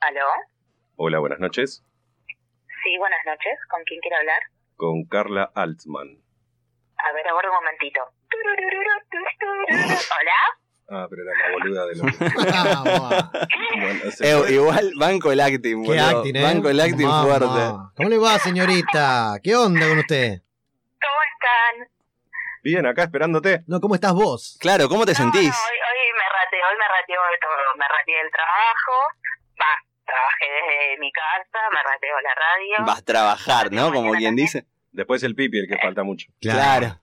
¿Aló? Hola, buenas noches. Sí, buenas noches. ¿Con quién quiero hablar? Con Carla Altman. A ver, aguarda un momentito. ¿Hola? Ah, pero era la boluda de los... Vamos. Bueno, o sea, Eh, igual banco el acting, Qué boludo. acting, eh. Banco el acting Mamá. fuerte. ¿Cómo le va, señorita? ¿Qué onda con usted? ¿Cómo están? Bien, acá esperándote. No, ¿cómo estás vos? Claro, ¿cómo te No, no, sentís? hoy, hoy me rateé, hoy me rateo de todo. Me rateé el trabajo. Va, trabajé desde mi casa, me rateo la radio. Vas a trabajar, ¿no? Como quien dice. Después el pipi, el que falta mucho. Claro.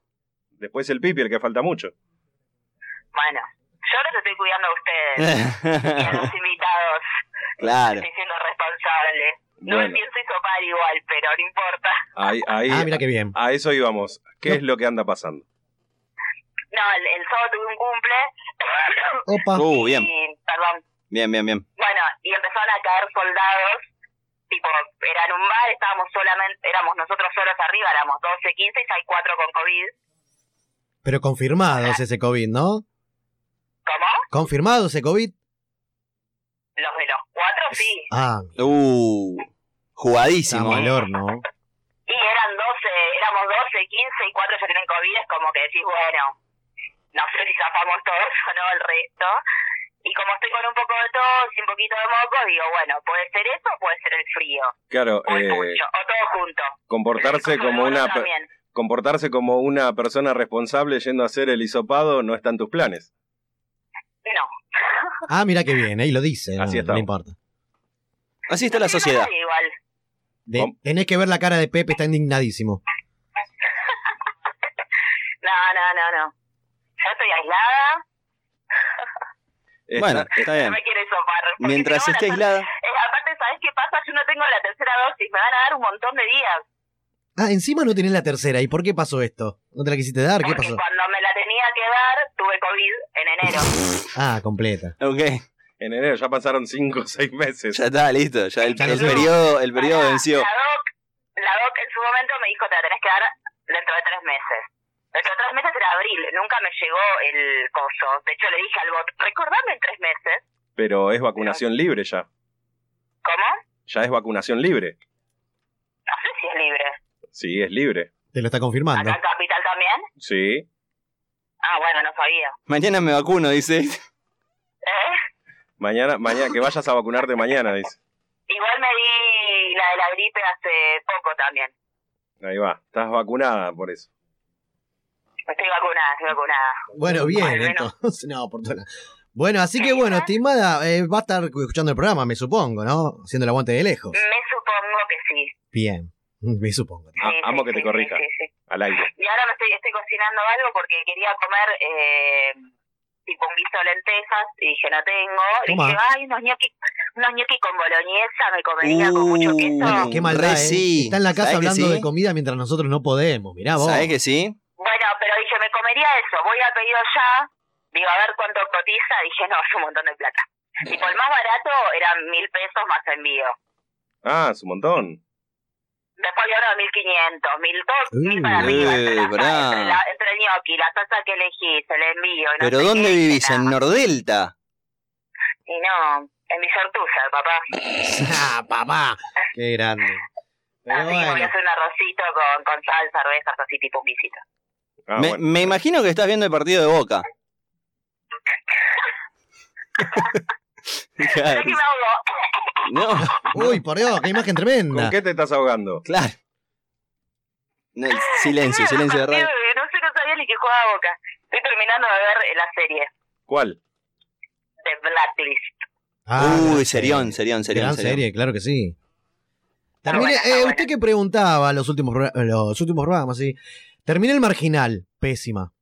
Después el pipi, el que falta mucho. Bueno, yo los estoy cuidando a ustedes. y a los invitados, Claro. estoy siendo responsable. No Bueno. me pienso hisopar igual, pero no importa. Ahí, ahí, Ah, mira qué bien. a eso íbamos. ¿Qué No. es lo que anda pasando? No, el, el sábado tuve un cumple. Opa. Uh, bien. y, perdón, Bien, bien, bien. Bueno, y empezaron a caer soldados, tipo, eran un bar, estábamos solamente, éramos nosotros solos arriba, éramos 12, 15 y ya hay 4 con COVID. Pero confirmados ese COVID, ¿no? ¿Cómo? Confirmados ese COVID. Los de los 4 sí. Ah, Uh. Jugadísimo. estamos al ¿eh? horno. Y eran 12, éramos 12, 15 y 4 ya tienen COVID, es como que decís, bueno, no sé si zafamos todos o no el resto. Y como estoy con un poco de tos y un poquito de moco, digo, bueno, puede ser eso o puede ser el frío. Claro, O el eh, pucho, o todo junto. Con comportarse como algunos una pe- también. comportarse como una persona responsable yendo a hacer el hisopado no está en tus planes. No. Ah, mira qué bien, ahí lo dice. No, Así no estamos. le importa. Así está la sociedad. Sí, Igual. De- ¿Cómo? tenés que ver la cara de Pepe, está indignadísimo. No, no, no, no. Yo estoy aislada, Está- Bueno, está no bien. me quiero isopar. porque Mientras si no, esté la- aislada. Eh, aparte, ¿sabes qué pasa? Yo no tengo la tercera dosis, me van a dar un montón de días. Ah, encima no tenés la tercera. ¿Y por qué pasó esto? ¿No te la quisiste dar? ¿Qué porque pasó? cuando me la tenía que dar, tuve COVID en enero. Ah, completa. Ok, En enero ya pasaron 5 o 6 meses. ya está, listo. Ya el, Ya lo Ah, el sé. periodo, el periodo Pará, venció. La doc, la doc en su momento me dijo, te la tenés que dar dentro de tres meses. Dentro de tres meses era abril, nunca me llegó el coso. De hecho, le dije al bot, recordame en tres meses. Pero es vacunación libre ya. ¿Cómo? Ya es vacunación libre. No sé si es libre. Sí, es libre. Te lo está confirmando. ¿Acá en Capital también? Sí. Ah, bueno, no sabía. Mañana me vacuno, dice. ¿Eh? Mañana, mañana, que vayas a vacunarte mañana, dice. Igual me di la de la gripe hace poco también. Ahí va. Estás vacunada por eso. Estoy vacunada, estoy vacunada. Bueno, bien, Bueno. entonces. No, por toda la- Bueno, así que bueno, estimada, eh, va a estar escuchando el programa, me supongo, ¿no? Haciendo el aguante de lejos. Me supongo que sí. Bien, me supongo. Ah, Sí, amo sí, que te sí, corrija. sí, sí, sí. Al aire. Y ahora me estoy, estoy cocinando algo porque quería comer eh, tipo un guiso de lentejas y dije no tengo. Y Toma. dije, ay, unos ñoqui, unos ñoqui con boloñesa me comería con mucho Uh. queso. Qué maldad, Re ¿eh? sí. Está en la casa ¿Sabés que hablando sí? de comida mientras nosotros no podemos. Mirá vos. ¿Sabés que sí? Bueno, pero dije, me comería eso. Voy a pedido ya. Digo, a ver cuánto cotiza. Dije, no, es un montón de plata. Tipo, el más barato eran mil pesos más envío. Ah, es un montón. Después había uno de 1500, 1000 dos, Uh, 1000 para arriba. entre, eh, la- pará. entre la- entre el ñoqui, la salsa que elegís, el envío. y no Pero sé ¿dónde qué, vivís? ¿En nada. Nordelta? Y no, en Villortuza, papá. ah, papá. Qué grande. Pero así que voy a bueno. hacer un arrocito con, con salsa, arvejas, así tipo un guisito. Ah, me, bueno. me imagino que estás viendo el partido de Boca. Sé Ah, claro. pues, que me hago No, Uy, por Dios, qué imagen tremenda. ¿Con qué te estás ahogando? claro. No, el silencio, silencio de radio. No sé, no sabía ni que jugaba Boca. Estoy terminando de ver la serie ¿Cuál? de Blacklist. Ah, gran Uy, serie. serión, serión, serión. Gran serión. serie, claro que sí. Está Terminé- buena, está eh, buena. usted que preguntaba los últimos, progra- los últimos programas, sí. Terminé el marginal. Pésima,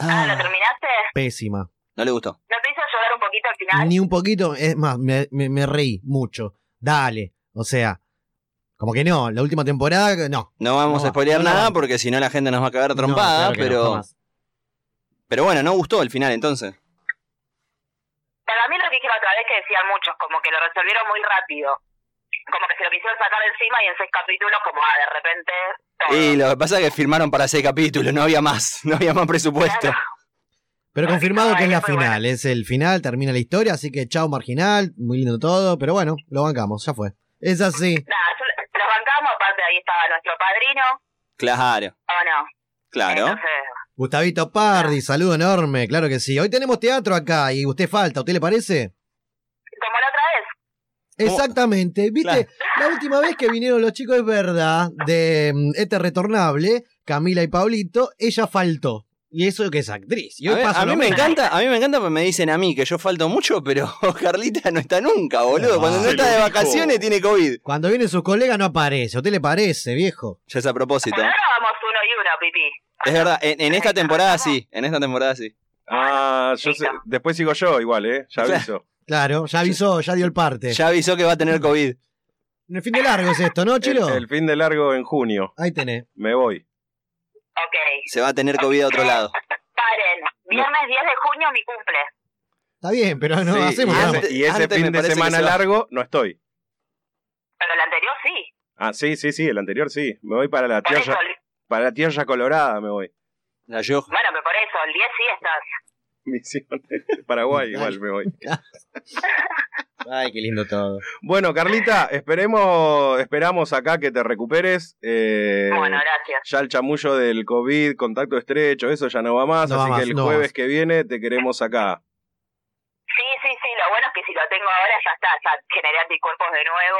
Ah, ¿lo Ah, terminaste? pésima. no le gustó. ¿No te hizo llorar un poquito al final? Ni un poquito, es más, me, me- me reí mucho. Dale, o sea, como que no, la última temporada, no. No vamos No, a spoilear no la nada banco. porque si no la gente nos va a cagar No, trompada, claro que no, pero jamás. pero bueno, no gustó el final entonces. Para mí lo que dijeron otra vez que decían muchos, como que lo resolvieron muy rápido. Como que se lo quisieron sacar de encima y en seis capítulos, como ah, de repente. todo. Y lo que pasa es que firmaron para seis capítulos, no había más, no había más presupuesto. Claro. Pero Así confirmado que que es la bueno, muy final, es el final, termina la historia, así que chao marginal, muy lindo todo, pero bueno, lo bancamos, ya fue. Es así. Nada, yo- los bancamos, aparte ahí estaba nuestro padrino, Claro, ¿o no? claro. Entonces, Gustavito Pardi, saludo enorme, claro que sí. Hoy tenemos teatro acá y usted falta, ¿usted le parece? como la otra vez, Exactamente, viste, Claro. la última vez que vinieron los chicos es verdad, de mm, este retornable, Camila y Pablito, ella faltó. Y eso que es actriz. Y A, hoy ver, pasa a mí lo me mismo. encanta, a mí me encanta porque me dicen a mí que yo falto mucho, pero Carlita no está nunca, boludo. Ah, Cuando no se está lo de dijo. vacaciones tiene COVID. Cuando vienen sus colegas no aparece, ¿a usted le parece, viejo? Ya es a propósito. por ahora vamos uno y uno, Pipi. Es verdad, en, en esta temporada sí, en esta temporada sí. Ah, yo sé- Listo. después sigo yo igual, ¿eh? Ya Claro. aviso. Claro, ya avisó, ya dio el parte. Ya avisó que va a tener COVID. En el fin de largo es esto, ¿no, El, Chilo? el fin de largo en junio. Ahí tenés. Me voy. Ok, Se va a tener COVID a otro lado. paren, viernes 10 de junio mi cumple. Está bien, pero no Sí, hacemos y nada. antes- Y ese antes me fin de parece que semana se va. largo no estoy. Pero el anterior sí. Ah, sí, sí, sí, el anterior sí. Me voy para la Por tierra, eso, el- para la tierra colorada me voy. La yo. bueno, pero por eso, el 10 sí estás. Misiones de Paraguay igual me voy. Ay, qué lindo todo. Bueno, Carlita, esperemos, esperamos acá que te recuperes. eh, Bueno, gracias. ya el chamullo del COVID, contacto estrecho, eso ya no va más. No va así más, que el no va jueves más. que viene te queremos acá. Sí, sí, sí, lo bueno es que si lo tengo ahora ya está, ya generé anticuerpos de nuevo.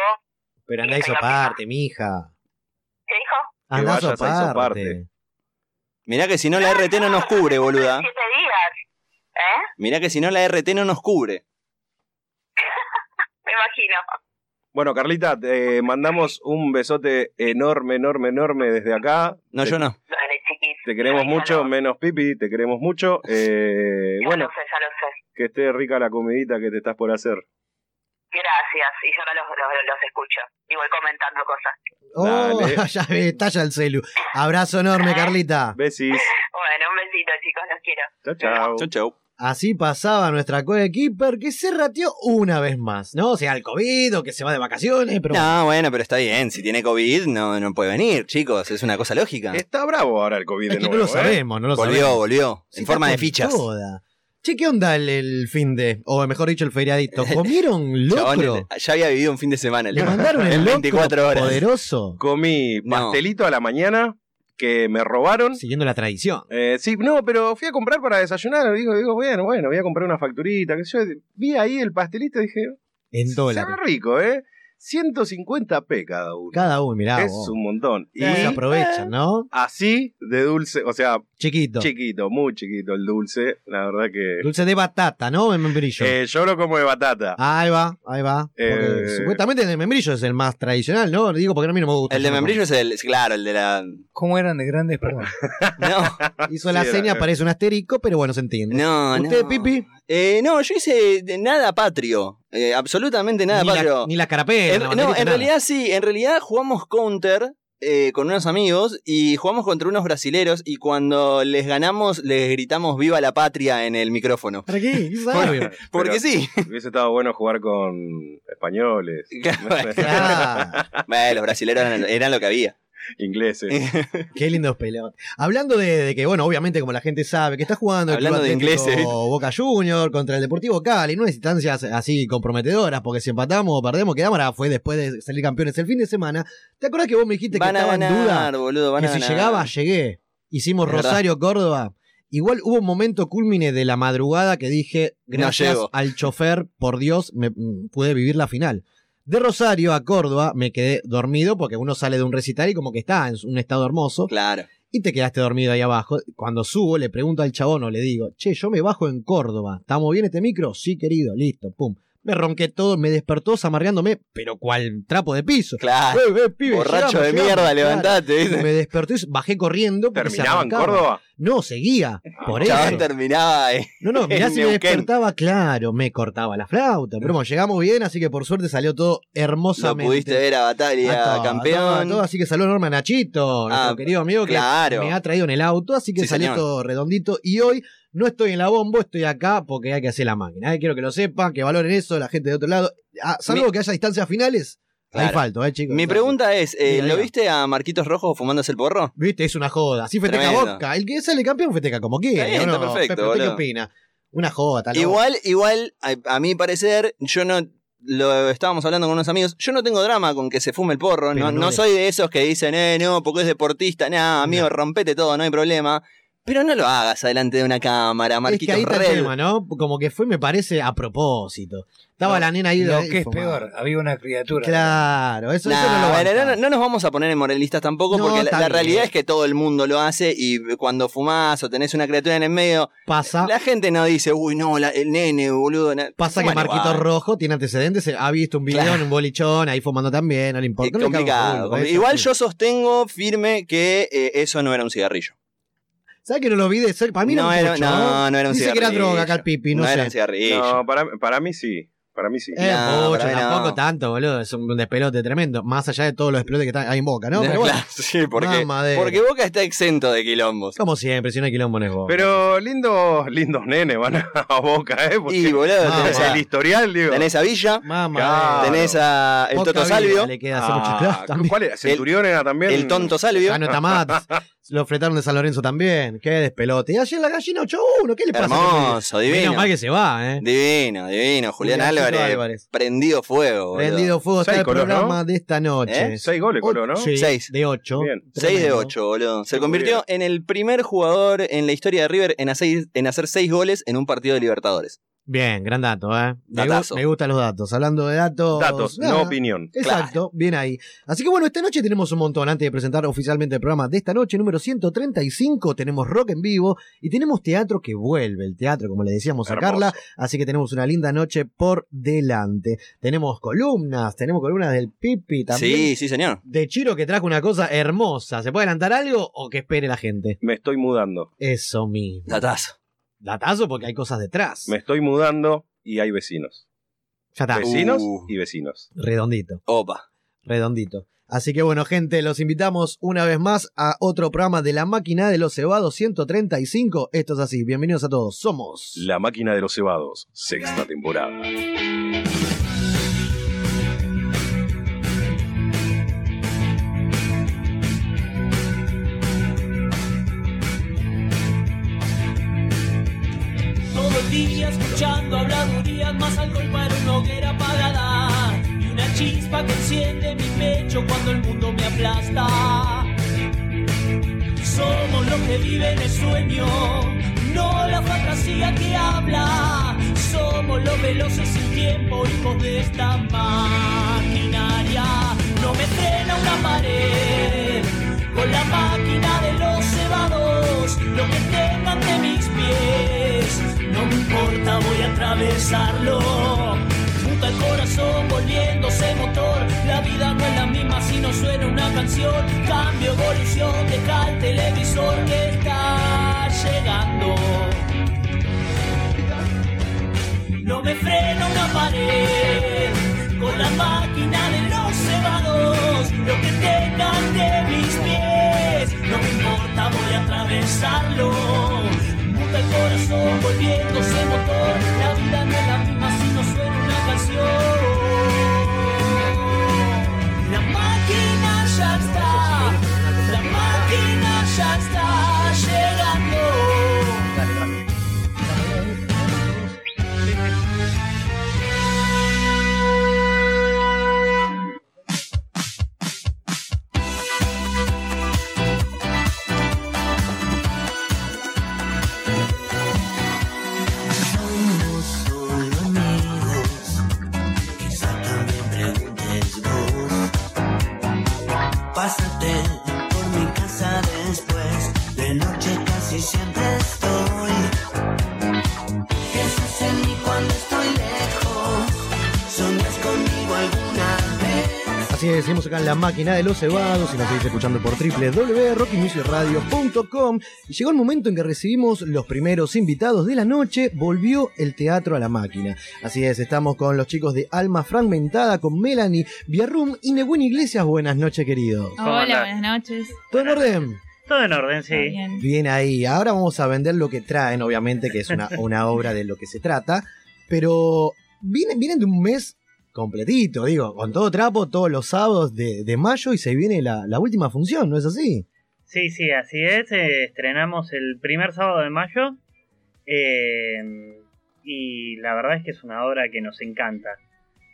Pero andá a Venga, parte, mija. ¿Qué dijo? Andá vayas a a parte. isoparte. Mirá que si no la RT no nos cubre, ¿Ah? boluda. Siete días. ¿Eh? Mirá que si no la RT no nos cubre. Me imagino. Bueno, Carlita, te mandamos un besote enorme, enorme, enorme desde acá. No, te, yo no. Dale, chiquis. Te queremos Ay, mucho, ya lo- menos Pipi, te queremos mucho. Eh, ya bueno, lo sé, ya lo sé. que esté rica la comidita que te estás por hacer. Gracias. Y yo ahora los, los, los escucho. Y voy comentando cosas. Oh, Dale. ya ve, talla el celu. Abrazo enorme, Carlita. Besis. Bueno, un besito, chicos. Los quiero. Chao, chao. Chau, chau. Así pasaba nuestra coequiper que se rateó una vez más, ¿no? O sea, el COVID o que se va de vacaciones, pero No, bueno, pero está bien. Si tiene COVID, no, no puede venir, chicos. Es una cosa lógica. Está bravo ahora el COVID es de que no nuevo, lo ¿eh? sabemos, no lo Volvió, sabemos. volvió. Sí, en está forma de con fichas. toda. Che, ¿qué onda el, el fin de? O mejor dicho, el feriadito. ¿Comieron Chabón, locro? ya había vivido un fin de semana. ¿Le mandaron el En locro 24 horas. poderoso? Comí No. pastelito a la mañana que me robaron. Sí. Siguiendo la tradición. Eh, sí, no, pero fui a comprar para desayunar. Digo, digo, bueno, bueno, voy a comprar una facturita. Que yo vi ahí el pastelito y dije, En se dólares. ve rico, ¿eh? 150 p cada uno. Cada uno, mirá. es vos. un montón. Y Y se aprovechan, ¿no? así de dulce, o sea, Chiquito. chiquito, muy chiquito el dulce. La verdad que. Dulce Ah. de batata, ¿no? En membrillo. Eh, yo lo como de batata. ahí va, ahí va. Porque eh, supuestamente el de membrillo es el más tradicional, ¿no? Digo porque a mí no me gusta. El de membrillo es el, es claro, el de la... ¿Cómo eran de grandes? Perdón. No, Hizo Sí, la era- seña, parece un asterisco, pero bueno, se entiende. no, no. ¿Usted, Pipi? Eh, no, yo hice de nada patrio. Eh, absolutamente nada ni, la, patrio. ni la carapela, En- la no, banderita, en nada. realidad sí. En realidad jugamos counter eh, con unos amigos y jugamos contra unos brasileros y cuando les ganamos les gritamos viva la patria en el micrófono. ¿Para qué? ¿Qué sabe? Porque sí. Hubiese estado bueno jugar con españoles, Ah, Bueno, los brasileros eran, eran lo que había. ingleses. Eh, qué lindos pelotes. Hablando de, de que, bueno, obviamente, como la gente sabe, que está jugando el Club Hablando de Atlético ingleses. Boca Junior contra el Deportivo Cali, no en instancias así comprometedoras, porque si empatamos o perdemos, quedamos. Ahora fue después de salir campeones el fin de semana. ¿Te acuerdas que vos me dijiste Van que a estaba en duda? ganar, boludo, van que a si ganar. llegaba, llegué. Hicimos Es verdad. Rosario, Córdoba. Igual hubo un momento cúlmine de la madrugada que dije, No gracias llego. al chofer, por Dios, me mm, pude vivir la final. De Rosario a Córdoba me quedé dormido porque uno sale de un recital y como que está en un estado hermoso Claro. y te quedaste dormido ahí abajo. Cuando subo le pregunto al chabón o le digo, che, yo me bajo en Córdoba, ¿estamos bien este micro? Sí, querido, listo, pum. Me ronqué todo, me despertó zamarreándome, pero cual trapo de piso. Claro. Eh, eh, pibe, Ah, Borracho llegamos, de llegamos, mierda, claro. levantate. Y dice. me desperté y bajé corriendo. porque se ¿Terminaba en arrancaba. Córdoba? No, seguía. Por eso. Chabón terminaba. eh. No, no, mirá en si me Neuquén. despertaba, claro, me cortaba la flauta. Pero bueno, llegamos bien, así que por suerte salió todo Lo hermosamente. pudiste ver a A Batalla, todo, a todo, a campeón. todo, así que salió enorme a Nachito, nuestro Ah, querido amigo que claro. me ha traído en el auto, así que Sí, salió señor. todo redondito. Y hoy no estoy en la bombo, estoy acá porque hay que hacer la máquina. Eh, Quiero que lo sepan, que valoren eso, la gente de otro lado. Ah, salvo Mi- que haya distancias finales, Ahí Claro. falto, eh, chicos. Mi pregunta es, eh, Diga, ¿lo diga. viste a Marquitos Rojo fumándose el porro? Viste, es una joda. Así festeja Tremendo. Boca. El que sale campeón festeja como quiere. bien, ¿o no? está perfecto, Pepe, ¿usted ¿Qué boludo. opina? Una joda, tal Igual, igual, a, a mi parecer, yo no... Lo estábamos hablando con unos amigos. Yo no tengo drama con que se fume el porro. Pero No, no no le- soy de esos que dicen, eh, no, porque es deportista. Nah, amigo, No. rompete todo, no hay problema. Pero no lo hagas delante de una cámara, Es que Marquitos ahí está el Red. tema, ¿no? Como que fue, me parece, a propósito. Estaba Lo- la nena ahí Lo de- que es fumando. peor, había una criatura. Claro, eso, eso Nah, no lo bueno, banca. no, no nos vamos a poner en moralistas tampoco, No, porque la, está la bien. realidad es que todo el mundo lo hace y cuando fumás o tenés una criatura en el medio, Pasa, la gente no dice, uy, no, la- el nene, boludo. na-". pasa que Bueno, Marquito va. Rojo tiene antecedentes, ha visto un video Claro. en un bolichón, ahí fumando también, no le Es importa. no le complicado. cago en ¿eh? compli- boludo, Igual eso yo sostengo firme que eh, eso no era un cigarrillo. sí. ¿Sabes que no lo vi de cerca? Para mí no, era, no, no era un Dice que cigarrillo. era droga acá el pipi, no, no era sé. un cigarrillo. No, para, para mí sí. Para mí sí. Eh, No, mucho, para mí no. tampoco tanto, boludo. Es un despelote tremendo. Más allá de todos los despelotes que están ahí en boca, ¿no? Pero bueno, Claro, sí, porque, mamadera. porque Boca está exento de quilombos. como siempre, si no hay quilombo no es boca. Pero lindos, lindos nenes van a, a boca, ¿eh? Porque Y boludo, Ah, tenés, es el a, historial, digo. tenés a Villa, Mamadera. Claro. tenés a el Poca Toto vida Salvio, Le queda hace mucho Ah, claro, también. ¿Cuál era? Centurión era también. el Tonto Salvio. Ah, no está Mats. Lo fletaron de San Lorenzo también. Qué despelote. Y ayer la gallina 8-1. ¿Qué le pasa? Hermoso, divino. Menos mal que se va, ¿eh? Divino, divino. Julián Juliancito Álvarez, Álvarez. Prendido fuego. boludo. Prendido fuego está Seis el color, programa ¿no? de esta noche. ¿Eh? Seis goles, Colo, ¿no? Sí, Seis. de 8. Bien. 6 de 8, boludo. Se Muy convirtió en el primer jugador en la historia de River en, hacer- en hacer 6 goles en un partido de Libertadores. Bien, gran dato, ¿eh? Me, gu- Datazo. me gustan los datos. Hablando de datos. Datos, nada. no opinión. Exacto, bien ahí. Así que bueno, esta noche tenemos un montón. Antes de presentar oficialmente el programa de esta noche, número 135, tenemos rock en vivo y tenemos teatro que vuelve, el teatro, como le decíamos a Hermoso. Carla. Así que tenemos una linda noche por delante. Tenemos columnas, tenemos columnas del Pipi también. Sí, sí, señor. De Chiro que trajo una cosa hermosa. ¿Se puede adelantar algo o que espere la gente? Me estoy mudando. Eso mismo. Datazo. Datazo porque hay cosas detrás. Me estoy mudando y hay vecinos. Ya está. Sí. Vecinos Uh. y vecinos. Redondito. Opa. redondito. Así que bueno, gente, los invitamos una vez más a otro programa de La Máquina de los Cebados 135. Esto es así. Bienvenidos a todos. Somos. La máquina de los cebados, sexta temporada. Todo el día escuchando habladurías, más alcohol para una hoguera apagada y una chispa que enciende mi pecho cuando el mundo me aplasta. Somos los que viven el sueño, no la fantasía que habla. Somos los veloces sin tiempo, hijos de esta maquinaria. No me frena una pared con la máquina de los cebados, lo que tengan de mis pies. No me importa, voy a atravesarlo. Puta el corazón volviéndose motor. La vida no es la misma si no suena una canción. Cambio, evolución, deja el televisor que está llegando. No me frena una pared con la máquina de los cebados, lo que tengan de mis pies. No me importa, voy a atravesarlo. Muta el corazón volviéndose motor. La vida no es la misma si no suena una canción. La máquina ya está, la máquina ya está llegando. Somos solo amigos, quizá también preguntes vos. Pásate por mi casa después, de noche casi siempre estoy. Piensas en mí cuando estoy lejos, soñas conmigo alguna vez. Así es, seguimos acá en La Máquina de los Cebados y nos seguís escuchando por www.rockymusicradio.com. Y llegó el momento en que recibimos los primeros invitados de la noche. Volvió el teatro a la máquina. Así es, estamos con los chicos de Alma Fragmentada, con Melanie Biarrum y Nebuen Iglesias. Buenas noches, queridos. Hola, andás? buenas noches. ¿Todo en orden? Todo en orden, Está sí. bien. Bien ahí. Ahora vamos a vender lo que traen, obviamente, que es una, una obra de lo que se trata. Pero vienen, vienen de un mes completito, digo, con todo trapo, todos los sábados de, de mayo y se viene la, la última función, ¿no es así? Sí, sí, así es. eh, estrenamos el primer sábado de mayo. eh, y la verdad es que es una obra que nos encanta.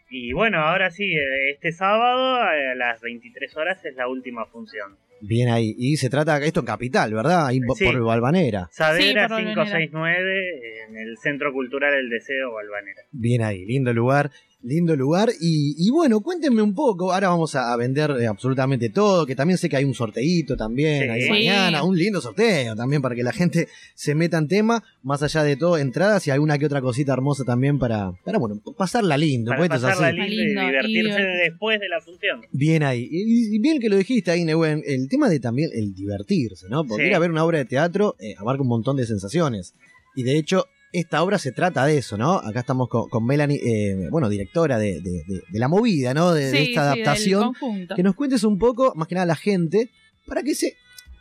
Y bueno, ahora sí, eh, este sábado a las 23 horas es la última función. Bien ahí. Y se trata, esto en Capital, ¿verdad? Ahí po- Sí. por Valvanera. Saavedra por Valvanera. 569 en el Centro Cultural El Deseo Valvanera. Bien ahí, lindo lugar, lindo lugar. Y, y bueno, cuéntenme un poco, ahora vamos a a vender eh, absolutamente todo, que también sé que hay un sorteíto también Sí. ahí Sí. mañana, un lindo sorteo también para que la gente se meta en tema, más allá de todo, entradas y alguna que otra cosita hermosa también para, para bueno, pasarla lindo, Para porque esto es pasarla así. lindo y Lindo, y divertirse divertirse. después de la función. Bien ahí. Y, y bien que lo dijiste ahí, Nehuen, el tema de también el divertirse, ¿no? Porque Sí. ir a ver una obra de teatro eh, abarca un montón de sensaciones. Y de hecho, esta obra se trata de eso, ¿no? Acá estamos con, con Melanie, eh, bueno, directora de, de- de- de la movida, ¿no? De, de Sí, esta sí, del adaptación. conjunto. que nos cuentes un poco, más que nada a la gente, para que se...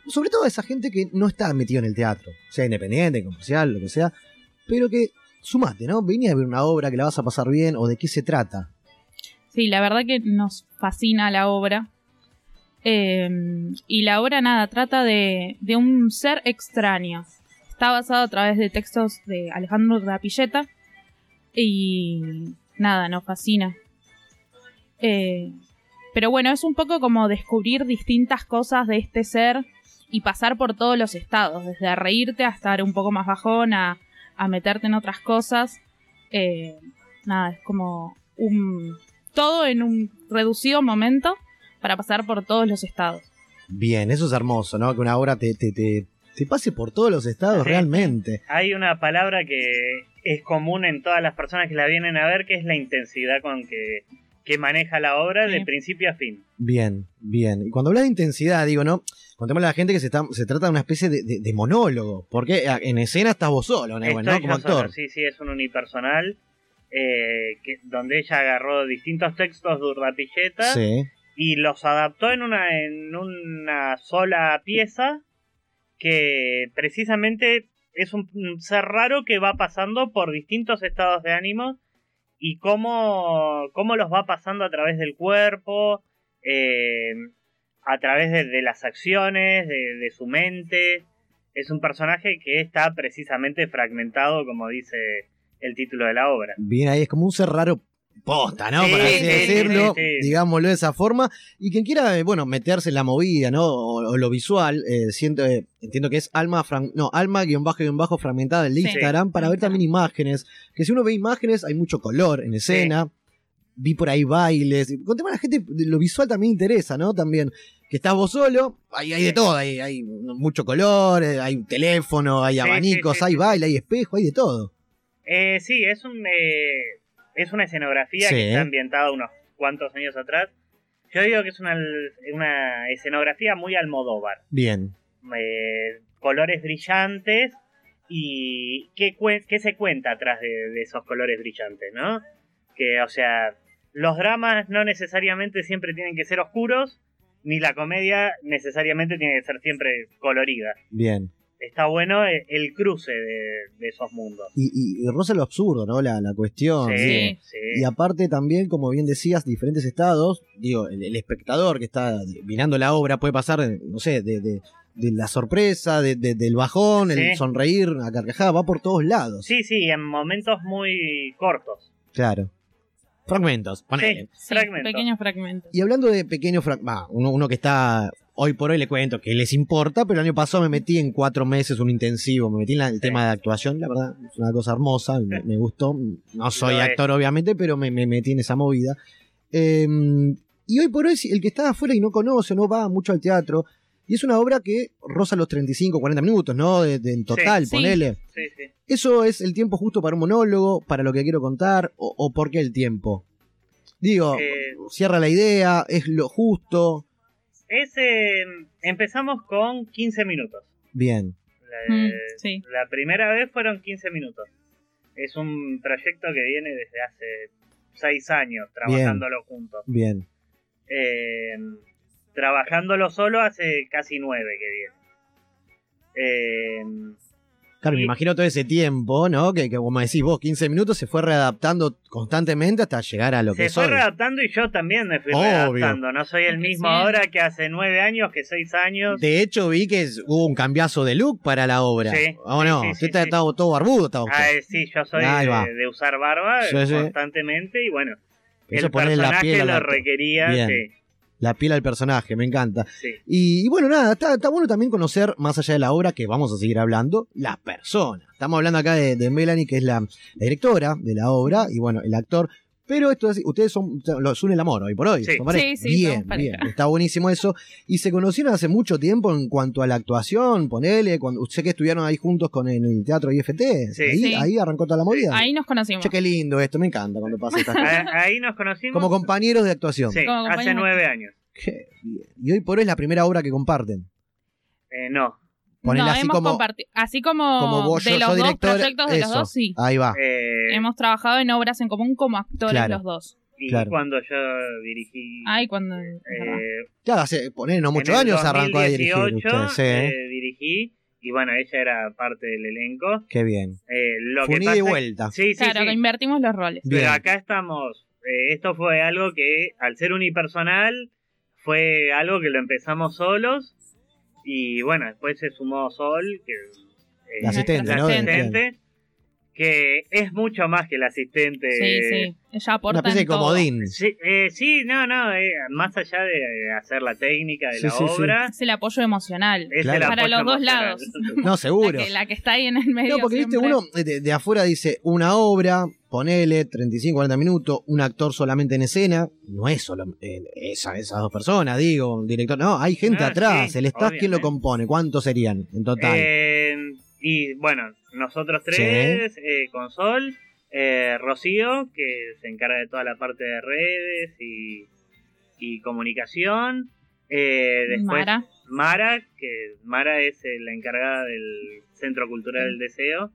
Sobre todo a esa gente que no está metida en el teatro, sea independiente, comercial, lo que sea, pero que sumate, ¿no? Vení a ver una obra que la vas a pasar bien o de qué se trata. Sí, la verdad que nos fascina la obra. Eh, y la obra, nada, trata de, de un ser extraño. Está basado a través de textos de Alejandro Rapilleta. Y nada, nos fascina. Eh, pero bueno, es un poco como descubrir distintas cosas de este ser y pasar por todos los estados, desde a reírte a estar un poco más bajón, a, a meterte en otras cosas. Eh, nada, es como un, todo en un reducido momento para pasar por todos los estados. Bien, eso es hermoso, ¿no? Que una obra te, te, te, te pase por todos los estados Sí. realmente. Hay una palabra que es común en todas las personas que la vienen a ver, que es la intensidad con que, que maneja la obra Sí. de principio a fin. Bien, bien. Y cuando hablas de intensidad, digo, ¿no? Contémosle a la gente que se, está, se trata de una especie de, de- de monólogo, porque eh, en escena estás vos solo, ¿no? Estoy Bueno, ¿no? Como yo solo, actor. sí, sí, es un unipersonal. eh, que, donde ella agarró distintos textos de Urdapilleta Sí. y los adaptó en una, en una sola pieza que precisamente es un un ser raro que va pasando por distintos estados de ánimo y cómo, cómo los va pasando a través del cuerpo, eh, a través de, de las acciones, de, de su mente. Es un personaje que está precisamente fragmentado, como dice el título de la obra. Bien ahí, es como un ser raro posta, Ah, ¿no? Sí, Para así sí, decirlo, sí, sí. digámoslo de esa forma. Y quien quiera, eh, bueno, meterse en la movida, ¿no? O, o lo visual, eh, siento, eh, entiendo que es alma, fran- no, alma guión bajo guión bajo fragmentada en Sí. Instagram para ver también imágenes. Que si uno ve imágenes, hay mucho color en escena. Vi por ahí bailes. Contemos a la gente, lo visual también interesa, ¿no? También. Que estás vos solo, hay, hay de todo, hay, hay mucho color, eh, hay un teléfono, hay Sí, sí, abanicos, sí, hay sí. baile, hay espejo, hay de todo. Eh, sí, es un eh, es una escenografía Sí. que está ambientada unos cuantos años atrás. Yo digo que es una, una escenografía muy Almodóvar. Bien. Eh, colores brillantes y qué, cue- qué se cuenta atrás de, de esos colores brillantes, ¿no? Que, o sea, los dramas no necesariamente siempre tienen que ser oscuros, ni la comedia necesariamente tiene que ser siempre colorida. Bien. Está bueno eh, el cruce de, de esos mundos. y, y, y roza lo absurdo, ¿no? La, la cuestión. digo. Sí, sí. Y aparte también, como bien decías, diferentes estados, digo, el, el espectador que está mirando la obra puede pasar, eh, no sé, de, de- de la sorpresa, de- de- del bajón, el Sí. sonreír, la carcajada, va por todos lados. Sí, sí, en momentos muy cortos. Claro. Fragmentos, ponele. Sí, Sí, fragmentos. Pequeños fragmentos. Y hablando de pequeños fragmentos, uno, uno que está hoy por hoy le cuento que les importa, pero el año pasado me metí en cuatro meses un intensivo, me metí en la- el tema de actuación, la verdad, es una cosa hermosa, me, me gustó. No soy Lo es. actor, obviamente, pero me, me metí en esa movida. Eh, y hoy por hoy, si el que está afuera y no conoce, no va mucho al teatro, y es una obra que roza los 35, 40 minutos, ¿no? De- de- en total, Sí. ponele. Sí, sí. ¿Eso es el tiempo justo para un monólogo, para lo que quiero contar, o, o por qué el tiempo? Digo, Eh, cierra la idea, es lo justo. es, eh, empezamos con 15 minutos. Bien, La, eh, Mm, sí. la primera vez fueron 15 minutos. Es un proyecto que viene desde hace 6 años, trabajándolo juntos. bien. Eh, trabajándolo solo hace casi 9 que viene. Eh, Claro, me Y- imagino todo ese tiempo, ¿no? Que, que como decís vos, 15 minutos se fue readaptando constantemente hasta llegar a lo Se que fue soy. readaptando y yo también me fui Obvio. readaptando. No soy el Creciendo. mismo ahora que hace nueve años, que seis años. De hecho, vi que es- hubo un cambiazo de look para la obra. Sí, ¿O sí, no? sí, Usted sí, está- sí. estaba todo barbudo, estaba usted. Ah, eh, sí, yo soy Ahí va. de, de usar barba eh, Sí, sí. constantemente y bueno, Eso el ponerle personaje a lo la- requería. Bien. sí, la piel al personaje, me encanta. sí. Y, y bueno, nada, está, está bueno también conocer, más allá de la obra que vamos a seguir hablando, las personas. Estamos hablando acá de, de Melanie, que es la, la directora de la obra, y bueno, el actor. Pero esto es, ustedes son, los une el amor hoy por hoy. Sí. ¿son pareja? Sí, sí, bien, somos bien, pareja. está buenísimo eso. Y se conocieron hace mucho tiempo en cuanto a la actuación, ponele, cuando, sé que estuvieron ahí juntos con el, teatro IFT, Sí. ahí, Sí. ahí arrancó toda la movida. Ahí nos conocimos. Che, qué lindo esto, me encanta cuando pasa estas cosas. A- Eh, Ahí nos conocimos. Como compañeros de actuación. Sí, Como hace compañeros. nueve años. Qué bien. Y hoy por hoy es la primera obra que comparten. Eh, no, Ponele no, así hemos como- compartido. Así como, como vos, de yo, los yo dos director, proyectos de los eso. dos, sí. Ahí va. eh, Hemos trabajado en obras en común como actores Claro. los dos. y claro. cuando yo dirigí. Ay, cuando. verdad. eh, Claro, hace, poner no muchos en el años arrancó a dirigir 2018, usted. Sí, ¿eh? eh, dirigí y bueno, ella era parte del elenco. qué bien. Eh, lo Fue que un ida pasa y es- vuelta. Sí, sí, claro, sí. que invertimos los roles. Bien. Pero acá estamos. eh, esto fue algo que, al ser unipersonal, fue algo que lo empezamos solos. Y bueno, después se sumó Sol, que. eh, La asistente, la ¿no? asistente. Entiendo. asistente, que es mucho más que la asistente. Sí, sí. Ella aporta. Una especie de en todo. comodín. Sí, eh, sí, no, no, eh, más allá de eh, hacer la técnica de Sí, la sí, sí. obra, Es el apoyo emocional. es Claro. el Para apoyo los dos emocional. lados. No, seguro. La que, la que está ahí en el medio. No, porque viste, siempre. uno eh, de, de afuera dice una obra, ponele 35, 40 minutos, un actor solamente en escena. No es solo eh, esa- esas dos personas, digo, un director. No, hay gente Ah, atrás. sí, el staff, ¿quién lo obviamente. compone? ¿Cuántos serían en total? Eh, y bueno, nosotros tres, eh, con Sol, eh, Rocío, que se encarga de toda la parte de redes y, y comunicación. eh, después Mara. Mara, que Mara es eh, la encargada del Centro Cultural del Deseo,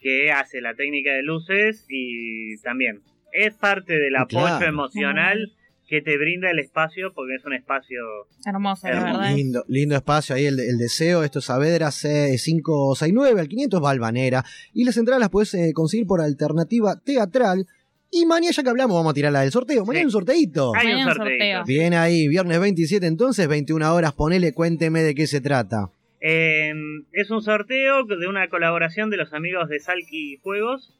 que hace la técnica de luces y también es parte del apoyo Ah, Claro. emocional que te brinda el espacio, porque es un espacio... Hermosa, la Hermosa. verdad. Lindo, lindo espacio ahí, el, el deseo. Esto es Saavedra C- 569, al 500 Balvanera. Y las entradas las puedes eh, conseguir por alternativa teatral. Y mañana, ya que hablamos, vamos a tirar la del sorteo. Mañana Sí. hay un sorteito. Hay un Mañana sorteo. sorteo. Bien ahí, viernes 27, entonces, 21 horas. Ponele, cuénteme de qué se trata. Eh, es un sorteo de una colaboración de los amigos de Salki Juegos,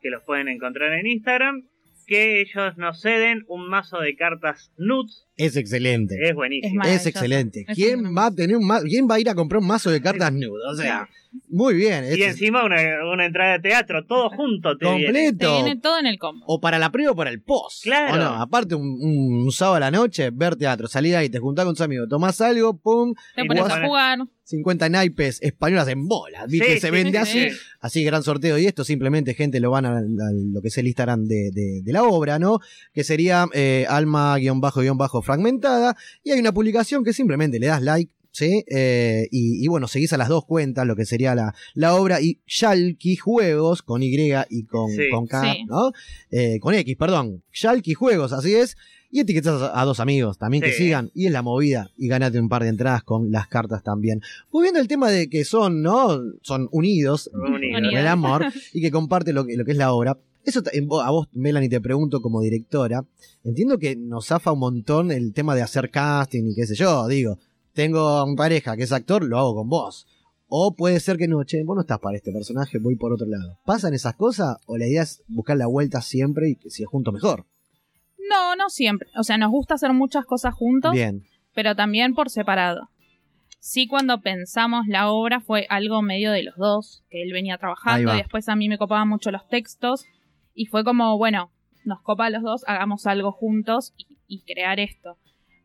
que los pueden encontrar en Instagram, que ellos nos ceden un mazo de cartas nuts, Es excelente. es buenísimo. Es Es, maravilloso. excelente. Es ¿Quién fenomenal. va, a tener un ma- ¿Quién va a ir a comprar un mazo de cartas nude? O sea, muy bien. y es encima una, una entrada de teatro, todo junto te viene. Te completo. viene todo en el combo. O para la previa o para el post. Claro. O no, aparte un, un- un sábado a la noche, ver teatro, salir ahí, te juntás con tus amigos, tomás algo, pum, Te Y pones vos- a jugar. 50 naipes españolas en bola. Viste, Sí, se sí, vende sí, así. sí. Así, gran sorteo. Y esto simplemente, gente, lo van a, a lo que es el Instagram de, de- de la obra, ¿no? Que sería eh, alma-fragmentada. Y hay una publicación que simplemente le das like. ¿Sí? Eh, y, y bueno, seguís a las dos cuentas, lo que sería la, la obra y Yalki Juegos con Y y con, Sí. con K, Sí. ¿no? Eh, con X, perdón. Yalki Juegos, así es. Y etiquetas a a dos amigos también que Sí. sigan. Y es la movida. Y ganate un par de entradas con las cartas también. Volviendo al tema de que son, ¿no? Son unidos. Unidos. En el amor. y que comparten lo que, lo que es la obra. Eso ta- en vo- a vos, Melanie, te pregunto como directora. Entiendo que nos zafa un montón el tema de hacer casting y qué sé yo. Digo, tengo una pareja que es actor, lo hago con vos. O puede ser que no, che, vos no estás para este personaje, voy por otro lado. ¿Pasan esas cosas? ¿O la idea es buscar la vuelta siempre y que si es junto mejor? No, no siempre. O sea, nos gusta hacer muchas cosas juntos, Bien. pero también por separado. Sí, cuando pensamos la obra fue algo medio de los dos, que él venía trabajando va. y después a mí me copaban mucho los textos. Y fue como, bueno, nos copa a los dos, hagamos algo juntos y, y crear esto.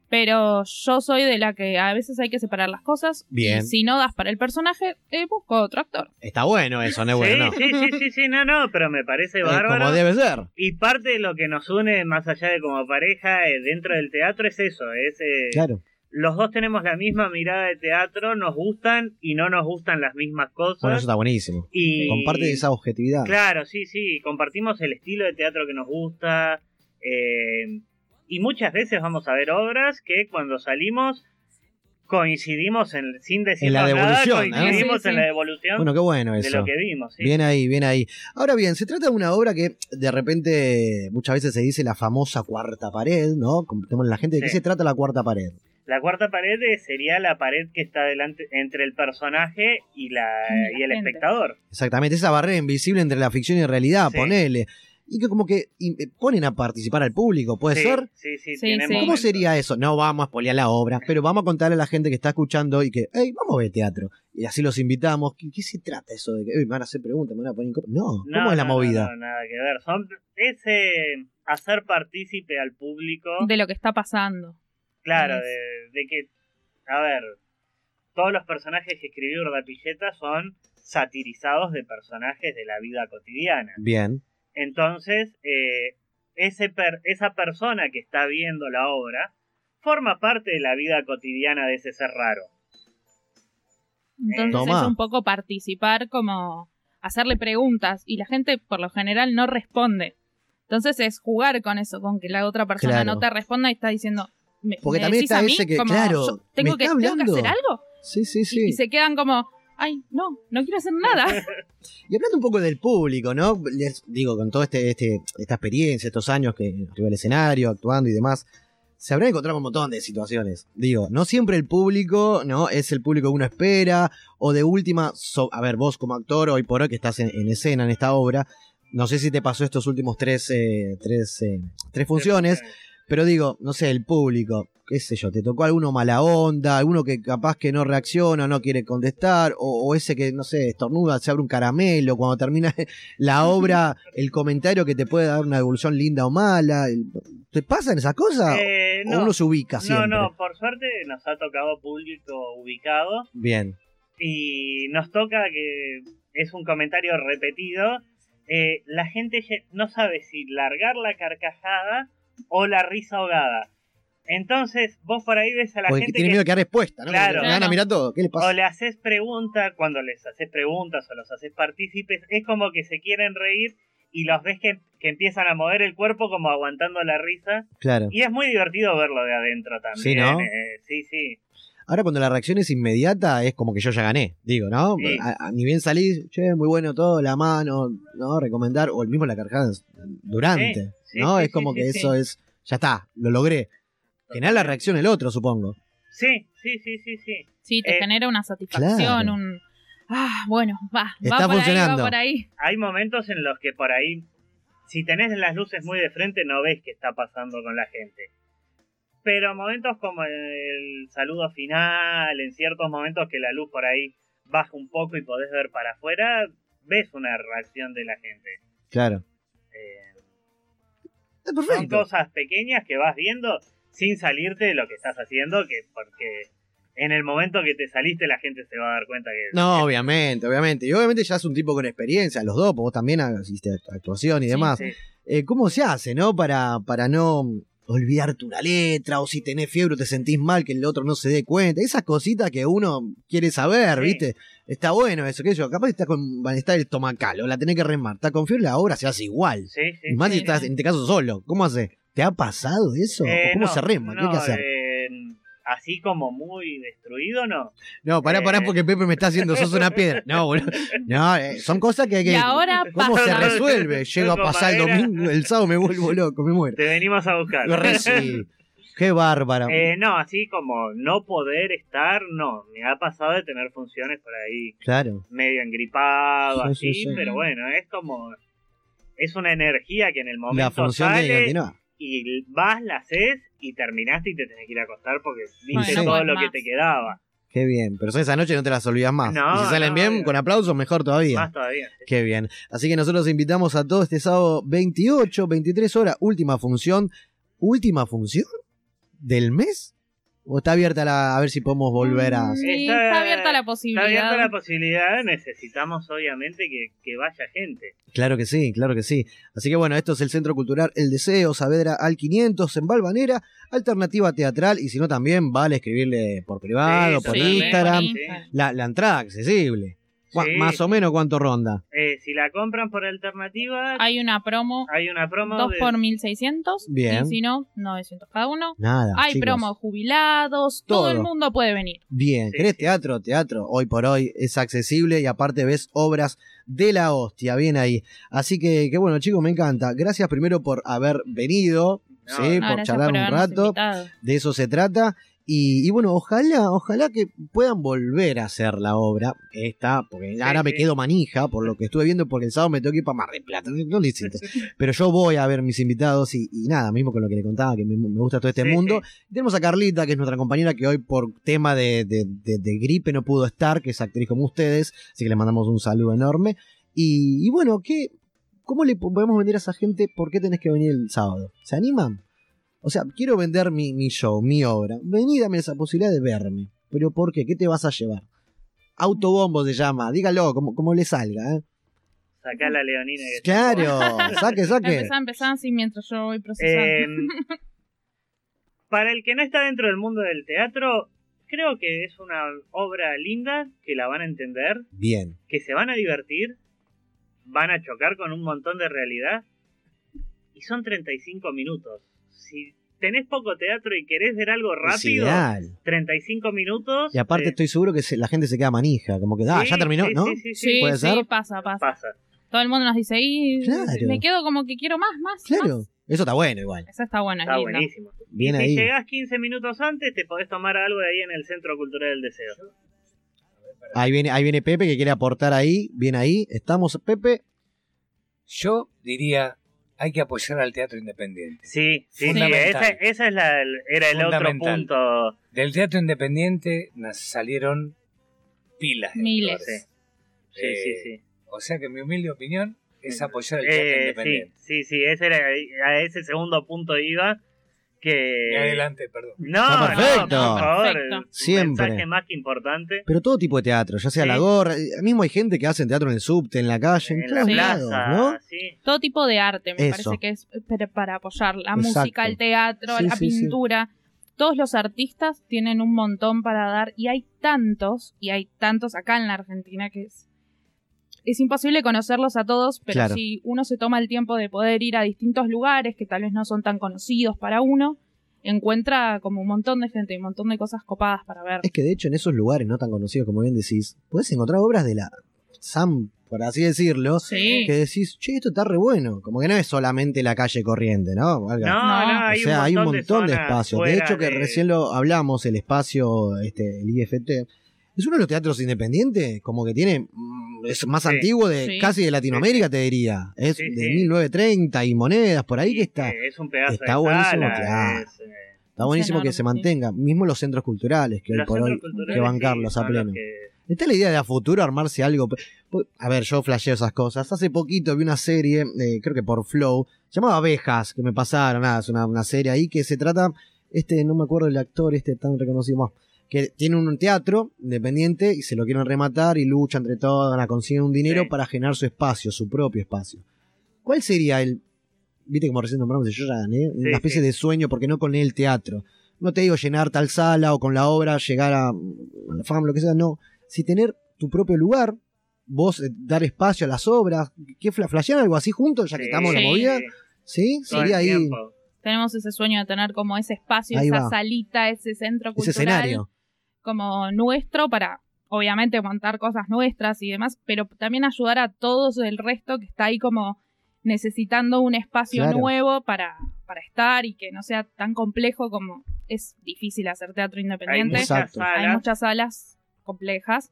Pero yo soy de la que a veces hay que separar las cosas. Bien. Y si no das para el personaje, eh, busco otro actor. Está bueno eso, no es Sí, Ah, bueno. ¿no? sí, sí, sí, sí, no, no, pero me parece Eh, bárbaro. como debe ser. Y parte de lo que nos une, más allá de como pareja, eh, dentro del teatro, es eso, es... eh, Claro. Los dos tenemos la misma mirada de teatro, nos gustan y no nos gustan las mismas cosas. Bueno, eso está buenísimo. y Comparte esa objetividad. Claro, sí, sí, compartimos el estilo de teatro que nos gusta. eh, y muchas veces vamos a ver obras que cuando salimos coincidimos en, sin decir En la nada, devolución, ¿no? coincidimos Sí, sí. en la devolución Bueno, qué bueno de eso. lo que vimos. sí. Bien ahí, bien ahí. Ahora bien, se trata de una obra que de repente muchas veces se dice la famosa cuarta pared, ¿no? Contemos la gente de qué Sí. se trata la cuarta pared. La cuarta pared eh, sería la pared que está delante entre el personaje y la Y la y el gente. espectador. Exactamente, esa barrera invisible entre la ficción y realidad, Sí. ponele. Y que como que in- ponen a participar al público, ¿puede Sí, ser? Sí, sí, Sí, tiene sí. ¿Cómo momentos. sería eso? No vamos a spoilear la obra, pero vamos a contarle a la gente que está escuchando y que, hey, vamos a ver teatro. Y así los invitamos. ¿Qué, qué se trata eso de que, "Ey, me van a hacer preguntas, me van a poner... incó-"? No, No, ¿cómo es la no, no, movida? no, nada que ver. Son, es eh, hacer partícipe al público, de lo que está pasando. claro, es- de, de que, a ver, todos los personajes que escribió Urdapilleta son satirizados de personajes de la vida cotidiana. Bien, Entonces, eh, ese per- esa persona que está viendo la obra forma parte de la vida cotidiana de ese ser raro. Entonces Tomá. es un poco participar, como hacerle preguntas y la gente por lo general no responde. Entonces es jugar con eso, con que la otra persona Claro. no te responda y está diciendo, ¿me, Porque me también decís está a mí? ese que, Como, claro, yo ¿me tengo, que, está ¿tengo que hablando? hacer algo? sí, sí, Y- sí. Y, se quedan como, ay, no, no quiero hacer nada. Y hablando un poco del público, ¿no? Les digo, con toda este, este, esta experiencia, estos años que arriba del escenario, actuando y demás, se habrán encontrado un montón de situaciones. Digo, no siempre el público, ¿no? Es el público que uno espera, o de última, so- a ver, vos como actor, hoy por hoy que estás en, en escena, en esta obra, no sé si te pasó estos últimos tres, eh, tres, eh, tres funciones, pero digo, no sé, el público, qué sé yo, te tocó alguno mala onda, alguno que capaz que no reacciona, no quiere contestar, o, o ese que, no sé, estornuda, se abre un caramelo, cuando termina la obra, el comentario que te puede dar una devolución linda o mala. el- ¿Te pasan esas cosas? Eh, ¿O no, uno se ubica no, siempre? no, por suerte nos ha tocado público ubicado Bien, y nos toca que es un comentario repetido. eh, la gente ye- no sabe si largar la carcajada o la risa ahogada. Entonces, vos por ahí ves a la porque gente tiene que miedo de quedar expuesta, ¿no? Claro. Me van a mirar todo, ¿qué les pasa? O le haces preguntas, cuando les haces preguntas o los haces partícipes, es como que se quieren reír y los ves que, que empiezan a mover el cuerpo como aguantando la risa. Claro. Y es muy divertido verlo de adentro también. Sí, ¿no? eh, sí, sí. Ahora cuando la reacción es inmediata es como que yo ya gané, digo, ¿no? Sí. A- a- ni bien salís, che, muy bueno todo, la mano, ¿no? Recomendar, o el mismo la carcajada es durante, Sí, sí, ¿no? sí, es como sí, que sí, eso es, ya está, lo logré. Generar la reacción el otro, supongo. Sí, sí, sí, sí, sí. Sí, te Eh, genera una satisfacción, claro. un... Ah, bueno, va, Está va por ahí, funcionando. va por ahí. Hay momentos en los que por ahí, si tenés las luces muy de frente, no ves qué está pasando con la gente. Pero momentos como el saludo final, en ciertos momentos que la luz por ahí baja un poco y podés ver para afuera, ves una reacción de la gente. Claro. Eh, Está son perfecto. cosas pequeñas que vas viendo sin salirte de lo que estás haciendo, que porque en el momento que te saliste la gente se va a dar cuenta que... No, obviamente, obviamente. Y obviamente ya es un tipo con experiencia, los dos, porque vos también hiciste act- actuación y Sí, demás. sí. Eh, ¿Cómo se hace, no? Para, para no olvidarte una letra, o si tenés fiebre o te sentís mal, que el otro no se dé cuenta. Esas cositas que uno quiere saber, Sí. ¿viste? Está bueno eso, que yo, capaz está con malestar estomacal, o la tenés que remar, está con fiebre, la obra se hace igual. Sí, sí, Y más si sí. estás, en este caso, solo. ¿Cómo hace? ¿Te ha pasado eso? Eh, ¿O ¿Cómo no, se rema? ¿Qué hay no, que hacer? eh, así como muy destruido, no. No, pará, pará, Eh. porque Pepe me está haciendo, sos una piedra. No, boludo. No, eh, son cosas que hay que. Y ahora ¿Cómo se pasa. resuelve? Llego a Toco pasar el madera. domingo, el sábado me vuelvo loco, me muero. Te venimos a buscar. Re sí. Qué bárbara. Eh, no, así como no poder estar, no. Me ha pasado de tener funciones por ahí Claro. medio Sí, engripado, sí, así, sí. pero bueno, es como. Es una energía que en el momento La función tiene sale que continuar. y vas, la haces y terminaste y te tenés que ir a acostar porque viste no todo podés lo que más. te quedaba. Qué bien. Pero son esa noche no te las olvidas más. No, y si salen no, bien, obvio. con aplausos, mejor todavía. Más todavía. Qué bien. Así que nosotros invitamos a todos este sábado 28, 23 horas, última función. ¿Última función del mes? ¿O está abierta la, a ver si podemos volver a... Sí, Está- está abierta la Está posibilidad. abierta la posibilidad, necesitamos obviamente que, que vaya gente. Claro que sí, claro que sí. Así que bueno, esto es el Centro Cultural El Deseo, Saavedra al 500 en Balvanera, alternativa teatral y si no también vale escribirle por privado, Sí, por totalmente. Instagram. Sí. por Instagram. La, la entrada accesible. Cu- Sí. Más o menos cuánto ronda. Eh, si la compran por alternativa, hay, Hay una promo, una promo 2 de- por 1600. Bien. Y si no, 900 cada uno. Nada. Hay chicos. promo jubilados, todo. el Todo. mundo puede venir. Bien, Sí, ¿querés sí. teatro? Teatro, hoy por hoy es accesible y aparte ves obras de la hostia, bien ahí. Así que, que bueno, chicos, me encanta. Gracias primero por haber venido, No, ¿sí? No, por gracias charlar un habernos rato, invitado. de eso se trata. Y, y bueno, ojalá, ojalá que puedan volver a hacer la obra, esta, porque ahora me sí. quedo manija por lo que estuve viendo, porque el sábado me tengo que ir para Mar del Plata, no lo hiciste. Pero yo voy a ver mis invitados y, y nada, mismo con lo que le contaba, que me, me gusta todo este Sí, mundo. Tenemos a Carlita, que es nuestra compañera que hoy por tema de, de- de- de gripe no pudo estar, que es actriz como ustedes, así que le mandamos un saludo enorme. Y, y bueno, ¿qué, ¿cómo le po- podemos vender a esa gente por qué tenés que venir el sábado? ¿Se animan? O sea, quiero vender mi, mi show, mi obra. Vení, dame esa posibilidad de verme. ¿Pero por qué? ¿Qué te vas a llevar? Autobombo se llama, dígalo, como, como le salga. ¿eh? Sacá la leonina. que- Claro, saque, saque. Empezá, empezá así mientras yo voy procesando. Eh, para el que no está dentro del mundo del teatro, creo que es una obra linda, que la van a entender, Bien, que se van a divertir, van a chocar con un montón de realidad. Y son 35 minutos. Si tenés poco teatro y querés ver algo es rápido, ideal. 35 minutos. Y aparte eh, estoy seguro que se- la gente se queda manija, como que, ah, sí, ya terminó, sí, ¿no? Sí, sí, sí. sí, ¿puede sí, ser? pasa, pasa. Pasa. Todo el mundo nos dice, y Claro. me quedo como que quiero más, más, Claro, más. eso está bueno igual. Eso está bueno, es Está lindo. buenísimo. Bien si ahí. llegás 15 minutos antes, te podés tomar algo de ahí en el Centro Cultural del Deseo. Ahí viene, ahí viene Pepe que quiere aportar ahí. Bien ahí. Estamos, Pepe. Yo diría, hay que apoyar al teatro independiente. Sí, sí, sí. Fundamental. Esa, esa es la, el- era el otro Fundamental. punto. Del teatro independiente nas- salieron pilas. de Miles. actores. Sí, sí, Eh, sí. O sea que mi humilde opinión es apoyar al teatro Eh, sí, independiente. sí, sí. Ese era, a ese segundo punto iba. Y Que. adelante, perdón. No, Está perfecto. no, por favor. Perfecto. un Siempre. Mensaje más que importante. Pero todo tipo de teatro, ya sea Sí. la gorra. eh, Mismo hay gente que hace teatro en el subte, en la calle, en, En la todos lados, plaza, ¿no? sí. Todo tipo de arte, me Eso. parece que es per- para apoyar la Exacto. música, el teatro, Sí, la sí, sí. pintura. Todos los artistas tienen un montón para dar y hay tantos, y hay tantos acá en la Argentina que es... Es imposible conocerlos a todos, pero Claro. si uno se toma el tiempo de poder ir a distintos lugares que tal vez no son tan conocidos para uno, encuentra como un montón de gente, un montón de cosas copadas para ver. Es que de hecho en esos lugares no tan conocidos como bien decís, podés encontrar obras de la Sam, por así decirlo, Sí. que decís, che, esto está re bueno. Como que no es solamente la calle corriente, ¿no? Algo- No, no, No. hay, o sea, un hay un montón montón de, zonas espacios. De fuera hecho, que de- recién lo hablamos, el espacio, este, el IFT, es uno de los teatros independientes, como que tiene, mm, es más Sí. antiguo de Sí. casi de Latinoamérica, te diría. Es Sí, de sí. 1930 y monedas, por ahí que está. Eh, Es un pedazo Está de buenísimo, sala, claro. es, eh, Está buenísimo que enorme, se sí. mantenga. Mismo los centros culturales, que hoy los por centros hoy hay culturales, que bancarlos sí, a son los pleno. que- Está la idea de a futuro armarse algo. Po- A ver, yo flasheo esas cosas. Hace poquito vi una serie, eh, creo que por Flow, llamada Abejas, que me pasaron. Nada, es una, una serie ahí que se trata. Este, no me acuerdo el actor, este tan reconocido. bueno, que tiene un teatro independiente y se lo quieren rematar y lucha entre todos, van a conseguir un dinero Sí. para generar su espacio, su propio espacio. ¿Cuál sería el. Viste como recién nombramos, yo ya gané, una Sí, especie sí. de sueño, porque no con el teatro. No te digo llenar tal sala o con la obra llegar a mm, la fama, lo que sea, no. Si tener tu propio lugar, vos eh, dar espacio a las obras, que fla- flashean algo así juntos, ya que Sí, estamos en la Sí. movida, ¿sí? todo el Sería ahí tiempo. Tenemos ese sueño de tener como ese espacio, Ahí esa va. salita, ese centro ese cultural. escenario. como nuestro para obviamente montar cosas nuestras y demás, pero también ayudar a todos el resto que está ahí como necesitando un espacio Claro. nuevo para, para estar y que no sea tan complejo como es difícil hacer teatro Hay independiente. muchas Exacto. Hay salas. muchas salas complejas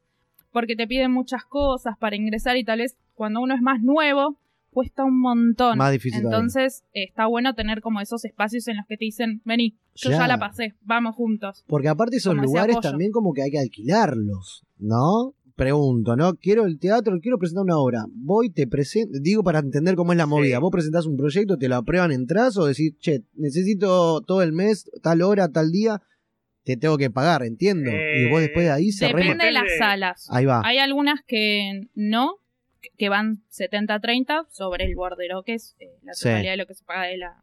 porque te piden muchas cosas para ingresar y tal vez cuando uno es más nuevo cuesta un montón. Más difícil todavía. Entonces eh, está bueno tener como esos espacios en los que te dicen, vení, yo ya Claro. la pasé, vamos juntos. Porque aparte esos como ese lugares apoyo. también como que hay que alquilarlos, ¿no? Pregunto, ¿no? Quiero el teatro, quiero presentar una obra. Voy, te presento, digo para entender cómo es la movida. Vos presentás un proyecto, te lo aprueban, entras o decís, che, necesito todo el mes, tal hora, tal día, te tengo que pagar, entiendo. y vos después de ahí se Depende arregla. de las Depende- salas. Ahí va. Hay algunas que no, que- que van 70-30 sobre el bordero, que es eh, la Sí. totalidad de lo que se paga de la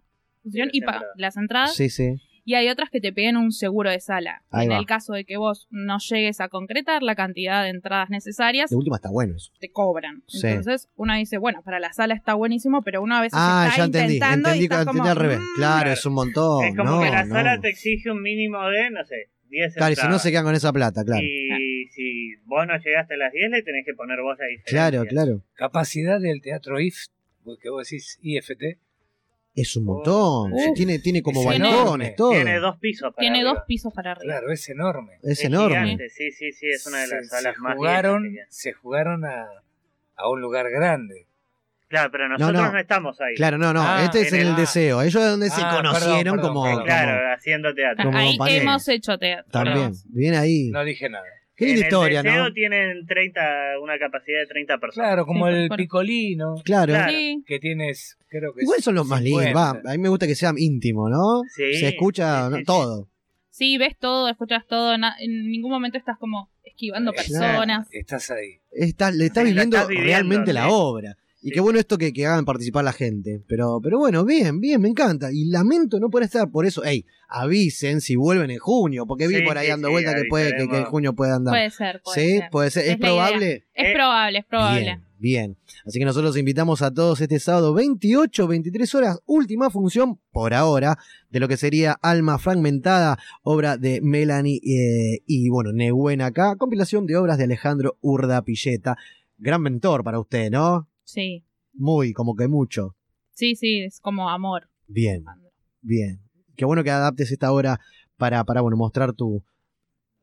función Las y pa- entradas. las entradas. Sí, sí. y hay otras que te piden un seguro de sala. Ahí en va. el caso de que vos no llegues a concretar la cantidad de entradas necesarias, De última está bueno eso. te cobran. Sí. Entonces uno dice, bueno, para la sala está buenísimo, pero uno a veces Ah, está ya entendí. intentando Entendí, y estás entendí como, al revés. "Mm". claro, claro. es un montón. es como no, que la no. sala te exige un mínimo de, no sé, 10 Claro, y si no entradas. se quedan con esa plata, claro. Y si vos no llegaste a las 10, le tenés que poner vos la diferencia. Claro, claro. Capacidad del teatro IF, que vos decís IFT, Es Oh, un montón. Uf. tiene, tiene como Es balcones, enorme. todo. Tiene dos pisos para Tiene arriba. dos pisos para arriba. claro, es enorme. Es, Es enorme. gigante, Sí, sí, sí, es una de las Se- salas se más jugaron, viejas que Se jugaron a, a un lugar grande. tiene. Claro, pero nosotros no, no. estamos ahí. Claro, no, no. Ah, este es en en el el- deseo. Ellos es donde se Ah, perdón, conocieron perdón, como. perdón. Claro, ah, como- haciendo teatro. Como Ahí compañero. hemos hecho teatro. También. Bien ahí. No dije nada. Qué linda en historia, el deseo ¿no? tienen 30, una capacidad de 30 personas. Claro, como Sí, el bueno. picolino, Claro. Claro. Sí. que tienes, creo que Igual son los más lindos. 50. va, a mí me gusta que sean íntimos, ¿no? Sí, se escucha sí, ¿no? sí, sí. todo. Sí, ves todo, escuchas todo, na- en ningún momento estás como esquivando Claro, personas. Eh, Estás ahí. Está, le estás Sí, la viviendo, estás viviendo, realmente sí. la obra. Y Sí. qué bueno esto que, que hagan participar la gente. Pero, pero bueno, bien, bien, me encanta. Y lamento no poder estar por eso. Ey, avisen si vuelven en junio, porque vi Sí, por ahí sí, dando sí, vuelta que, puede, que, avisaremos. que en junio puede andar. Puede ser, puede sí, ser. puede ser. ¿Es, Es la idea. probable? Es Eh, probable, es probable. Bien, bien. Así que nosotros los invitamos a todos este sábado 28, 23 horas, última función por ahora de lo que sería Alma Fragmentada, obra de Melanie eh, y bueno, Nebuena acá, compilación de obras de Alejandro Urda Pilleta. Gran mentor para usted, ¿no? Sí, Muy, como que mucho. sí, sí, es como amor. Bien, bien. Qué bueno que adaptes esta obra para, para bueno, mostrar tu,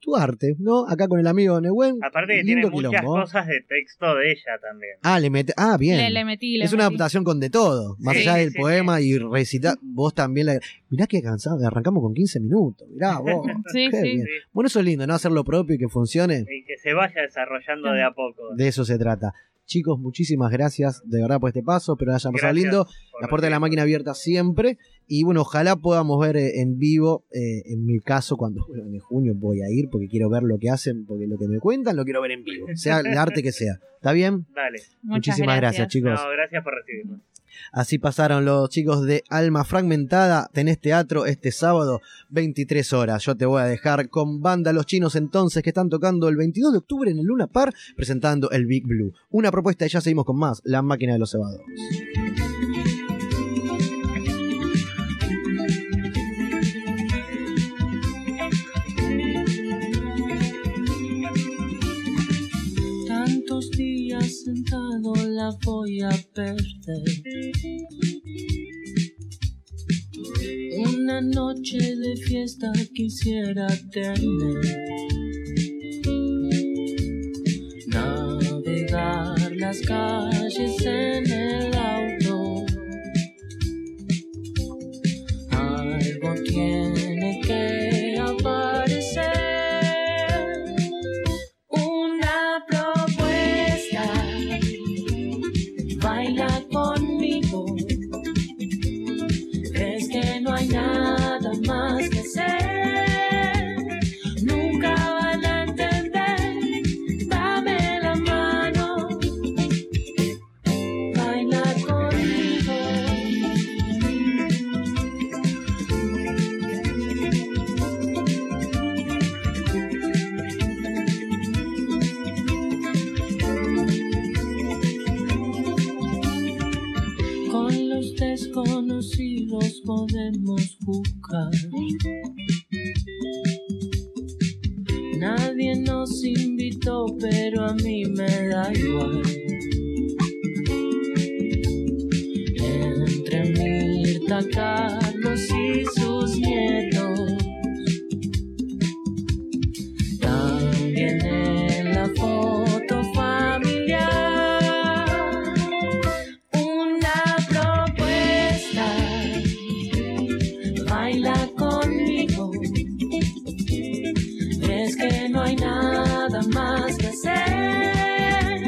tu arte, ¿no? Acá con el amigo Nehuen. Aparte que tiene lindo muchas quilombo. cosas de texto de ella también. Ah, le mete. Ah, bien. Le, le metí, le es una metí. adaptación con de todo, más Sí, allá del sí, poema y recitar, vos también la... Mirá que cansado, arrancamos con 15 minutos, mirá vos. Sí, Qué sí. bien. Bueno, eso es lindo, ¿no? Hacer lo propio y que funcione, Y que se vaya desarrollando de a poco. de eso se trata. Chicos, muchísimas gracias de verdad por este paso, pero hayan pasado Gracias lindo. por La puerta de la recibirnos. máquina abierta siempre. Y bueno, ojalá podamos ver eh, en vivo, eh, en mi caso, cuando bueno, en junio voy a ir porque quiero ver lo que hacen, porque lo que me cuentan lo quiero ver en vivo, sea el arte que sea. ¿Está bien? Dale. Muchas Muchísimas gracias, gracias, chicos. No, gracias por recibirnos. Así pasaron los chicos de Alma Fragmentada. Tenés teatro este sábado, 23 horas. Yo te voy a dejar con Banda Los Chinos entonces, que están tocando el 22 de octubre en el Luna Par, presentando el Big Blue. Una propuesta y ya seguimos con más, La Máquina de los Cebados. Tantos días sentado la voy a perder. Una noche de fiesta quisiera tener. Navegar las calles en el auto. Algo tiene que aparecer una propuesta. Baila conmigo. ¿Crees que no hay nada más que hacer? Nunca van a entender. Dame la mano. Baila conmigo. Con los desconocidos podemos buscar. Nadie nos invitó, pero a mí me da igual. Entre Mirta, Carlos y sus nietos. También en la foto familiar una propuesta. Baila conmigo. Es que no hay nada más que hacer.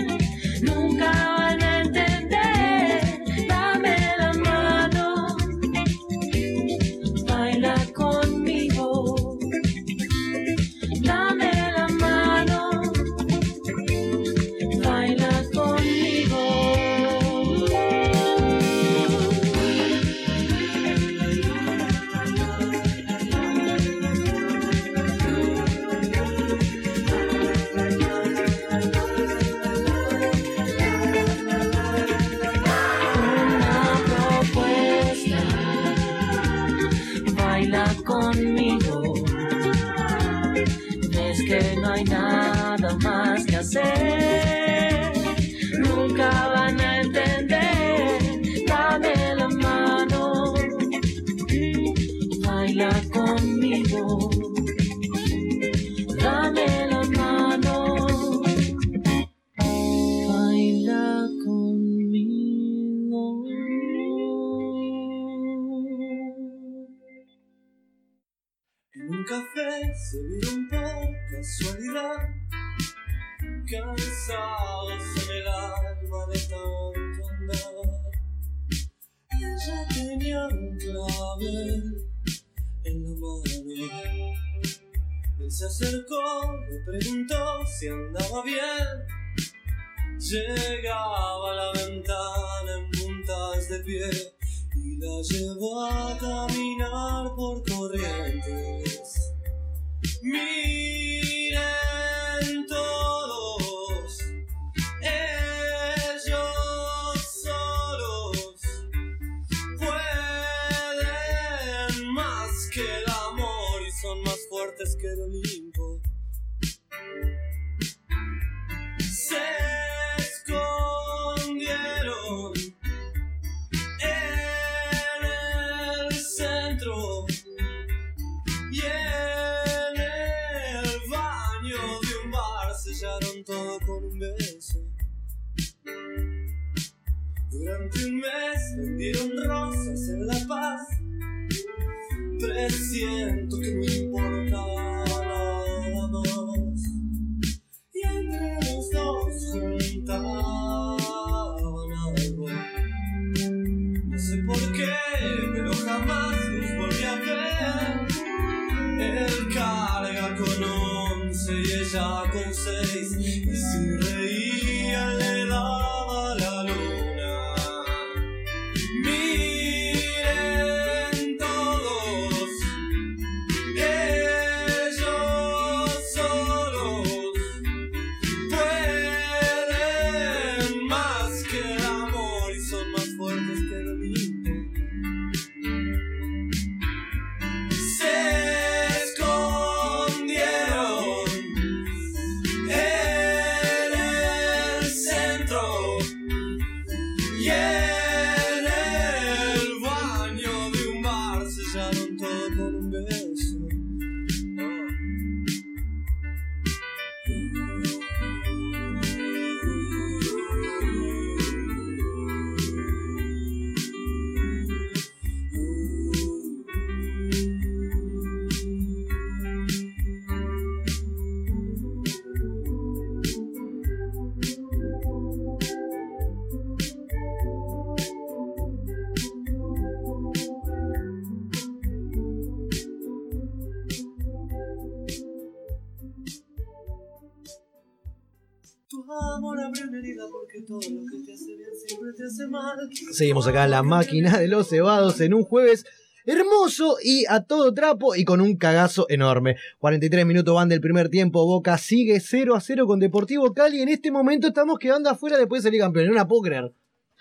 Nunca van a entender. Dame la mano. Baila conmigo. conmigo. Es que no hay nada más que hacer. Nunca van a entender. Dame la mano. Baila conmigo. Dame la mano. Baila conmigo. En un café se vieron por casualidad, cansados en el alma de tanto andar. Ella tenía un clavel en la mano. Él se acercó, le preguntó si andaba bien. Llegaba a la ventana en puntas de pie y la llevó a caminar por corrientes. Miren todos, ellos solos pueden más que el amor y son más fuertes que el Olimpo. Se escondieron en el centro y en el baño de un bar sellaron todo con un beso. Durante un mes vendieron rosas en La Paz. Presiento que no importaba nada más. Y entre los dos juntaban algo. No sé por qué, pero jamás los volví a ver. Él carga con once y ella con seis. Y si reía le daba la luna. Miren todos, ellos solos pueden más que el amor y son más fuertes que el Olimpo. Se escondieron en el centro y en el baño de un bar sellaron todo con un beso. Tu amor abrió una herida porque todo lo que te hace bien siempre te hace mal. Seguimos acá en la máquina de los cebados en un jueves hermoso y a todo trapo y con un cagazo enorme. 43 minutos van del primer tiempo. Boca sigue 0 a 0 con Deportivo Cali. En este momento estamos quedando afuera después de salir campeón. No la puedo creer.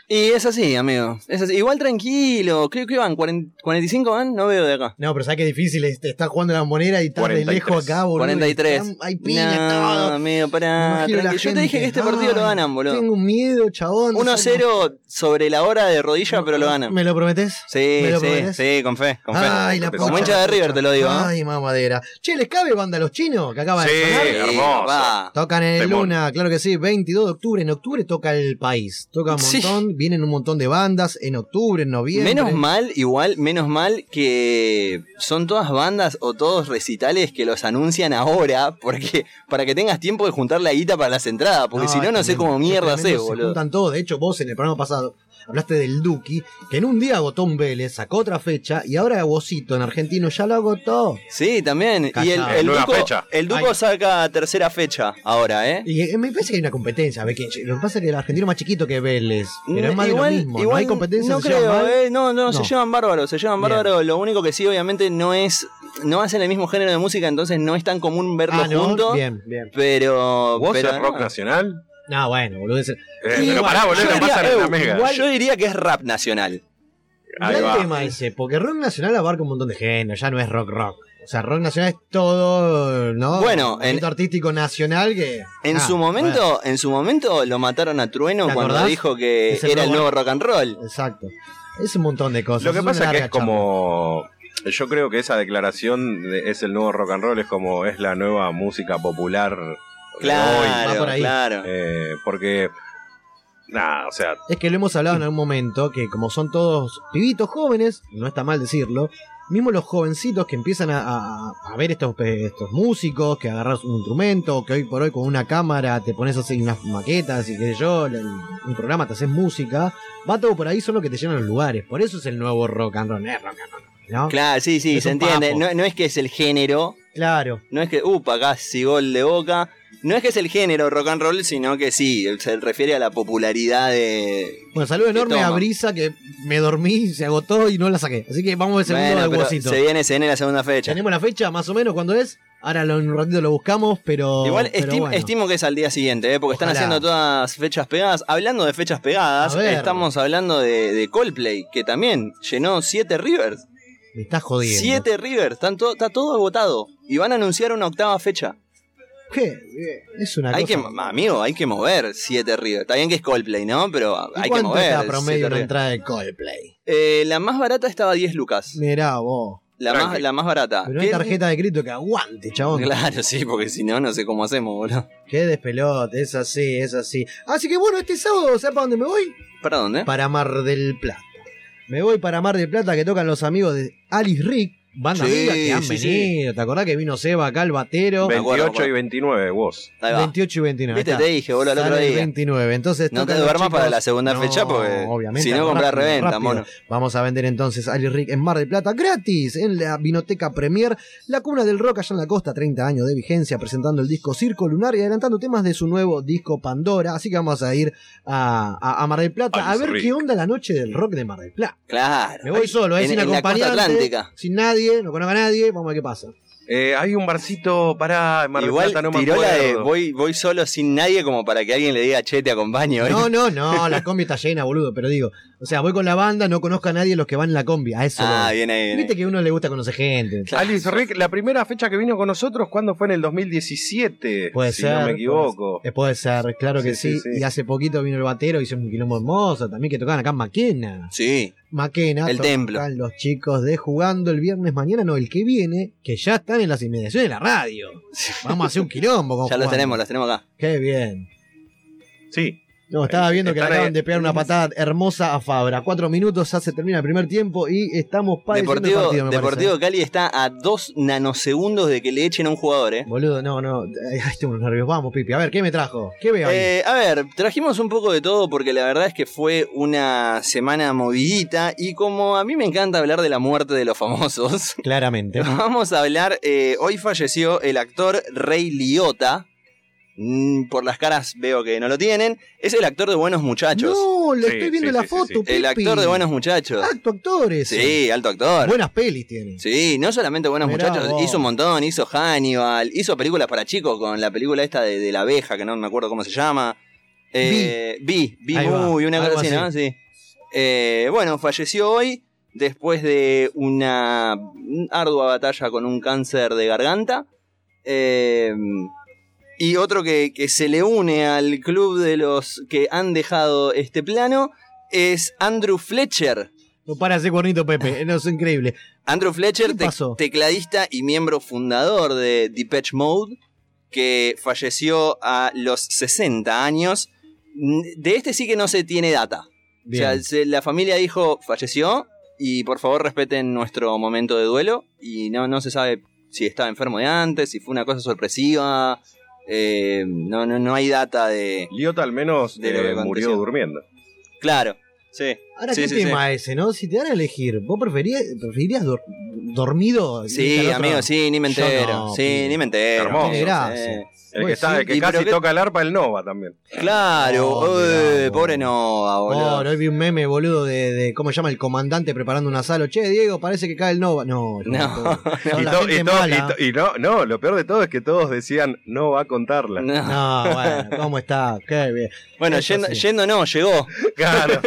Y es así, amigo. Es así. Igual tranquilo. Creo que van. cuaren- 45 van. ¿eh? No veo de acá. No, pero sabes qué difícil es estar jugando en la bombonera y estar de 43. lejos acá, boludo. 43. Están- Hay piña, no, todo. amigo, Me pará. imagino la tranqui. Yo te gente. dije que este partido lo Ay, ganan, boludo. Tengo un miedo, chabón. 1-0 sobre la hora de rodilla, pero lo ganan. ¿Me lo prometés? Sí, ¿Me lo sí, prometés? sí, con fe, con fe. Ay, la Como puta Como hincha de River te lo digo, ¿eh? Ay, mamadera. Che, ¿les cabe banda a los chinos? Que acaba Sí. de sonar. Sí, hermoso. papá. Tocan en el Temón. Luna, claro que sí, 22 de octubre. En octubre toca el país. Toca un Sí. montón, vienen un montón de bandas en octubre, en noviembre. Menos mal, igual, menos mal que son todas bandas o todos recitales que los anuncian ahora, porque para que tengas tiempo de juntar la guita para las entradas, porque si no, no sé tremendo, cómo mierda tremendo, haces, se boludo. juntan todos. De hecho, vos en el programa pasado hablaste del Duki, que en un día agotó un Vélez, sacó otra fecha y ahora Agosito en argentino ya lo agotó. Sí, también. Y el, Callado. el Nueva Duco, fecha. el Duco saca tercera fecha ahora, ¿eh? Y eh, me parece que hay una competencia. a ver quién- Lo que pasa es que el argentino es más chiquito que Vélez. Pero es más de lo mismo. no hay competencia. no se creo, llevan mal. eh, no, no, se No. llevan bárbaros, se llevan Bien. bárbaros. Lo único que sí, obviamente, no es, no hacen el mismo género de música, entonces no es tan común verlos Ah, ¿no? juntos. Bien, bien. Pero, ¿Vos pero es rock no. nacional? No, bueno, boludo. ese- Eh, Y pero igual, pará, boludo, yo lo diría, pasan en la eh, mega. igual- yo diría que es rap nacional. Ahí Gran va. tema ese, porque rock nacional abarca un montón de género, ya no es rock rock. O sea, rock nacional es todo, ¿no? Bueno, en, artístico nacional que. En Ah, su momento, en su momento lo mataron a Trueno ¿Te cuando acordás? dijo que Es el era el nuevo- nuevo rock and roll. bueno, exacto. Es un montón de cosas. Lo que es una pasa que larga es como. Yo creo que esa declaración de- es el nuevo rock and roll, es como es la nueva música popular. de Claro, va por ahí. claro. hoy. Eh, porque. Nada, o sea, Es que lo hemos hablado en algún momento, que como son todos pibitos jóvenes, no está mal decirlo, mismo los jovencitos que empiezan a, a- a ver estos, pe- estos músicos, que agarras un instrumento, que hoy por hoy con una cámara te pones a hacer unas maquetas y qué sé yo, el- un programa te haces música, va todo por ahí, son los que te llenan los lugares. Por eso es el nuevo rock and roll, eh, rock and roll, ¿no? Claro, sí, sí, Es se un entiende. papo. No, no es que es el género, Claro. no es que, upa, casi gol de boca. No es que es el género rock and roll, sino que sí, se refiere a la popularidad de. Bueno, saludo enorme a toma. Brisa que me dormí, se agotó y no la saqué. Así que vamos al segundo Bueno, del pero huesito. se viene, se viene la segunda fecha. Tenemos la fecha más o menos cuando es. Ahora lo- en un ratito lo buscamos, pero. Igual Oh, pero estim- bueno. estimo que es al día siguiente, ¿eh? porque están Ojalá. haciendo todas fechas pegadas. Hablando de fechas pegadas, A ver. estamos hablando de, de Coldplay, que también llenó siete Rivers. Me estás jodiendo. Siete Rivers, están to- está todo agotado. Y van a anunciar una octava fecha. ¿Qué? Es una hay que, cosa. mo- amigo, hay que mover siete Rivers. Está bien que es Coldplay, ¿no? Pero ¿Y hay que cuánto mover. está siete promedio una Rivers. entrada de Coldplay? Eh, la más barata estaba 10 lucas. Mirá vos. La más, Tranqui. la más barata. Pero ¿Qué- una tarjeta de crédito que aguante, chabón. Claro, sí, porque si no, no sé cómo hacemos, boludo. Qué despelote, es así, es así. Así que bueno, este sábado, ¿sabes para dónde me voy? ¿Para dónde? Para Mar del Plata. Me voy para Mar del Plata que tocan los amigos de Alice Rick, banda Sí, amiga que han sí, sí. venido. ¿Te acordás que vino Seba acá, el batero? Ve- 28 y 29, vos. Ahí va. 28 y 29. Viste, está. te dije, boludo, el otro Sale el día. 29. Entonces, No te tocan los duermas para chicos- la segunda No, fecha pues. porque obviamente, si no rápido, compras reventa, rápido. mono. Vamos a vender entonces Ali Rick en Mar del Plata gratis en la Vinoteca Premier, la cuna del rock allá en la costa, 30 años de vigencia, presentando el disco Circo Lunar y adelantando temas de su nuevo disco Pandora. Así que vamos a ir a, a- a Mar del Plata a Alice ver Rick. qué onda la noche del rock de Mar del Plata. Claro. Me voy Ahí, solo, eh, en- en sin la costa acompañante, atlántica. sin nadie, no conozco a nadie, vamos a ver qué pasa. Eh, hay un barcito para Mar del Igual Plata, no me tiró la de acuerdo. voy, voy solo sin nadie como para que alguien le diga, che, te acompaño. hoy". No, no, no, la combi está llena, boludo, pero digo, o sea, voy con la banda, no conozco a nadie de los que van en la combi, a eso. ah, voy. bien ahí, bien ahí. Viste que a uno le gusta conocer gente. Alice Rick, la primera fecha que vino con nosotros, ¿cuándo fue? En el 2017, Puede si ser. no me puede- equivoco. eh, Puede ser, claro que sí, Sí, sí, sí. Y hace poquito vino el batero, hizo un quilombo hermoso también que tocaban acá en Maquena. Sí, Maquena. El tocan templo. los chicos de jugando el viernes mañana, no, el que viene, que ya están en las inmediaciones de la radio. Vamos a hacer un quilombo con ya los Jugando. tenemos, los tenemos acá. Qué bien. Sí, No, estaba viendo que le Están ahí. acaban de pegar una patada hermosa a Fabra. Cuatro minutos, ya se termina el primer tiempo y estamos padeciendo el Deportivo, partido, me parece. ¿eh? Deportivo Cali está a dos nanosegundos de que le echen a un jugador, eh. Boludo, no, no. Ay, tengo unos nervios. Vamos, Pipi. A ver, ¿qué me trajo? ¿Qué veo ahí? Eh, a ver, trajimos un poco de todo porque la verdad es que fue una semana movidita y como a mí me encanta hablar de la muerte de los famosos, Claramente. Vamos a hablar. eh, hoy falleció el actor Rey Liotta. Mm, por las caras veo que no lo tienen. Es el actor de Buenos Muchachos. No, le Sí, estoy viendo sí, la sí, sí, foto, sí. el Pipi. actor de Buenos Muchachos. Acto actores. sí, alto actor. Buenas pelis tiene. Sí, no solamente Buenos Mirá Muchachos. vos. Hizo un montón. Hizo Hannibal. Hizo películas para chicos con la película esta de, de la abeja, que no me acuerdo cómo se llama. Eh, Vi, Vi Ahí va, Movie, una cosa algo así, ¿no? Sí. Eh, bueno, falleció hoy después de una ardua batalla con un cáncer de garganta. Eh, y otro que, que se le une al club de los que han dejado este plano es Andrew Fletcher. No para ese cuernito, Pepe. No, es increíble. Andrew Fletcher, ¿Qué tec- pasó? tecladista y miembro fundador de Depeche Mode, que falleció a los 60 años. Mm, De este sí que no se tiene data. Bien. O sea, se- la familia dijo, falleció y por favor respeten nuestro momento de duelo. Y no, no se sabe si estaba enfermo de antes, si fue una cosa sorpresiva. Eh, no, no, no hay data de... Liotta al menos De lo que eh, murió aconteció. durmiendo. Claro, sí. Ahora, sí, ¿qué sí, tema ese, no? Si te dan a elegir, ¿vos preferirías, preferirías dor- dormido? Sí, irte al otro? amigo, sí, ni me Yo entero. no, sí, pibe. ni me entero. Hermoso. Sí. Gracias. El Uy, que, está, sí. el que Y pero casi qué- toca el arpa, el Nova también. Claro, Oh, eh, mirá, pobre boludo. Nova, boludo. Oh, hoy vi un meme, boludo, de, de- cómo se llama el comandante preparando un asado. Che, Diego, parece que cae el Nova. No, No, Son Y, la to- gente y to- mala. y to- y no, no, lo peor de todo es que todos decían, no va a contarla. no. No, bueno, ¿cómo está? Qué bien. Bueno, Eso yendo, sí. yendo no, llegó. Claro.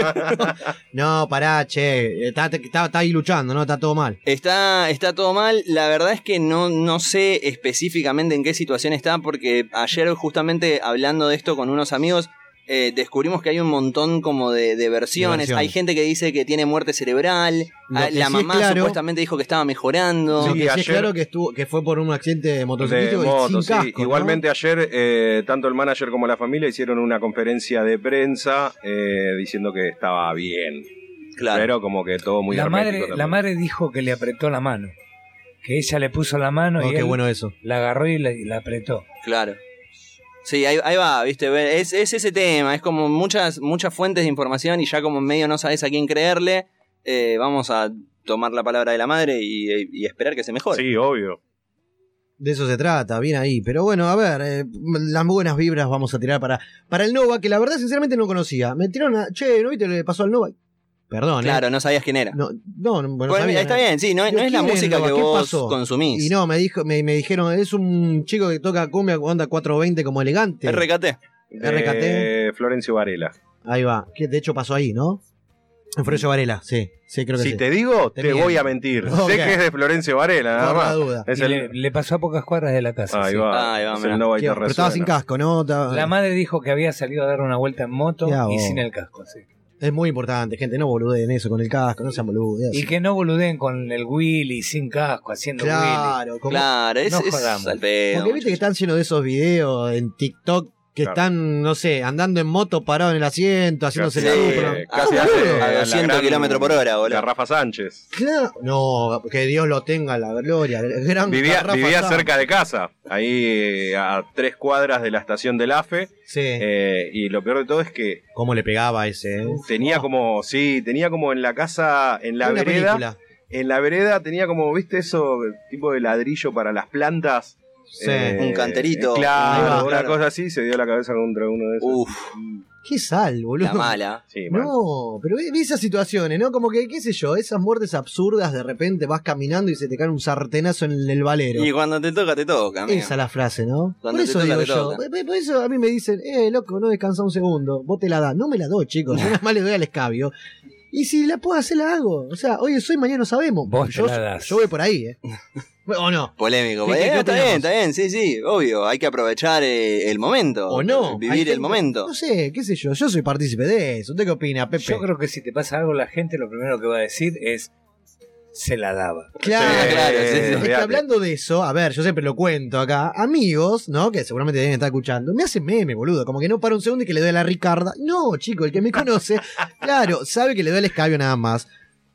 No, pará, che. eh, Está, está- está ahí luchando, ¿no? Está todo mal. Está, está todo mal. La verdad es que no, no sé específicamente en qué situación está, porque ayer justamente hablando de esto con unos amigos, eh, descubrimos que hay un montón como de, de versiones. versiones. Hay gente que dice que tiene muerte cerebral. Lo Ah, que sí La es mamá claro- supuestamente dijo que estaba mejorando. Lo Sí, que sí es ayer- claro que, estuvo, que fue por un accidente De motociclístico y moto, sin sí. casco. ¿no? Igualmente ayer, eh, tanto el manager como la familia hicieron una conferencia de prensa eh, diciendo que estaba bien. Claro. Pero como que todo muy la, hermético madre, también. la madre dijo que le apretó la mano. Que ella le puso la mano Oh, y qué él bueno eso. la agarró y la, y la apretó. Claro. Sí, ahí, ahí va, viste, ve- es, es ese tema, es como muchas, muchas fuentes de información y ya como medio no sabes a quién creerle, eh, vamos a tomar la palabra de la madre y, y esperar que se mejore. Sí, obvio. De eso se trata, bien ahí. Pero bueno, a ver, eh, las buenas vibras vamos a tirar para, para el Nova, que la verdad, sinceramente, no conocía. Me tiraron a. Che, ¿no viste lo que le pasó al Nova? Perdón, ¿eh? Claro, no sabías quién era. No, no, no, bueno, Bueno, sabía, Pues, está ¿no? bien, sí, no, es- Digo, no es la ¿quién es música Nova? que ¿Qué vos pasó? consumís. Y no, me dijo, me, me dijeron, es un chico que toca cumbia onda 420 como elegante. RKT. De RKT. Florencio Varela. Ahí va, que de hecho pasó ahí, ¿no? En Florencio Varela, sí, sí, creo que Si sí. te digo, Te te, miento. voy a mentir. Ok. Sé que es de Florencio Varela, nada Por la más. duda. Es Y el... le, le pasó a pocas cuadras de la casa. Ahí sí. va. Ahí va, es mirá. el Nova y Qué- te pero estaba resuena. sin casco, ¿no? Estaba- La madre dijo que había salido a dar una vuelta en moto Ya y vos. sin el casco. sí. Es muy importante, gente, no boludeen eso con el casco, no sean boludos. Y que no boludeen con el Willy sin casco, haciendo Willy. Claro, como- Claro, es, No es jodamos. al Eh, pedo, Porque viste muchachos. que están llenos de esos videos en TikTok que Claro. están, no sé, andando en moto parado en el asiento, haciéndose la Sí. dupla. Casi Ah, hace- boludo. a la 200 gran- kilómetros por hora, boludo. La Rafa Sánchez. Claro. No, que Dios lo tenga la gloria. el Gran Vivía, Rafa vivía Sanz. cerca de casa, ahí eh, a tres cuadras de la estación del AFE. Sí. eh, y lo peor de todo es que ¿Cómo le pegaba ese? eh? tenía como, sí, tenía como en la casa, en la Una vereda, película. en la vereda tenía como, viste, eso, tipo de ladrillo para las plantas. Sí. Eh, Un canterito. Claro, Ahí va, una claro. cosa así, se dio la cabeza contra uno de esos. Uf, Qué sal, boludo. la mala. Sí, mal. No, pero vi vi esas situaciones, ¿no? Como que, qué sé yo, esas muertes absurdas, de repente vas caminando y se te cae un sartenazo en el valero. Y cuando te toca, te toca, amigo. Esa es la frase, ¿no? Cuando por te eso toca, digo te yo. toca. Por por eso a mí me dicen, eh, loco, no descansa un segundo. Vos te la das. No me la doy, chicos. Yo nada más le doy al escabio. Y si la puedo hacer, la hago. O sea, hoy soy, mañana no sabemos. Vos te yo, la das. yo voy por ahí, ¿eh? O no. Polémico. ¿Qué- qué- Eh, qué está opinamos? bien, está bien, sí, sí, obvio. Hay que aprovechar eh, el momento. O no. Hay Vivir gente- el momento. No sé, qué sé yo. Yo soy partícipe de eso. ¿Usted qué opina, Pepe? Yo creo que si te pasa algo, la gente lo primero que va a decir es: se la daba. Claro. Sí, claro, sí, sí. Eh, Es que olvidate. hablando de eso, a ver, yo siempre lo cuento acá, amigos, ¿no? Que seguramente deben estar escuchando, me hacen meme, boludo, como que no para un segundo y que le doy a la Ricarda. No, chico, el que me conoce, claro, sabe que le doy al escabio nada más.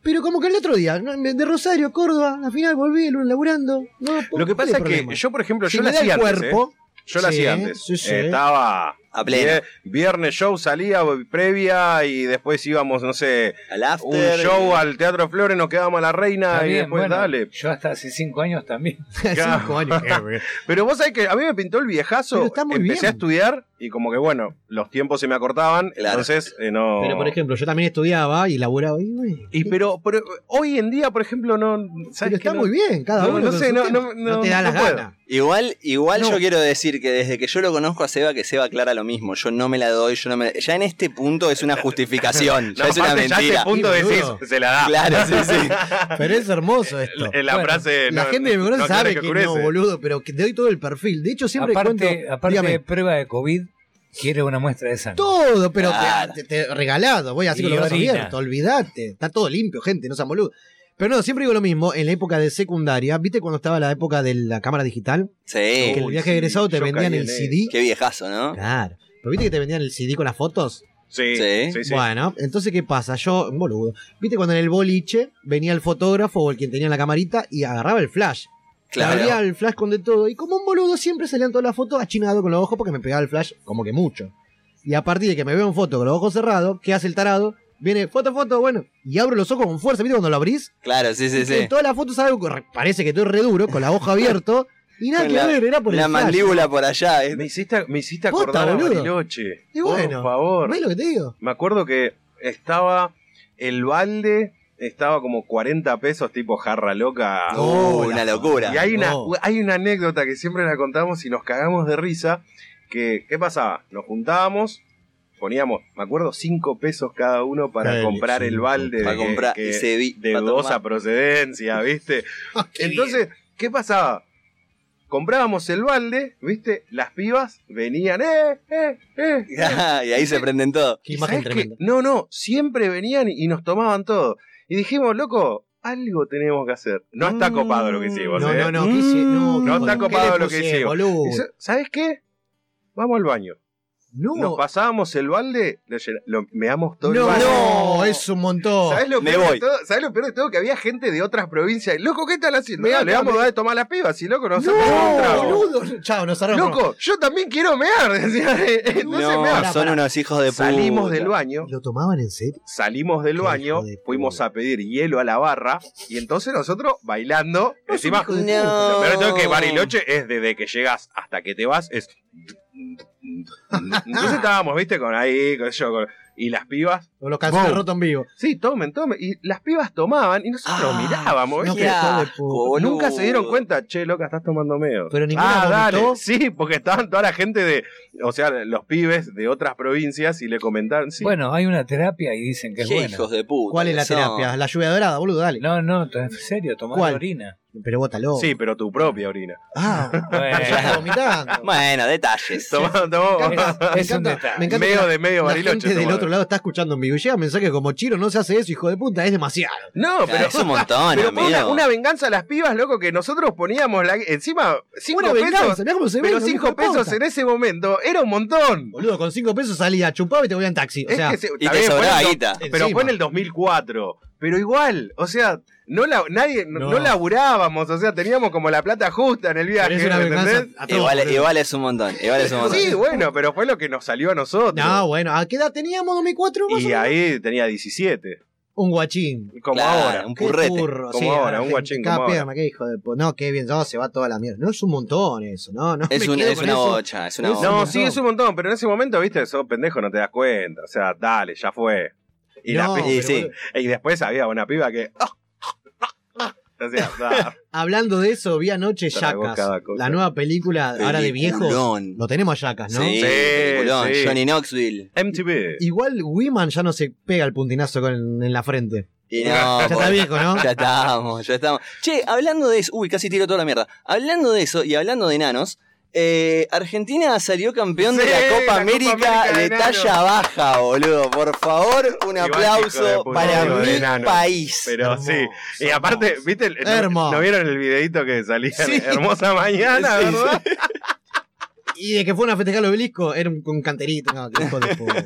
Pero como que el otro día, ¿no? de Rosario, Córdoba, al final volví el lunes laburando. No, Lo que ¿cuál pasa el es que problema? yo, por ejemplo, Si yo me la da el hacía antes. ¿eh? cuerpo, Yo la Sí, hacía antes. sí, sí. Eh, Estaba A pleno. vie- Viernes show salía previa y después íbamos, no sé, Al un after. show al Teatro Flores, nos quedábamos a la reina Está y bien, después bueno, dale. Yo hasta hace cinco años también. Cinco años, eh, güey. Pero vos sabés que a mí me pintó el Pero viejazo, está muy empecé bien. a estudiar y como que bueno, los tiempos se me acortaban, Claro. entonces eh, no. Pero por ejemplo, yo también estudiaba y laburaba. Y, güey, y pero, pero hoy en día, por ejemplo, no. ¿sabes pero está que no? muy bien, cada No, uno. no con sé, su no- tema. no- te no- da no las puedo. ganas. Igual, igual No. yo quiero decir que desde que yo lo conozco a Seba, que Seba aclara lo mismo. Yo no me la doy, yo no me la- Ya en este punto es una justificación, ya No, es una aparte, Ya a mentira. este punto Sí, decís, boludo. se la da. Claro, sí, sí. Pero es hermoso esto. Eh, La Bueno, frase. La no- gente que me conoce no aclara sabe que, que no, oscurece. boludo, pero que te doy todo el perfil. De hecho, siempre aparte cuento. aparte de dígame, prueba de COVID, quiere una muestra de sangre. todo, pero te- Claro. te, te- regalado. Voy así con Y los brazos orina. abiertos, olvídate. Está todo limpio, gente, no sean boludo. Pero no, siempre digo lo mismo. En la época de secundaria, ¿viste cuando estaba la época de la cámara digital? Sí, que el Uy, viaje sí, egresado te yo vendían caí el en CD. qué viejazo, ¿no? Claro. ¿Pero viste que te vendían el CD con las fotos? Sí, Sí. sí, sí. Bueno, entonces, ¿qué pasa? Yo, un boludo. ¿Viste cuando en el boliche venía el fotógrafo o el quien tenía la camarita y agarraba el flash? Claro. Claro. el flash con de todo. Y como un boludo siempre salían todas las fotos achinado con los ojos porque me pegaba el flash como que mucho. Y a partir de que me veo en foto con los ojos cerrados, ¿qué hace el tarado? Viene, foto, foto, bueno. Y abro los ojos con fuerza, ¿viste cuando lo abrís? Claro, sí, sí, Y sí. En todas las fotos salgo, con- parece que estoy re duro, con la hoja abierto. Y nada Con que la- ver, era por el La flash. mandíbula por allá. ¿eh? es- Me hiciste, me hiciste Posta, acordar a boludo. Bariloche. Y bueno, Por favor. ¿Ves lo que te digo? Me acuerdo que estaba el balde, estaba como 40 pesos tipo jarra loca. Uh, Oh, una la- locura. Y hay una, no. hay una anécdota que siempre la contamos y nos cagamos de risa. Que, ¿Qué pasaba? Nos juntábamos, poníamos, me acuerdo, 5 pesos cada uno para Dale, comprar el cinco. balde Para de, que- comprar que- y se vi- de para tomar. dudosa procedencia, ¿viste? Entonces, ¿qué pasaba? Comprábamos el balde, ¿viste? Las pibas venían, ¡eh, eh, eh! y ahí se prenden todo. Qué ¿Y imagen sabés qué? tremenda. No, no, siempre venían y nos tomaban todo. Y dijimos, loco, algo tenemos que hacer. No está Mm, copado lo que hicimos. No, ¿eh? no, no, ¿qué hice? No, No boludo, está ¿qué copado le lo que puse, hicimos. boludo? ¿Y sa- ¿Sabes qué? Vamos al baño. No, Nos pasábamos el balde, lo, llena- lo meamos todo el no, baño. no, es un montón. ¿Sabés lo, Me peor de voy. todo? ¿Sabés lo peor de todo? Que había gente de otras provincias. Loco, ¿qué están haciendo? Mirá, Ah, le acá, vamos a mirá. dar de tomar a las pibas. Y loco, nos No, sacamos un trago. boludo. Chao, nos cerramos. Loco, yo también quiero mear. decía, eh, eh, Entonces No, meaba. son unos hijos de puta. Salimos del baño, ¿Lo tomaban en serio? salimos del Qué baño, hijo de fuimos puta. a pedir hielo a la barra y entonces nosotros bailando, No, es un encima, hijo de puta. No. lo peor de todo es que Bariloche es desde que llegas hasta que te vas, es... Entonces estábamos, viste, con ahí, con yo, con- y las pibas, O los calzones Vos. rotos en vivo. sí, tomen, tomen, y las pibas tomaban y nosotros Ah, mirábamos, no, viste. qué hijo de asco, puta. boludo. Nunca se dieron cuenta, che, loca, estás tomando medio. Pero ninguna vomitó. Sí, porque estaban toda la gente de, o sea, los pibes de otras provincias y le comentaron, sí, Bueno, hay una terapia y dicen Qué que es buena. hijos de puta. ¿Cuál es la que son. terapia? La lluvia dorada, boludo, dale. No, no, to- en serio, tomar ¿Cuál? orina. Pero bótalo. sí, pero tu propia orina. Ah, Bueno, ya está vomitando. Bueno, detalles. Tomá, tomá. es, es Me un encanta- me detalle. Medio encanta que la- de medio La Bariloche, gente del tomá. otro lado está escuchando en vivo y llega mensaje como Chiro, no se hace eso, hijo de puta, es demasiado. No, Ah, pero, es un montón, pero fue amigo. una, una venganza a las pibas, loco, que nosotros poníamos la, encima 5 Buena venganza, pesos. mirá cómo se ve. Pero ¿no? 5 Hijo de pesos puta. en ese momento era un montón. Boludo, con 5 pesos salía, chupaba y te voy en taxi. O sea, es que se- Y está te bien, fue en sobraba el do- guita. Pero Encima. fue en el 2004. Pero igual, o sea, no la, nadie, no. No. no laburábamos, o sea, teníamos como la plata justa en el pero viaje, es una ¿me venganza entendés? a todos, Igual, boludo. igual es un montón. Igual es un montón. Sí, bueno, pero fue lo que nos salió a nosotros. No, bueno, ¿a qué edad teníamos 2004? más o y menos? ahí tenía 17, Un guachín. como Claro, ahora. un Qué currete. turro, Como sí, ahora, un gente, guachín Cada como ahora. pierna, qué hijo de po- No, qué bien, no, se va toda la mierda. No, es un montón eso, no, no. Es, me un- quedo es con una eso. bocha, es una Es- bocha. No, montón. sí, es un montón, pero en ese momento, viste, sos pendejo, no te das cuenta. O sea, dale, ya fue. Y, la No, pi- y pero sí. boludo, y después había una piba que. o sea, da, Hablando de eso, vi anoche Tragó Yacas, cada cosa. la nueva película ahora de viejos. Peliculón. Lo tenemos a Yacas, ¿no? Sí, Sí, peliculón. sí. Em, Johnny Knoxville. MTV. Igual Wiman ya no se pega el puntinazo con, en la frente. Y no, ya está pobre. viejo, ¿no? Ya estamos, ya estamos. Che, hablando de eso. Uy, casi tiro toda la mierda. Hablando de eso y hablando de enanos. eh, Argentina salió campeón de Sí, la Copa la Copa América, América de, de enanos. talla baja, boludo. Por favor, Igual, un hijo de aplauso puta, para digo, de mi enanos. país. Pero Hermoso, sí. Y aparte, hermoso. ¿viste? el- ¿no- Hermoso. ¿No vieron el videito que salía? Sí. Hermosa mañana, Sí, ¿verdad? Y de que fueron a festejar el obelisco, era un, un canterito. No, qué hijo de puta.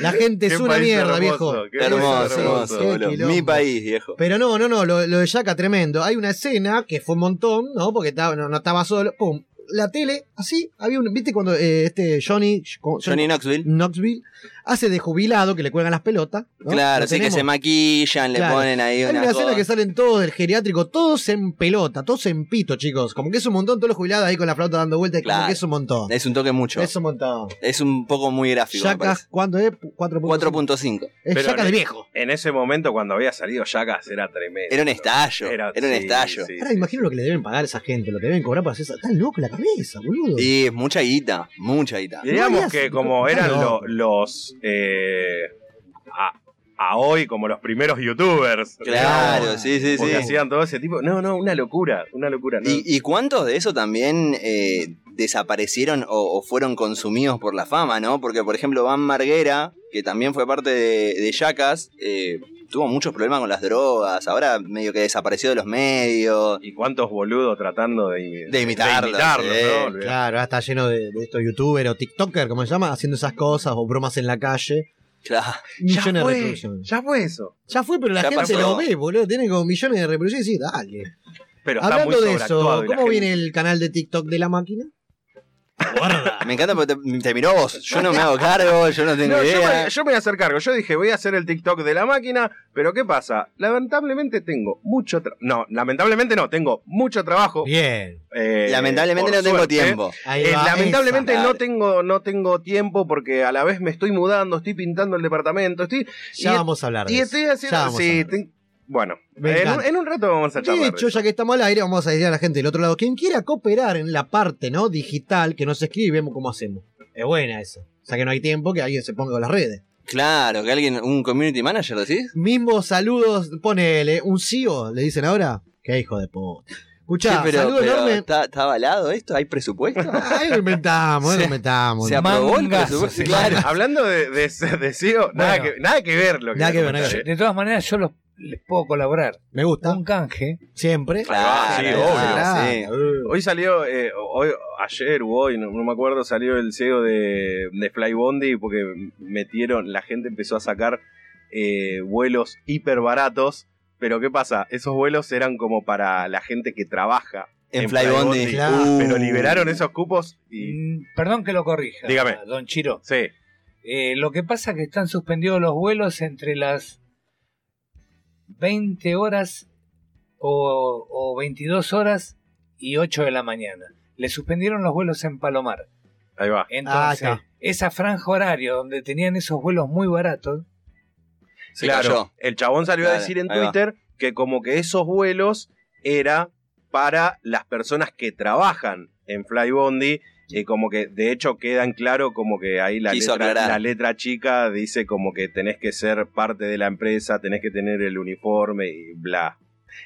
La gente Qué es una país mierda, hermoso, viejo. qué Hermoso, Sí, hermoso, qué boludo. quilombo. Mi país, viejo. Pero no, no, no, lo, lo de Yaka tremendo. Hay una escena que fue un montón, ¿no? Porque estaba, no, no estaba solo. Pum. La tele, así, había un. ¿Viste cuando eh, este Johnny, ¿cómo- Johnny Knoxville. Knoxville hace de jubilado que le cuelgan las pelotas? ¿no? Claro, Lo sí que tenemos. se maquillan, le Claro. ponen ahí Hay una, una escena cosa. que salen todos del geriátrico, todos en pelota, todos en pito, chicos. Como que es un montón, todos los jubilados ahí con la flauta dando vueltas, Claro. como que es un montón. Es un toque mucho. Es un montón. Es un poco muy gráfico, me Yacas, parece. ¿cuánto es? 4.5. 4.5. Es Pero Yacas le- de viejo. En ese momento, cuando había salido Jackass, era tremendo. Era un estallo. Era, un sí, estallo. sí, Ahora sí. imagino lo que le deben pagar a esa gente, lo que deben cobrar para hacer esa. Está loco la cabeza, boludo. Y es mucha guita, mucha guita. Y digamos No, que ya- como está eran lo- loco. los... eh, a, a hoy como los primeros youtubers. Claro, Claro. sí, sí, Porque sí. hacían todo ese tipo... No, no, una locura, una locura. no. ¿Y, y cuántos de eso también eh, desaparecieron o, o fueron consumidos por la fama, no? Porque, por ejemplo, Van Marguera, que también fue parte de, de Jackass, eh, tuvo muchos problemas con las drogas. Ahora medio que desapareció de los medios. ¿Y cuántos boludos tratando de, imi- De imitarlos, imitarlos, sí. ¿no? Olvidá. Claro, ahora está lleno de, de estos youtubers o tiktoker, como se llama, haciendo esas cosas o bromas en la calle. Claro. Ya Millones de fue, reproducciones. ya fue eso. Ya fue, pero la Ya gente pasó. lo ve, boludo. Tiene como millones de reproducciones y sí, dale. Pero está Hablando muy de eso, sobreactuado y la ¿cómo gente- viene el canal de TikTok de la máquina? Guarda. Me encanta porque te, te miró vos. Yo no me hago cargo, yo no tengo No, yo, idea. me, yo me voy a hacer cargo. Yo dije, voy a hacer el TikTok de la máquina, pero ¿qué pasa? Lamentablemente tengo mucho trabajo. No, lamentablemente no, tengo mucho trabajo. Bien. eh, Lamentablemente por no tengo suerte. tiempo. Ahí Eh, va lamentablemente esa. no tengo, no tengo tiempo porque a la vez me estoy mudando, estoy pintando el departamento, estoy. esa. Ya y- vamos a hablar de y eso. estoy Ya haciendo. vamos sí, a hablar. ten- bueno, Me en un, encanta. en un rato vamos a ¿eh? charlar. De de hecho, eso. ya que estamos al aire, vamos a decir a la gente del otro lado, quien quiera cooperar en la parte no digital que nos escribe, vemos cómo hacemos. Es buena eso. O sea que no hay tiempo que alguien se ponga con las redes. Claro, que alguien, un community manager, decís. Mismos saludos, ponele, un CEO, le dicen ahora. Qué hijo de puta. Escuchá, Che, pero, saludo pero, enorme. ¿está, ¿Está avalado esto? ¿Hay presupuesto? Ahí lo inventamos, ahí lo Se- inventamos. ¿Se aprobó el Mangazo, presupuesto? se Claro. Hablando de, de, de SEO, nada, Bueno. que, nada que ver lo que. Nada que ver, nada que Yo- de todas maneras, yo los, les puedo colaborar. Me gusta, Un canje. siempre. Claro, Sí, ahí obvio, va, sí. Claro. Hoy salió, eh, hoy, ayer o hoy, no, no me acuerdo, salió el CEO de, de Fly Bondi porque metieron, la gente empezó a sacar eh, vuelos hiper baratos. Pero ¿qué pasa? Esos vuelos eran como para la gente que trabaja. En En Flybondi. Flybondi. Claro. Uh. Pero liberaron esos cupos y... Mm, Perdón que lo corrija, Dígame. don Chiro. Sí. Eh, lo que pasa es que están suspendidos los vuelos entre las 20 horas o, o 22 horas y 8 de la mañana. Le suspendieron los vuelos en Palomar. Ahí va. Entonces, Ah, está. esa franja horaria donde tenían esos vuelos muy baratos, Se claro. cayó. El chabón salió Claro, a decir en ahí va. Twitter que como que esos vuelos era para las personas que trabajan en Flybondi. Y como que de hecho quedan claro como que ahí la Quiso letra, aclarar. la letra chica dice como que tenés que ser parte de la empresa, tenés que tener el uniforme y bla.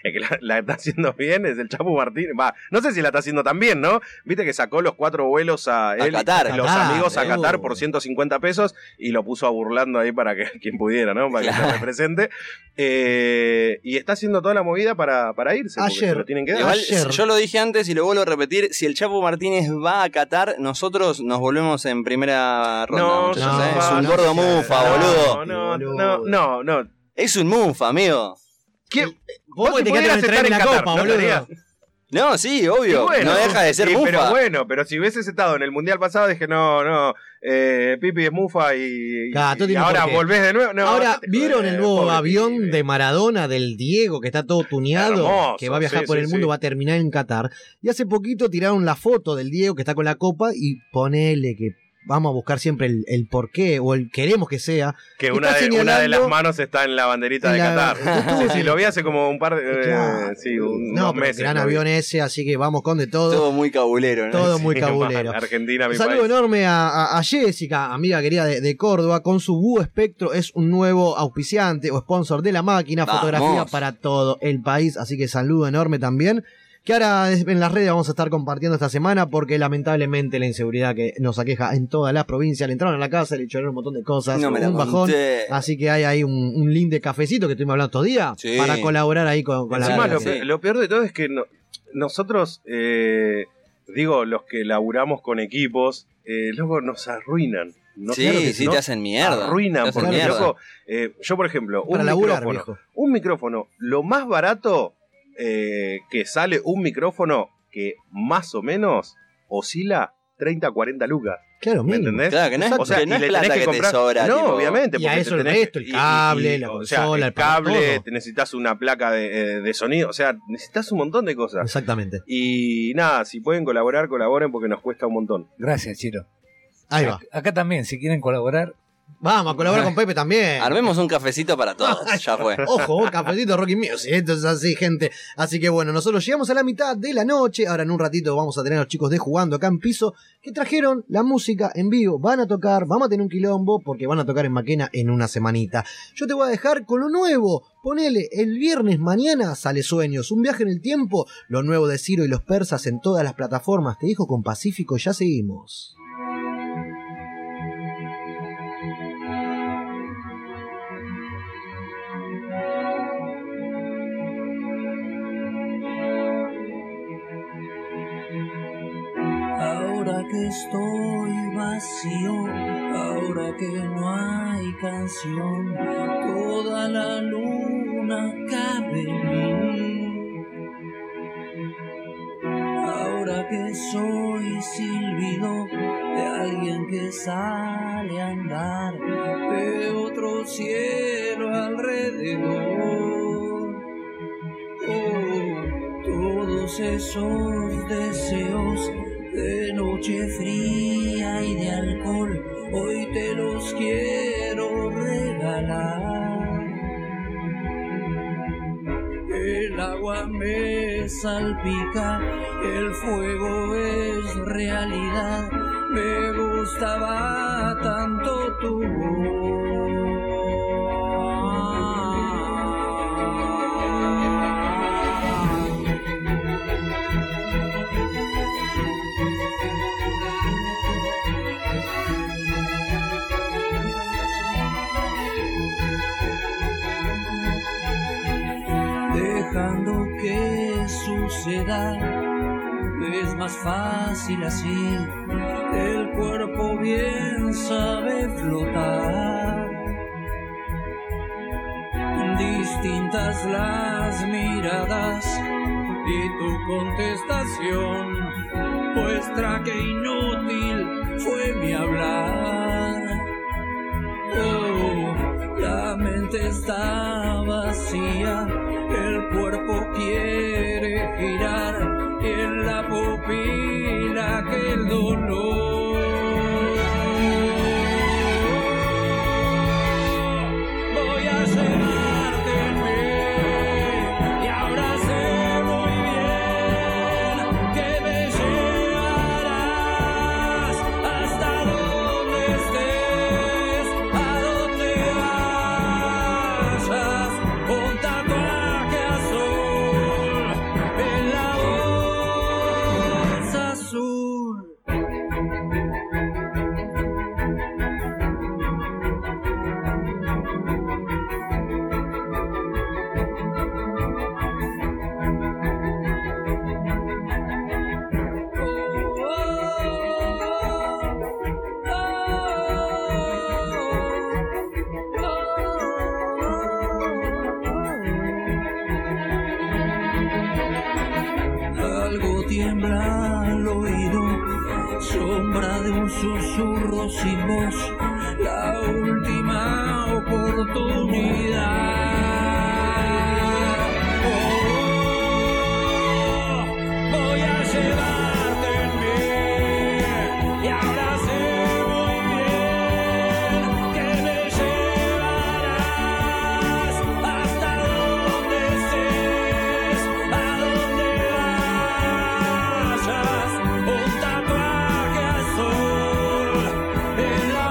El que la, la está haciendo bien es el Chapo Martínez. Va, no sé si la está haciendo tan bien, ¿no? Viste que sacó los cuatro vuelos a, él y Qatar. los Qatar, amigos a eh. Qatar por 150 pesos y lo puso a burlando ahí para que quien pudiera, ¿no? Para que se represente. Eh, y está haciendo toda la movida para, para irse. porque Ayer. se lo tienen que dar. Igual, Ayer. yo lo dije antes y lo vuelvo a repetir. Si el Chapo Martínez va a Qatar, nosotros nos volvemos en primera ronda. muchachos, no, ¿eh? no, es un no, gordo no, mufa, no, boludo. No, no, no, no. no. Es un mufa, amigo. ¿Qué- Vos si te quedaste pudieras en estar traerme en la Qatar, copa, ¿no boludo. estarías? No, sí, Y obvio. bueno, no deja de ser y- mufa. Pero bueno, pero si hubieses estado en el mundial pasado, dije, no, no, eh, Pipi es mufa y, Claro, todo y tiene ahora por qué. volvés de nuevo. No, Ahora, dejate ¿vieron joder, el nuevo pobre avión pibe. de Maradona del Diego que está todo tuneado? Hermoso, que va a viajar sí, por sí, el mundo, sí. va a terminar en Qatar. Y hace poquito tiraron la foto del Diego que está con la copa y ponele que vamos a buscar siempre el, el por qué o el queremos que sea. Que Está una de, una de las señalando- manos está en la banderita en de la- Qatar. Yo Sí, tuve- sí, lo vi hace como un par de. eh, Claro. sí, un- no, unos pero meses. gran lo vi. avión ese, así que vamos con de todo. Todo muy cabulero, ¿no? Todo muy Sí, cabulero. mal, Argentina, mi Un saludo país. enorme a, a- a Jessica, amiga querida de, de Córdoba, con su Búho Espectro. Es un nuevo auspiciante o sponsor de la máquina, Vamos. fotografía para todo el país. Así que saludo enorme también. Que ahora es- en las redes vamos a estar compartiendo esta semana porque lamentablemente la inseguridad que nos aqueja en todas las provincias. Le entraron a la casa, le echaron un montón de cosas, No me la un bajón. conté. Así que hay ahí un, un link de cafecito que estuvimos hablando estos días Sí. para colaborar ahí con, con la Encima, vida, lo, sí. pe- lo peor de todo es que no- nosotros, eh, digo, los que laburamos con equipos, eh, luego nos arruinan. No, sí, claro que sí, no, te hacen mierda. Arruinan, Te hacen porque mierda. loco, eh, yo por ejemplo, un para laburar, micrófono, viejo. un micrófono, lo más barato eh, que sale un micrófono que más o menos oscila 30, 40 lucas. Claro, ¿Me mínimo. entendés? Claro, que no es, O sea, que no y es le plata tenés que, que te comprar. sobra. no, tipo, obviamente. Y porque a te eso el tenés- resto, el y- y- cable, la o sea, consola, el el para cable, todo. te necesitas una placa de, eh, de sonido, o sea, necesitas un montón de cosas. Exactamente. Y nada, si pueden colaborar, colaboren porque nos cuesta un montón. gracias, Chiro. Ahí va. Acá también, si quieren colaborar, Vamos a colaborar con Pepe también. Armemos un cafecito para todos. ya fue. Ojo, cafecito Rocky Music, esto es así, gente. Así que bueno, nosotros llegamos a la mitad de la noche. Ahora en un ratito vamos a tener a los chicos de jugando acá en piso que trajeron la música en vivo. Van a tocar, vamos a tener un quilombo porque van a tocar en Maquena en una semanita. Yo te voy a dejar con lo nuevo. Ponele, el viernes mañana sale Sueños, un viaje en el tiempo, lo nuevo de Ciro y los persas en todas las plataformas. Te dijo con Pacífico, ya seguimos. Ahora que estoy vacío, ahora que no hay canción, toda la luna cabe en mí. Ahora ahora que soy silbido de alguien que sale a andar de otro cielo alrededor. Oh, todos esos deseos de noche fría y de alcohol, hoy te los quiero regalar. El agua me salpica, el fuego es realidad. Me gustaba tanto tu voz. dejando que suceda. Es más fácil así, el cuerpo bien sabe flotar. Distintas las miradas y tu contestación, muestra que inútil fue mi hablar. Oh, la mente está vacía, el cuerpo quiere girar y en la pupila que el dolor. Voy a llenarte en mí y ahora sé muy bien que me llevarás hasta donde estés, a donde vayas, un tatuaje azul en la bolsa azul. Algo tiembla al oído, sombra de un susurro sin voz, la última oportunidad. Oh, voy a llevarte en mí y ahora sé muy bien que me llevarás hasta donde estés, a donde vayas, un tatuaje azul en la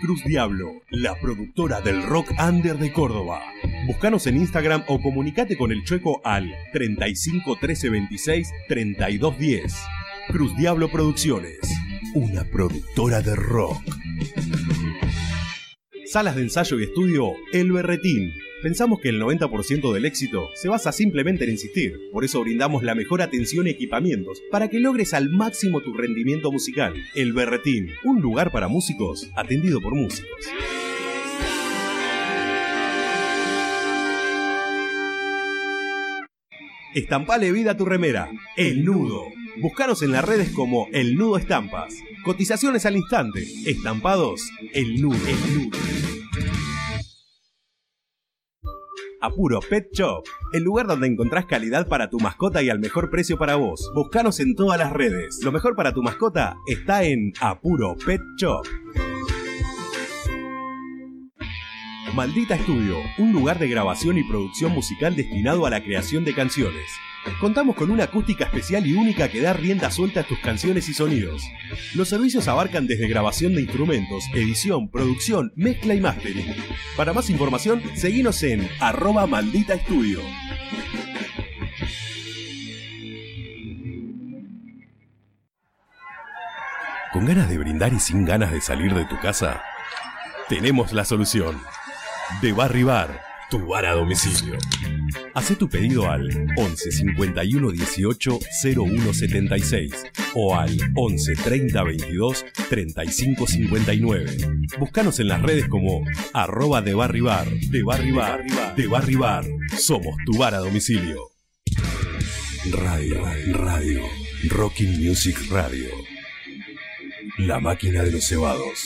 Cruz Diablo, la productora del rock under de Córdoba. Búscanos en Instagram o comunicate con el Chueco al 35 13 26 32 10. Cruz Diablo Producciones, una productora de rock. Salas de ensayo y estudio El Berretín. Pensamos que el 90% del éxito se basa simplemente en insistir. Por eso brindamos la mejor atención y equipamientos para que logres al máximo tu rendimiento musical. El Berretín, un lugar para músicos atendido por músicos. Estampale vida a tu remera. El Nudo. Búscanos en las redes como El Nudo Estampas. Cotizaciones al instante. Estampados. El Nudo. El Nudo. Apuro Pet Shop, el lugar donde encontrás calidad para tu mascota y al mejor precio para vos. Búscanos en todas las redes. Lo mejor para tu mascota está en Apuro Pet Shop. Maldita Estudio, un lugar de grabación y producción musical destinado a la creación de canciones. Contamos con una acústica especial y única que da rienda suelta a tus canciones y sonidos. Los servicios abarcan desde grabación de instrumentos, edición, producción, mezcla y mastering. Para más información, seguinos en arroba maldita estudio. ¿Con ganas de brindar y sin ganas de salir de tu casa? Tenemos la solución. De Barry Bar, tu bar a domicilio. Haz tu pedido al 11 51 18 01 76 o al 11 30 22 35 59. Búscanos en las redes como arroba de Barry Bar, de Barry Bar, de Barry Bar. Somos tu bar a domicilio. Radio, radio, Rocking Music Radio. La máquina de los cebados.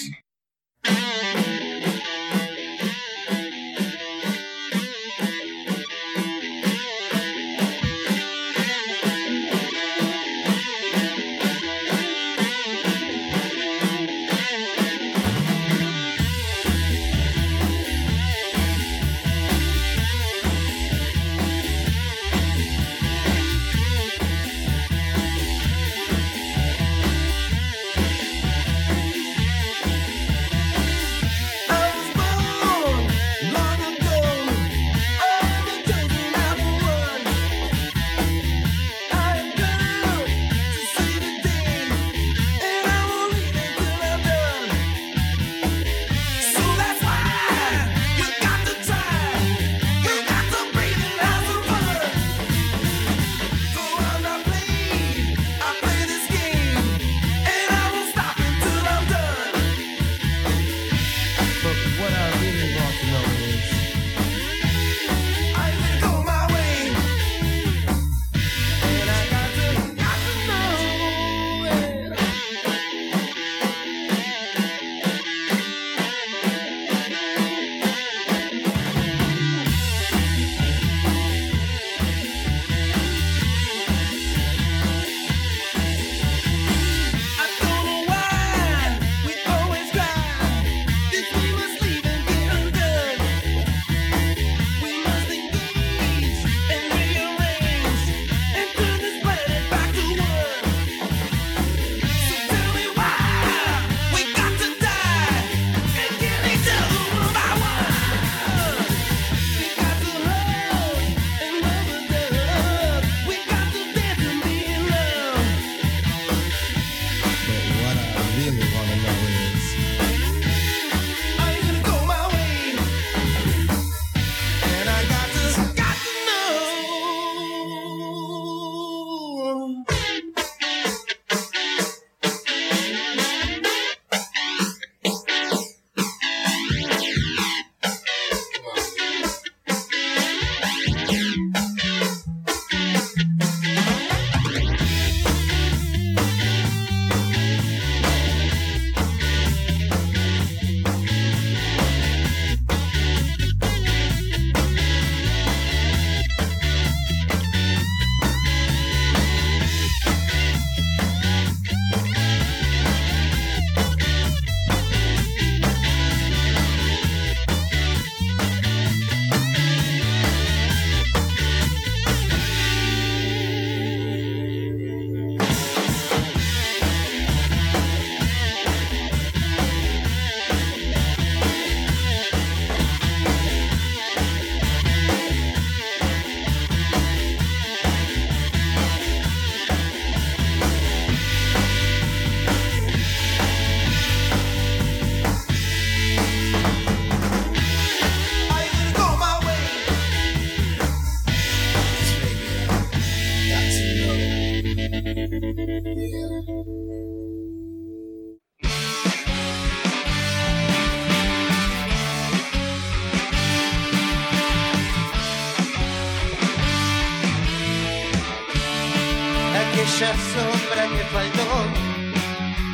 aquella sombra que faltó,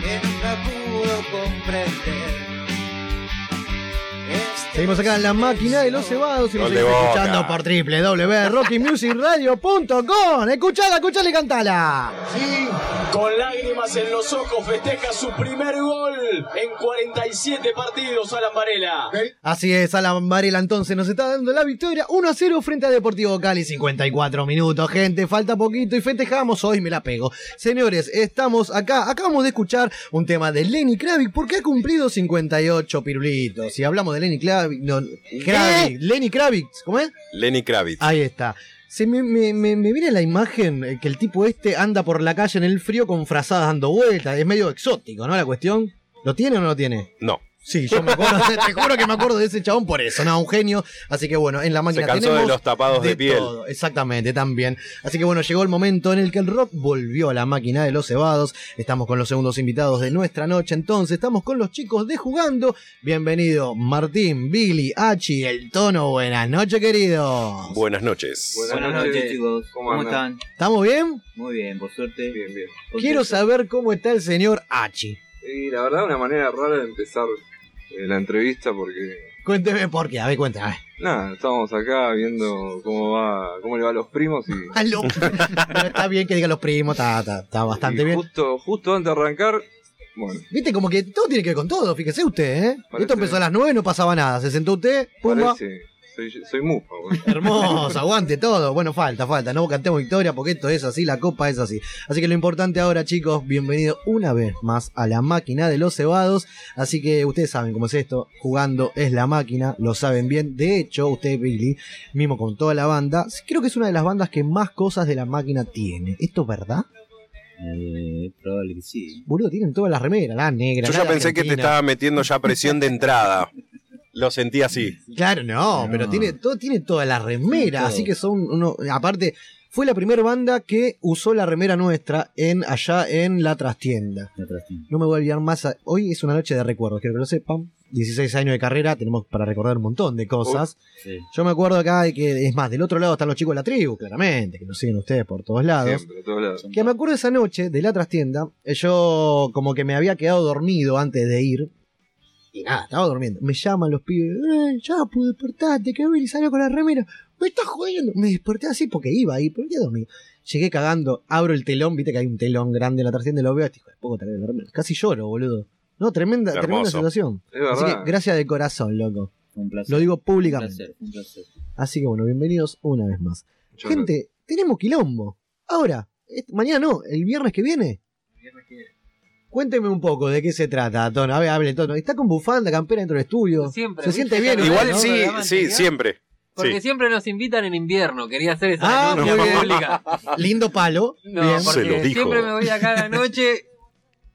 él no pudo comprender. Seguimos acá en la máquina de los cebados y nos Gol de seguís Boca. escuchando por www.rockymusicradio.com. Escuchala, escuchala y cantala. Sí, con lágrimas en los ojos festeja su primer gol en 47 partidos, Alan Varela. Así es, Alan Varela entonces nos está dando la victoria 1 a 0 frente a Deportivo Cali. 54 minutos, gente, falta poquito y festejamos. Hoy me la pego. Señores, estamos acá. Acabamos de escuchar un tema de Lenny Kravitz porque ha cumplido 58 pirulitos. Si hablamos de Lenny Kravitz, no, Kravitz, Lenny Kravitz, ¿cómo es? Lenny Kravitz. Ahí está. Se me, me, me- me viene la imagen eh, que el tipo este anda por la calle en el frío con frazadas dando vueltas. Es medio exótico, ¿no? La cuestión. ¿Lo tiene o no lo tiene? No. Sí, yo me acuerdo, te juro que me acuerdo de ese chabón por eso, no, un genio. Así que bueno, en la máquina Se cansó de tenemos los tapados de piel. todo, exactamente, también. Así que bueno, llegó el momento en el que el rock volvió a la máquina de los cebados. Estamos con los segundos invitados de nuestra noche, entonces estamos con los chicos de Jugando. Bienvenido Martín, Billy, Hachi, El Tono. Buenas noches, querido. Buenas noches. Buenas noches, chicos. ¿Cómo, andan? están? ¿Estamos bien? Muy bien, por suerte. Bien, bien. Quiero saber cómo está el señor Hachi. Y la verdad, una manera rara de empezar eh, la entrevista porque. Cuénteme por qué, a ver, cuéntame. Nada, estábamos acá viendo cómo va, cómo le va a los primos y. Ah, lo- Pero está bien que diga los primos, está, está- está bastante bien. Justo, justo antes de arrancar. Bueno, Viste, como que todo tiene que ver con todo, fíjese usted, ¿eh? Parece- Esto empezó a las 9, no pasaba nada. Se sentó usted, pumba. parece. Soy, soy mufa, boludo. Hermoso, aguante todo. Bueno, falta, falta. No cantemos victoria porque esto es así, la copa es así. Así que lo importante ahora, chicos, bienvenido una vez más a la máquina de los cebados. Así que ustedes saben cómo es esto. Jugando es la máquina, lo saben bien. De hecho, usted, Billy, mismo con toda la banda, creo que es una de las bandas que más cosas de la máquina tiene. ¿Esto es verdad? Eh, probable que sí. Boludo, tienen todas las remeras, la negra. Yo la ya de pensé que te Argentina. estaba metiendo ya presión de entrada. Lo sentí así. Claro, no, pero tiene, todo, tiene toda la remera, Todo. así que son uno. Aparte, fue la primera banda que usó la remera nuestra en allá en la trastienda. No me voy a olvidar más. a- hoy es una noche de recuerdos, quiero que lo sepan. 16 años de carrera, tenemos para recordar un montón de cosas. Sí. Yo me acuerdo acá de que, es más, del otro lado están los chicos de la tribu, claramente, que nos siguen ustedes por todos lados. Siempre, a todos lados. Que me acuerdo esa noche de la trastienda, eh, yo como que me había quedado dormido antes de ir. Y nada, estaba durmiendo. Me llaman los pibes, eh, ya pude despertarte, que Billy salió con la remera. Me estás jodiendo. Me desperté así porque iba ahí, pero ya dormido. Llegué cagando, abro el telón, viste que hay un telón grande en la trastienda y lo veo, este hijo de poco trae la remera. Casi lloro, boludo. No, tremenda, Hermoso. tremenda situación. Es Así que verdad. gracias de corazón, loco. Un placer. Lo digo Un públicamente. placer, un placer. Así que bueno, bienvenidos una vez más. Gente, tenemos quilombo. Ahora, est- mañana no, el viernes que viene. Cuénteme un poco de qué se trata, Tono. A ver, hable, Tono. Está con bufanda, campera dentro del estudio. Siempre, se siente ¿viste? Ya bien. lo igual, vi en ¿no? el programa Sí, anterior. siempre. Porque Sí. siempre nos invitan en invierno. Quería hacer esa Ah, denuncia muy bien. pública. Lindo palo. No, Bien. porque siempre me voy acá a la noche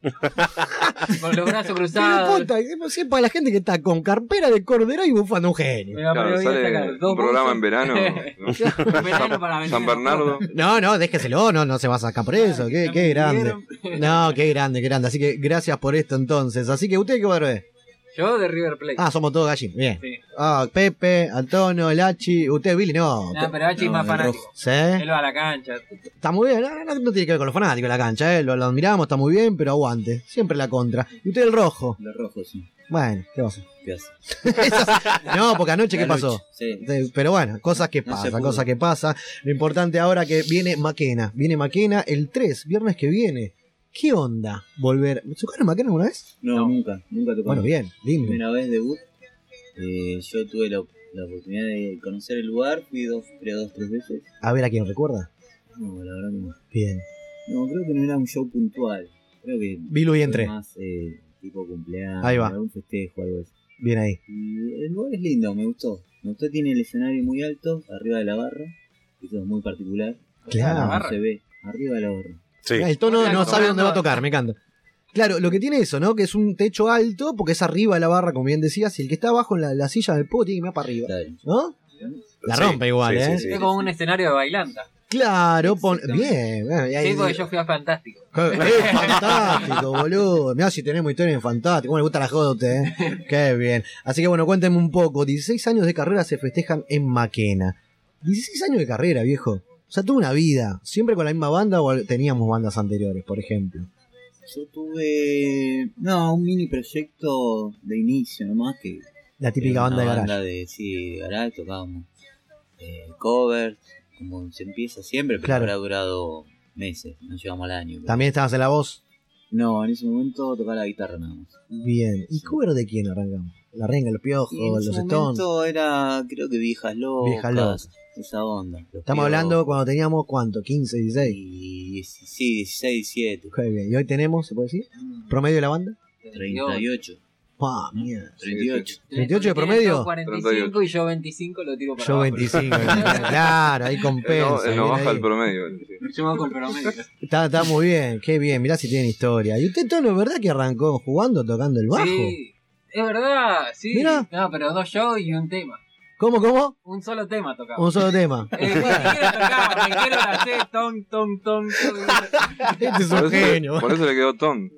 con los brazos Pero cruzados. puta, es siempre para la gente que está con carpera de cordero y bufanda un genio. Claro, sale un programa en verano. ¿no? San Bernardo. No, no, déjeselo, no, no se va a sacar preso. Qué, qué grande. No, qué grande, qué grande. Así que gracias por esto entonces. Así que usted qué barbe. Yo de River Plate. Ah, somos todos gallinos, bien. Ah, Pepe, Antonio, Lachi, usted, Billy, no. No, Ah, pero Hachi es más el fanático. rojo. ¿Sí? Él va a la cancha. Está muy bien, no, no- no tiene que ver con los fanáticos la cancha, ¿eh? lo, lo admiramos, está muy bien, pero aguante. Siempre la contra. Y usted el rojo. De rojo, sí. Bueno, ¿qué pasó? ¿Qué hace? No, porque anoche, ¿qué Anoche, pasó? sí. De- Pero bueno, cosas que No se pasan, pudo. cosas que pasan. Lo importante ahora que viene Maquena. Viene Maquena el 3, viernes que viene. ¿Qué onda? Volver. ¿Tocaron Maquena alguna vez? No, nunca, nunca tocó. Bueno, bien, lindo. Primera vez debut. Eh, yo tuve la, la oportunidad de conocer el lugar, fui dos, creo, dos, tres veces. A ver a quién recuerda. No, la verdad que no. Bien. No, creo que no era un show puntual. Creo que. Vilo y fue entré. Más eh, tipo cumpleaños, Ahí va. algún festejo, algo así. Bien ahí. Eh, Y el lugar es lindo, me gustó. Me gustó, tiene el escenario muy alto, arriba de la barra. Eso es muy particular. Claro. No se ve, arriba de la barra. El tono no sabe dónde va a tocar, me encanta. Claro, lo que tiene eso, ¿no? Que es un techo alto, porque es arriba de la barra, como bien decías, y el que está abajo en la, la silla del pogo tiene que mirar para arriba. ¿No? La Sí, rompe igual, sí, ¿eh? sí, sí. Es como un escenario de bailanta. Claro, pon... bien. bueno, y ahí- Sí, porque yo fui a Fantástico. Es fantástico, boludo. Mirá si tenemos historia en fantástico. Cómo le gusta la joda a usted, ¿eh? Qué bien. Así que bueno, cuéntenme un poco. 16 años de carrera se festejan en Maquena. 16 años de carrera, viejo. O sea, tuve una vida. Siempre con la misma banda o teníamos bandas anteriores, por ejemplo. Yo tuve. No, un mini proyecto de inicio nomás que. La típica era banda Eh, de una garage. banda de, sí, de garage, tocábamos eh, covers, como se empieza siempre, pero Claro. habrá durado meses, no llegamos al año. ¿También estabas en la voz? No, en ese momento tocaba la guitarra nada más. Bien. ¿Y cover de quién arrancamos? La renga, los piojos, Y en los ese stones. momento era, creo que Viejas Locas. Viejas Locas. Esa onda. Los Estamos Piojos, hablando cuando teníamos, ¿cuánto? ¿15, 16? y- Sí, 16, 17, Ok, bien. ¿Y hoy tenemos, se puede decir? Mm. ¿Promedio de la banda? 38. Pa, mierda. 38. 38 de promedio. 45 y yo 25 lo tiro para Yo abajo. 25. claro, ahí No, compensa. eh, no bien baja ahí. el promedio. Yo me hago el promedio. Está, está muy bien, qué bien. Mirá si tiene historia. Y usted, Tono, ¿verdad que arrancó jugando, tocando el bajo? Sí, es verdad, sí. Mirá. No, pero dos shows y un tema. ¿Cómo, cómo? Un solo tema tocaba. Un solo tema. Eh, bueno, ¿qué quiero tocar? Me quiero la sé, ton, ton, ton. Este es Por un eso le- genio. Por eso le quedó Tom.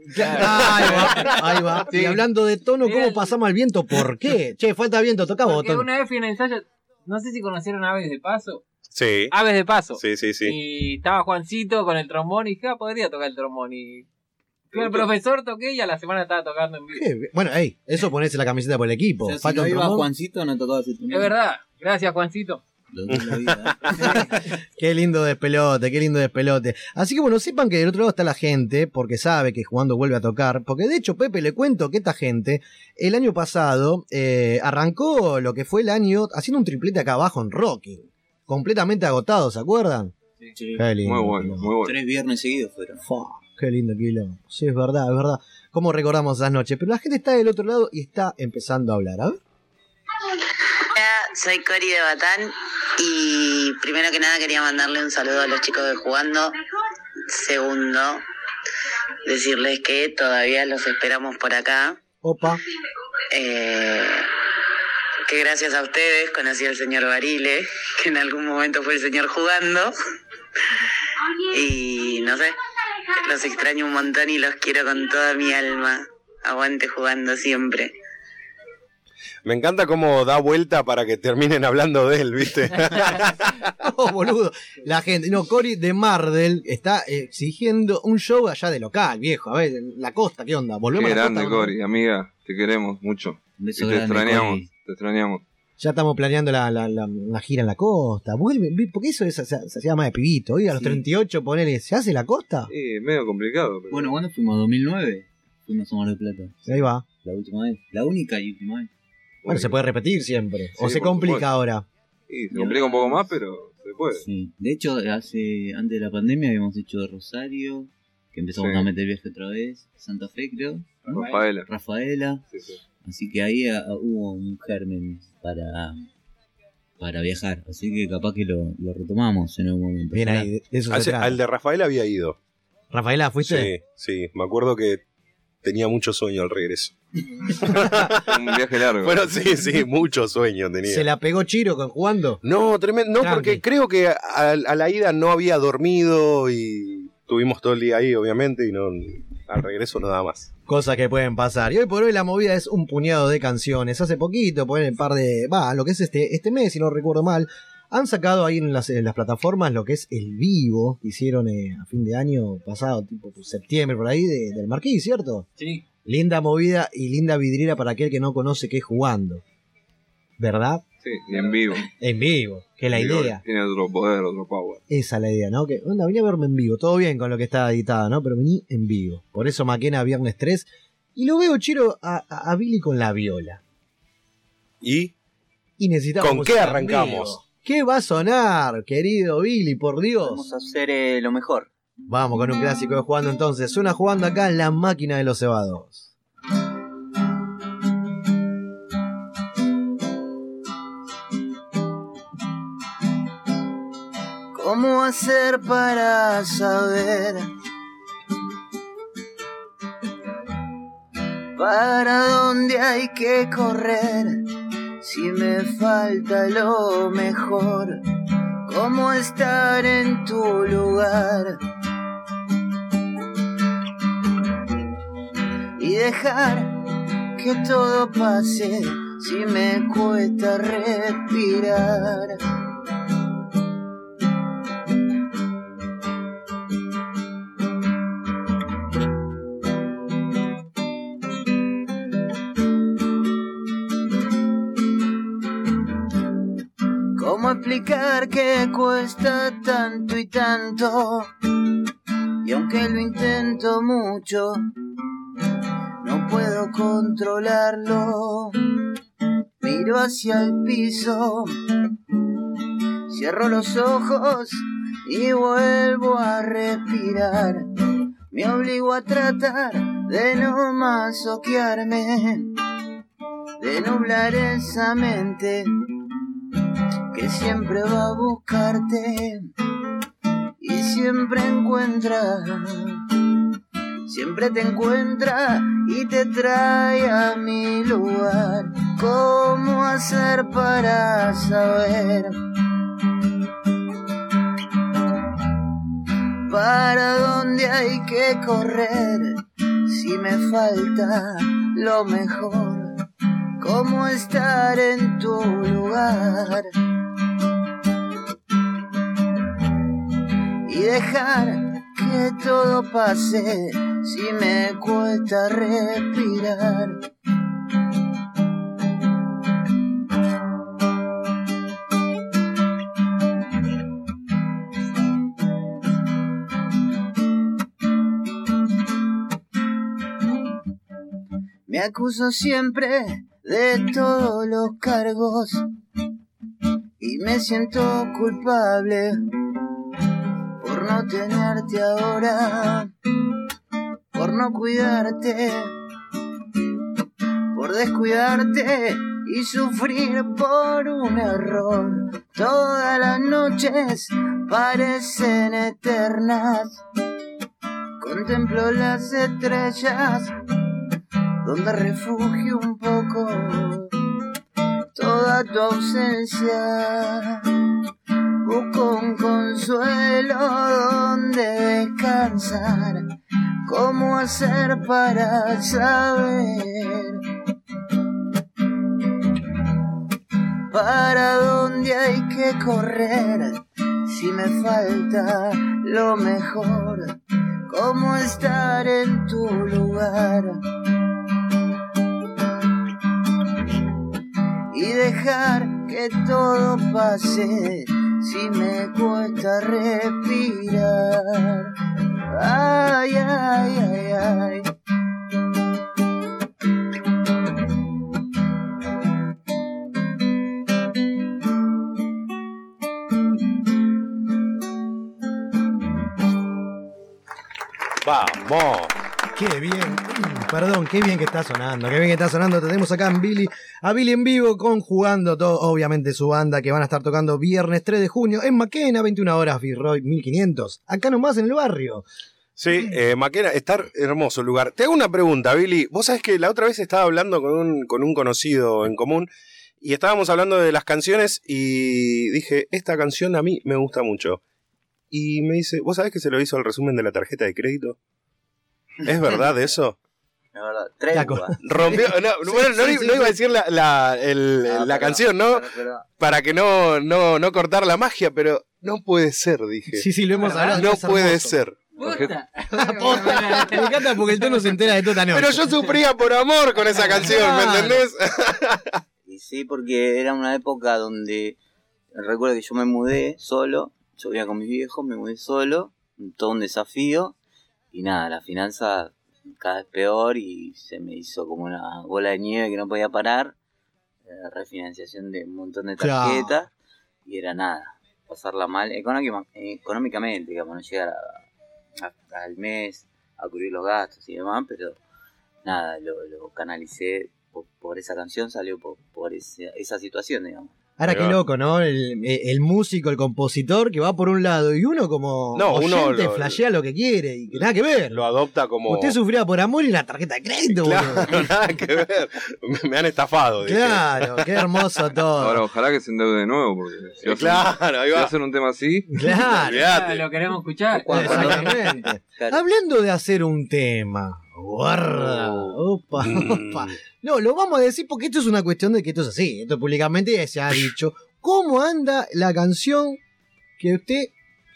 Ahí va, ahí va. Y hablando de tono, ¿cómo pasamos al viento? ¿Por qué? Che, falta viento, toca Ah, vos, Porque tono. una vez fui a un ensayo, no sé si conocieron Aves de Paso. Sí. Aves de Paso. Sí, sí, sí. Y estaba Juancito con el trombón y dije, ah, podría tocar el trombón. Y fui al profesor, toqué y a la semana estaba tocando en vivo. Qué bien. Bueno, hey, eso ponerse la camiseta por el equipo. O sea, si falta no un iba trombón. Juancito, no tocaba ese Es verdad, gracias Juancito. Qué lindo despelote, qué lindo despelote. Así que bueno, sepan que del otro lado está la gente, porque sabe que jugando vuelve a tocar. Porque de hecho, Pepe, le cuento que esta gente, el año pasado, eh, arrancó lo que fue el año haciendo un triplete acá abajo en Rocking. Completamente agotado, ¿se acuerdan? Qué lindo, Muy bueno, muy bueno. Tres viernes seguidos fueron. Qué lindo quilombo. Sí, es verdad, es verdad. Cómo recordamos esas noches. Pero la gente está del otro lado y está empezando a hablar. A ver. Hola, soy Cori de Batán y primero que nada quería mandarle un saludo a los chicos de Jugando. Segundo, decirles que todavía los esperamos por acá. Opa. Eh, que gracias a ustedes conocí al señor Barile, que en algún momento fue el señor Jugando. Y no sé, los extraño un montón y los quiero con toda mi alma. Aguante jugando siempre. Me encanta cómo da vuelta para que terminen hablando de él, ¿viste? Oh, boludo. La gente. No, Cory de Mardel está exigiendo un show allá de local, viejo. A ver, en la costa, ¿qué onda? Qué Volvemos a la grande, costa, ¿no? Cori. Amiga, te queremos mucho. Y te grande, extrañamos, Cori. te extrañamos. Ya estamos planeando la, la- la- una gira en la costa. Vuelve, vi- porque eso es- se, se hacía más de pibito. Oiga, a los 38, ponele, ¿se hace la costa? Sí, medio complicado. Pero... Bueno, ¿cuándo fuimos? ¿2009? Fuimos a Mar del Plata. Ahí va. La última vez. La única y última vez. Bueno, se puede repetir siempre. o Sí, se por complica supuesto. ahora. Sí, se complica un poco más, pero se puede. Sí. De hecho, hace antes de la pandemia habíamos hecho de Rosario, que empezamos Sí. a meter viaje otra vez. Santa Fe, creo. Rafaela. Rafaela. Así que ahí ah, hubo un germen para, para viajar. Así que capaz que lo, lo retomamos en algún momento. Bien Ojalá. ahí, de- de eso Hace- al de Rafael había ido. Rafaela, ¿fuiste? Sí, sí. Me acuerdo que tenía mucho sueño al regreso. Un viaje largo. Bueno, sí, sí, mucho sueño tenía. Se la pegó Chiro con jugando. No, tremendo. No, Tranqui. porque creo que a, a la ida no había dormido y tuvimos todo el día ahí, obviamente, y no al regreso no daba más. Cosas que pueden pasar. Y hoy por hoy la movida es un puñado de canciones. Hace poquito, ponen el par de. Va, lo que es este, este mes, si no recuerdo mal. Han sacado ahí en las, en las plataformas lo que es el vivo que hicieron eh, a fin de año pasado, tipo septiembre por ahí, de- del Marqués, ¿cierto? Sí. Linda movida y linda vidriera para aquel que no conoce que es jugando. ¿Verdad? Sí, y en vivo. En vivo, que es la En vivo idea. Tiene otro poder, otro power. Esa es la idea, ¿no? Que, onda, vení a verme en vivo. Todo bien con lo que está editado, ¿no? Pero vení en vivo. Por eso Maquena Viernes 3. Y lo veo, Chiro, a, a- a Billy con la viola. ¿Y? Y necesitamos. ¿Con qué música en arrancamos? vivo. ¿Qué va a sonar, querido Billy? Por Dios. Vamos a hacer eh, lo mejor. Vamos con un clásico de jugando entonces. Suena jugando acá en la máquina de los cebados. ¿Cómo hacer para saber? ¿Para dónde hay que correr? Si me falta lo mejor, ¿cómo estar en tu lugar? Y dejar que todo pase si me cuesta respirar. explicar que cuesta tanto y tanto. Y aunque lo intento mucho, no puedo controlarlo. Miro hacia el piso, cierro los ojos y vuelvo a respirar. Me obligo a tratar de no masoquearme, de nublar esa mente que siempre va a buscarte y siempre encuentra, siempre te encuentra y te trae a mi lugar. ¿Cómo hacer para saber? ¿Para dónde hay que correr? Si me falta lo mejor, ¿cómo estar en tu lugar? y dejar que todo pase si me cuesta respirar. Me acuso siempre de todos los cargos y me siento culpable por no tenerte ahora, por no cuidarte, por descuidarte y sufrir por un error. Todas las noches parecen eternas. Contemplo las estrellas, donde refugio un poco toda tu ausencia. Busco un consuelo donde descansar. ¿Cómo hacer para saber? ¿Para dónde hay que correr? Si me falta lo mejor, ¿cómo estar en tu lugar? y dejar que todo pase si me cuesta respirar. Ay, ay, ay, ay. Vamos. Qué bien. Perdón, qué bien que está sonando, qué bien que está sonando. Tenemos acá en Billy, a Billy en vivo conjugando todo, obviamente su banda que van a estar tocando viernes 3 de junio en Maquena, 21 horas, Virroy 1500. Acá nomás en el barrio. Sí, Mm. eh, Maquena, está hermoso el lugar. Te hago una pregunta, Billy. Vos sabés que la otra vez estaba hablando con un, con un conocido en común y estábamos hablando de las canciones y dije, esta canción a mí me gusta mucho. Y me dice, ¿vos sabés que se lo hizo al resumen de la tarjeta de crédito? ¿Es verdad eso? La verdad, tres uvas. Rompió. No, Sí, bueno, no, sí, i- sí, no iba a sí. decir la, la- el- No, la pero- canción, ¿no? pero- pero- Para que no, no, no cortar la magia, pero no puede ser, dije. Sí, sí, lo hemos hablado, No es puede hermoso. ser. Me encanta porque el tono se entera de toda noche. Pero yo sufría por amor con esa canción, ¿me Claro. entendés? Y sí, porque era una época donde recuerdo que yo me mudé solo, yo vivía con mis viejos, me mudé solo, todo un desafío y nada, la finanza cada vez peor y se me hizo como una bola de nieve que no podía parar, eh, refinanciación de un montón de Claro. tarjetas y era nada, pasarla mal económica- económicamente, digamos, no llegar a- a- al mes a cubrir los gastos y demás, pero nada, lo, lo canalicé por, por esa canción, salió por, por esa, esa situación, digamos. Ahora Ahí qué va. loco, ¿no? El, eh, el músico, el compositor que va por un lado y uno como No, uno oyente lo- flashea lo que quiere y que nada que ver. Lo adopta como. Usted sufría por amor y la tarjeta de crédito, boludo. Claro, nada que ver. Me, me han estafado. dije. Claro, qué hermoso todo. Ahora, ojalá que se endeude de nuevo, porque si hacen, Claro, ahí va. si hacen un tema así, Claro. olvídate. Ah, Lo queremos escuchar. Exactamente. Hablando de hacer un tema. Guarda. Opa, opa. No, lo vamos a decir porque esto es una cuestión de que esto es así. Esto públicamente ya se ha dicho. ¿Cómo anda la canción que usted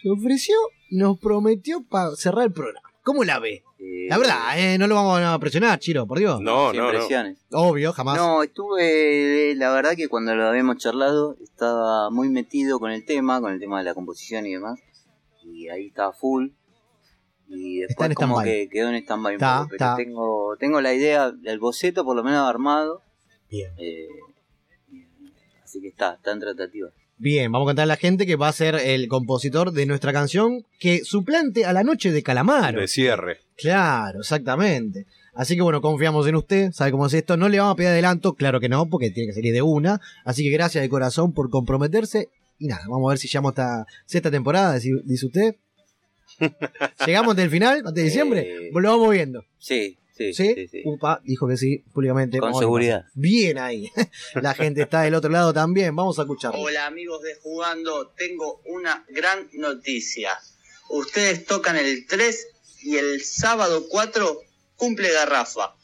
se ofreció y nos prometió para cerrar el programa? ¿Cómo la ve? Y Eh, La verdad, eh, no lo vamos a presionar, Chiro, por Dios. sin presiones. Obvio, jamás. No, estuve, eh, la verdad que cuando lo habíamos charlado estaba muy metido con el tema, con el tema de la composición y demás. Y ahí estaba full. Y después en como stand-by. que quedó en stand-by. un Está, poco, pero está. Tengo, tengo la idea, el boceto por lo menos armado. Eh, Bien. así que está, está en tratativa. Bien, vamos a contarle a la gente que va a ser el compositor de nuestra canción que suplante a la noche de Calamaro. De cierre. Claro, exactamente. Así que bueno, confiamos en usted, sabe cómo es esto. No le vamos a pedir adelanto, claro que no, porque tiene que salir de una. Así que gracias de corazón por comprometerse. Y nada, vamos a ver si llegamos hasta sexta temporada, dice dice usted. ¿Llegamos hasta el final, antes de diciembre? Lo vamos viendo. Sí, Eh, sí. ¿Sí? Upa dijo que sí, públicamente. Con Vamos a ver. seguridad. Bien ahí. La gente está del otro lado también. Vamos a escucharlo. Hola amigos de Jugando, tengo una gran noticia. Ustedes tocan el 3 y el sábado 4 cumple Garrafa.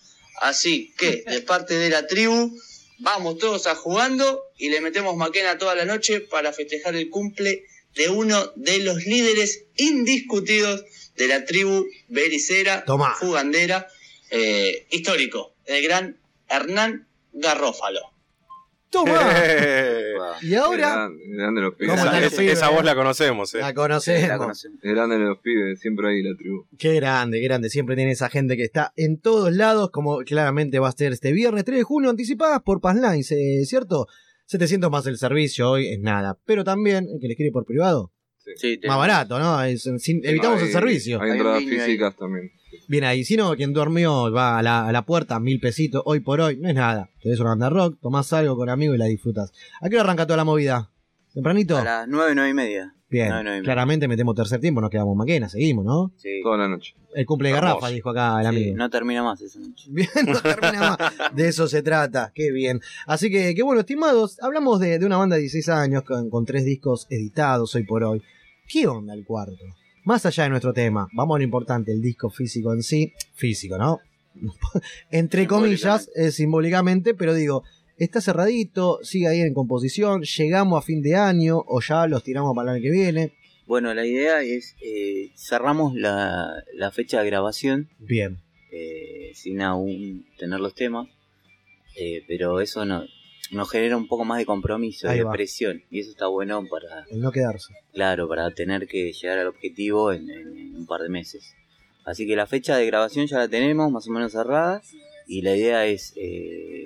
Así que, de parte de la tribu, vamos todos a Jugando y le metemos maquena toda la noche para festejar el cumple de uno de los líderes indiscutidos de la tribu bericera, Tomá. jugandera, eh, histórico, el gran Hernán Garrófalo. Y ahora. Grande los pibes. ¿Cómo están los Esa, pibes, esa eh? voz la conocemos, eh. La conocemos. La Grande los pibes, siempre ahí la tribu. Qué grande, qué grande. Siempre tiene esa gente que está en todos lados, como claramente va a ser este viernes 3 de junio, anticipadas por Pazlines, eh, ¿cierto? 700 más el servicio hoy es nada. Pero también, el que le escribe por privado, más barato, ¿no? Es- eh, sin- evitamos Hay- el servicio. Hay entradas físicas también. Bien ahí, si no, quien durmió va a la, a la puerta, mil pesitos, hoy por hoy, no es nada. Te ves una banda rock, tomás algo con amigos y la disfrutas. ¿A qué hora arranca toda la movida? ¿Tempranito? A las 9, 9 y media. Bien, Nueve, nueve y media. claramente metemos tercer tiempo, nos quedamos maquena, seguimos, ¿no? Toda la noche. El cumple de Hermoso. Garrafa, dijo acá el Sí, amigo. no termina más esa noche. Bien, no termina más. De eso se trata, qué bien. Así que, qué bueno, estimados, hablamos de, de una banda de 16 años con, con tres discos editados hoy por hoy. ¿Qué onda el cuarto? Más allá de nuestro tema, vamos a lo importante, el disco físico en sí, físico, ¿no? Entre comillas, eh, simbólicamente, pero digo, está cerradito, sigue ahí en composición, llegamos a fin de año o ya los tiramos para el año que viene. Bueno, la idea es, eh, cerramos la, la fecha de grabación Bien. eh, sin aún tener los temas, eh, pero eso no, nos genera un poco más de compromiso, Ahí de va. presión, y eso está bueno para, El no quedarse. claro, para tener que llegar al objetivo en, en- en un par de meses. Así que la fecha de grabación ya la tenemos más o menos cerrada y la idea es eh,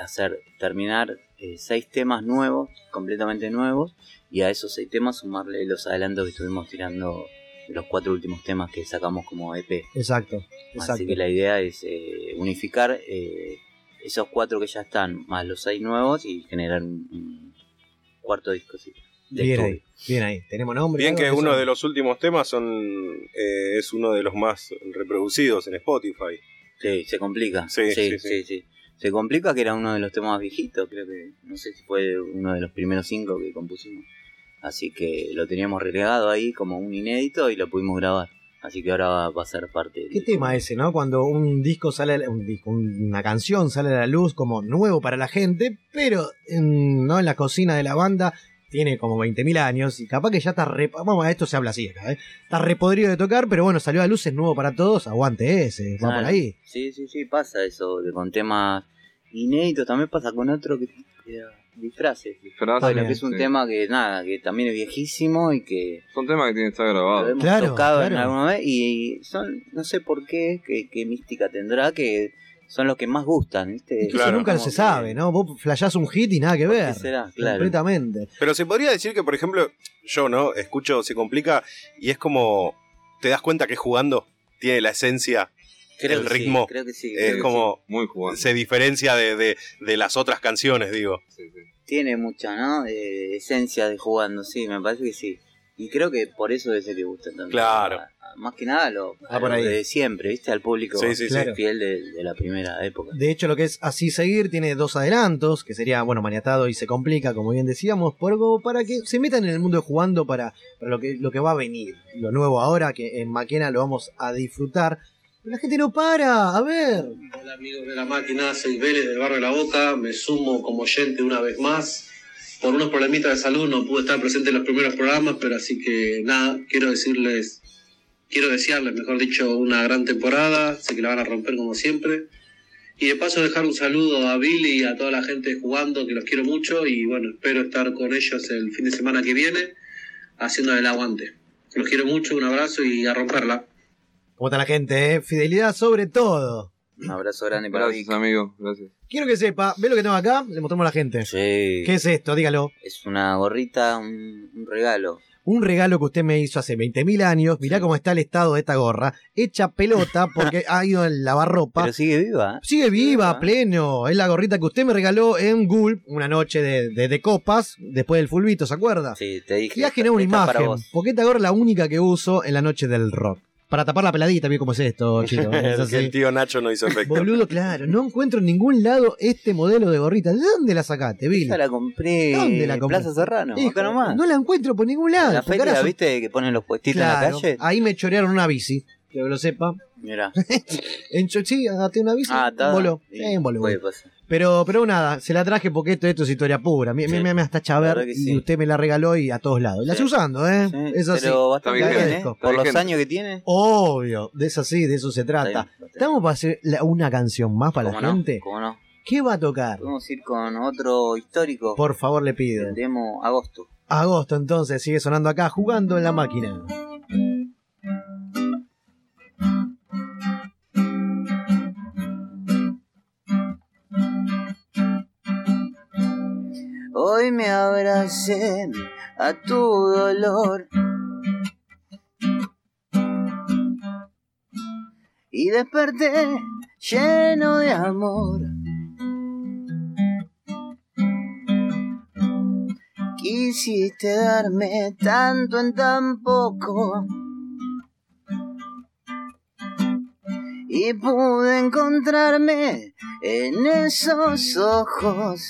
hacer terminar eh, seis temas nuevos, completamente nuevos, y a esos seis temas sumarle los adelantos que estuvimos tirando de los cuatro últimos temas que sacamos como EP. Exacto, exacto. Así que la idea es eh, unificar eh, esos cuatro que ya están, más los seis nuevos, y generar un, un cuarto disco. sí, de Bien estudio. ahí, bien ahí. Tenemos nombre. Bien algo que eso? uno de los últimos temas son eh, es uno de los más reproducidos en Spotify. Sí, se complica. Sí, sí, sí. Se complica que era uno de los temas más viejitos, creo que no sé si fue uno de los primeros cinco que compusimos. Así que lo teníamos relegado ahí como un inédito y lo pudimos grabar. Así que ahora va, va a ser parte del ¿Qué tema ese, no? Cuando un disco sale, a la- un disco, una canción sale a la luz como nuevo para la gente, pero en, no en la cocina de la banda tiene como 20.000 años y capaz que ya está re... Vamos, esto se habla así acá, ¿eh? Está repodrido de tocar, pero bueno, salió a la luz, es nuevo para todos, aguante ese, va Claro. por ahí. Sí, sí, sí, pasa eso de con temas inéditos. También pasa con otro que que, ah, disfraces. Disfraces, Bueno, que es un sí. tema que nada, que también es viejísimo y que Son temas que tienen que estar lo grabados. hemos tocado en alguna vez y son, no sé por qué, qué, qué mística tendrá, que son los que más gustan, ¿viste? Eso nunca se sabe, ¿no? Vos flashás un hit y nada que ver. será? Claro. Ah, Completamente. Pero se podría decir que, por ejemplo, yo, ¿no? Escucho Se Complica y es como. Te das cuenta que jugando tiene la esencia, Creo el que sí, ritmo. creo que sí, creo es que como. Muy Se diferencia de, de- de las otras canciones, digo. Tiene mucha, ¿no? Eh, esencia de jugando, sí, me parece que sí. Y creo que por eso es el que gusta tanto. Claro. A- a- Más que nada lo, Ah, a por lo ahí. de siempre, ¿viste? Al público Sí, sí, sí. Claro. fiel de, de la primera época. De hecho, lo que es así seguir tiene dos adelantos, que sería, bueno, maniatado y se complica, como bien decíamos, por algo para que se metan en el mundo de jugando para, para lo, que, lo que va a venir. Lo nuevo ahora, que en Maquena lo vamos a disfrutar. Pero La gente no para, a ver. amigos de la máquina, soy Vélez del barrio La Boca, me sumo como oyente una vez más. Por unos problemitas de salud no pude estar presente en los primeros programas, pero así que nada, quiero decirles Quiero desearles, mejor dicho, una gran temporada. Sé que la van a romper como siempre. Y de paso dejar un saludo a Billy y a toda la gente jugando, que los quiero mucho. Y bueno, espero estar con ellos el fin de semana que viene, haciendo el aguante. Los quiero mucho, un abrazo y a romperla. ¿Cómo está la gente, eh? Fidelidad sobre todo. Un abrazo grande para Gracias, amigo. Gracias. Quiero que sepa, ve lo que tengo acá, le mostramos a la gente. Sí. ¿Qué es esto? Dígalo. Es una gorrita, un, un regalo. Un regalo que usted me hizo hace 20.000 años. Mirá cómo está el estado de esta gorra. Hecha pelota porque ha ido en lavarropa. Pero sigue viva. ¿eh? Sigue viva, a pleno. Es la gorrita que usted me regaló en Gulp una noche de, de- de copas, después del fulbito, ¿se acuerda? Sí, te dije. Y ha generado una esta es para imagen. vos. Porque esta gorra es la única que uso en la noche del rock. Para tapar la peladita, ¿vieron cómo es esto, chicos? Es que el así. tío Nacho no hizo efecto. Boludo, claro, no encuentro en ningún lado este modelo de gorrita. ¿De dónde la sacaste, Billy? Esa la compré ¿Dónde la en compré? Plaza Serrano, Hijo, acá nomás. No la encuentro Ah, por ningún lado. En la porque feria, ahora son- ¿viste? Que ponen los puestitos en Claro, la calle. ahí me chorearon una bici, que lo sepa. Mirá. En Cho- sí, agarré una bici, Ah, está. voló. Sí, Eh, voló. puede pasar. Pero, pero nada, se la traje porque esto, esto es historia pura. Me, me, me hasta la chaver verdad y que sí. usted me la regaló y a todos lados. Y la Sí. estoy usando, ¿eh? es así. Pero bastante Le bien, ¿eh? agradezco. Por los años que tiene. Obvio, de eso sí, de eso se Está trata. bien, Estamos para hacer la- una canción más para ¿Cómo la no? gente. ¿Cómo no? ¿Qué va a tocar? Podemos ir con otro histórico. Por favor, le pido. El demo Agosto. Agosto entonces sigue sonando acá, jugando en la máquina. Hoy me abracé a tu dolor. Y desperté lleno de amor. Quisiste darme tanto en tan poco. Y pude encontrarme en esos ojos.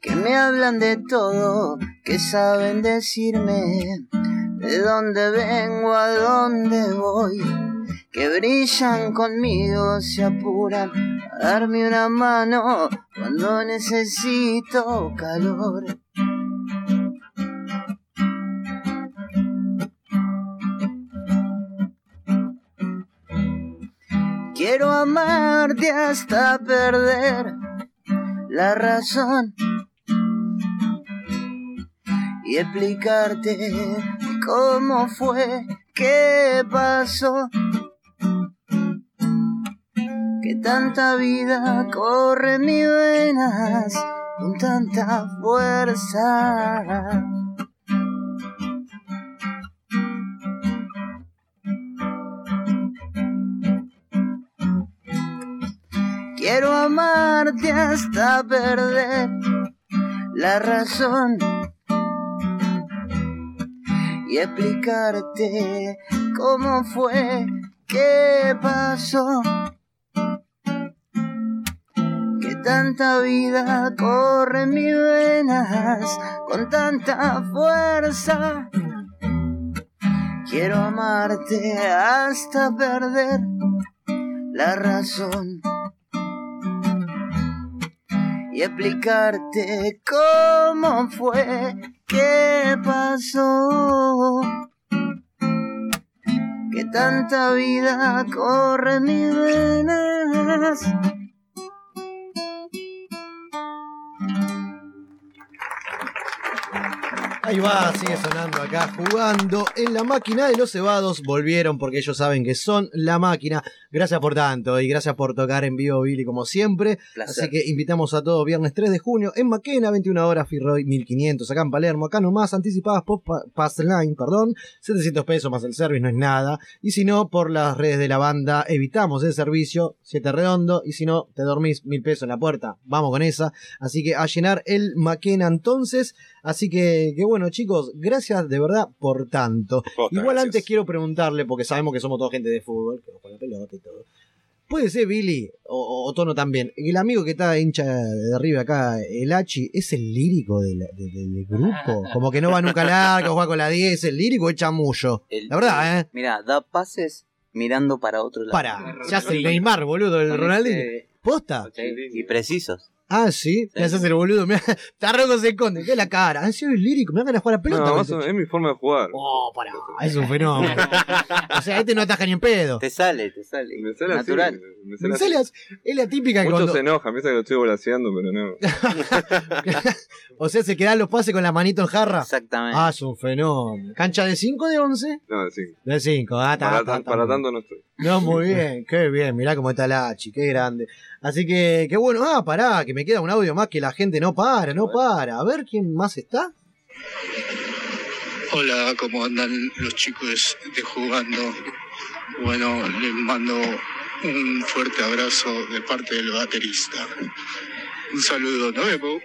que me hablan de todo, que saben decirme de dónde vengo, a dónde voy, que brillan conmigo, se apuran a darme una mano cuando necesito calor. Quiero amarte hasta perder la razón y explicarte cómo fue, qué pasó, que tanta vida corre en mis venas con tanta fuerza. Quiero amarte hasta perder la razón y explicarte cómo fue, qué pasó, que tanta vida corre en mis venas con tanta fuerza. Quiero amarte hasta perder la razón y explicarte cómo fue, qué pasó. Que tanta vida corre en mis venas. Ahí va, sigue sonando acá, jugando en la máquina de los cebados. Volvieron porque ellos saben que son la máquina. Gracias por tanto y gracias por tocar en vivo, Billy, como siempre. Placer. Así que invitamos a todos viernes 3 de junio en Maquena, 21 horas, Firroy 1500, acá en Palermo, acá nomás, anticipadas por pa- Pass Line, perdón, 700 pesos más el service, no es nada. Y si no, por las redes de la banda, evitamos el servicio, 7 redondo, y si no, te dormís mil pesos en la puerta, vamos con esa. Así que a llenar el Maquena entonces. Así que, que bueno, chicos, gracias de verdad por tanto. Igual antes quiero preguntarle, porque sabemos que somos toda gente de fútbol, que con la pelota y todo. Puede ser Billy o, o- o Tono también. El amigo que está hincha de arriba acá, el Hachi, es el lírico del, de- de- del grupo. Como que no va nunca al arco, juega con la 10, el lírico es chamullo. El- la verdad, ¿eh? Mirá, da pases mirando para otro lado. Para, se hace el Neymar, boludo, el Con este Ronaldinho. ese- ¿Posta? Sí, Y precisos. Ah, sí, me haces el boludo. Mirá, Tarroco se esconde, ¿qué la cara? Han sido lírico, me van a jugar a la pelota. No, con más este o menos, es mi forma de jugar. Oh, pará. Ah, es un fenómeno. o sea, este no ataja ni en pedo. Te sale, te sale. Me sale así, Natural. me sale Me así. sale así. es la típica que Muchos cuando. se enojan, piensan que lo estoy volaseando, pero no. O sea, se quedan los pases con la manito en jarra. Exactamente. Ah, es un fenómeno. ¿Cancha de 5 de 11? No, sí. De 5, ah, está. Para, está, tan- está para muy tanto no estoy. No, muy bien, qué bien, mirá cómo está Lachi, qué grande. Así que, qué bueno, ah, pará, que me queda un audio más que la gente no para, no para. A ver quién más está. Hola, ¿cómo andan los chicos de jugando? Bueno, les mando un fuerte abrazo de parte del baterista. Un saludo, nos vemos.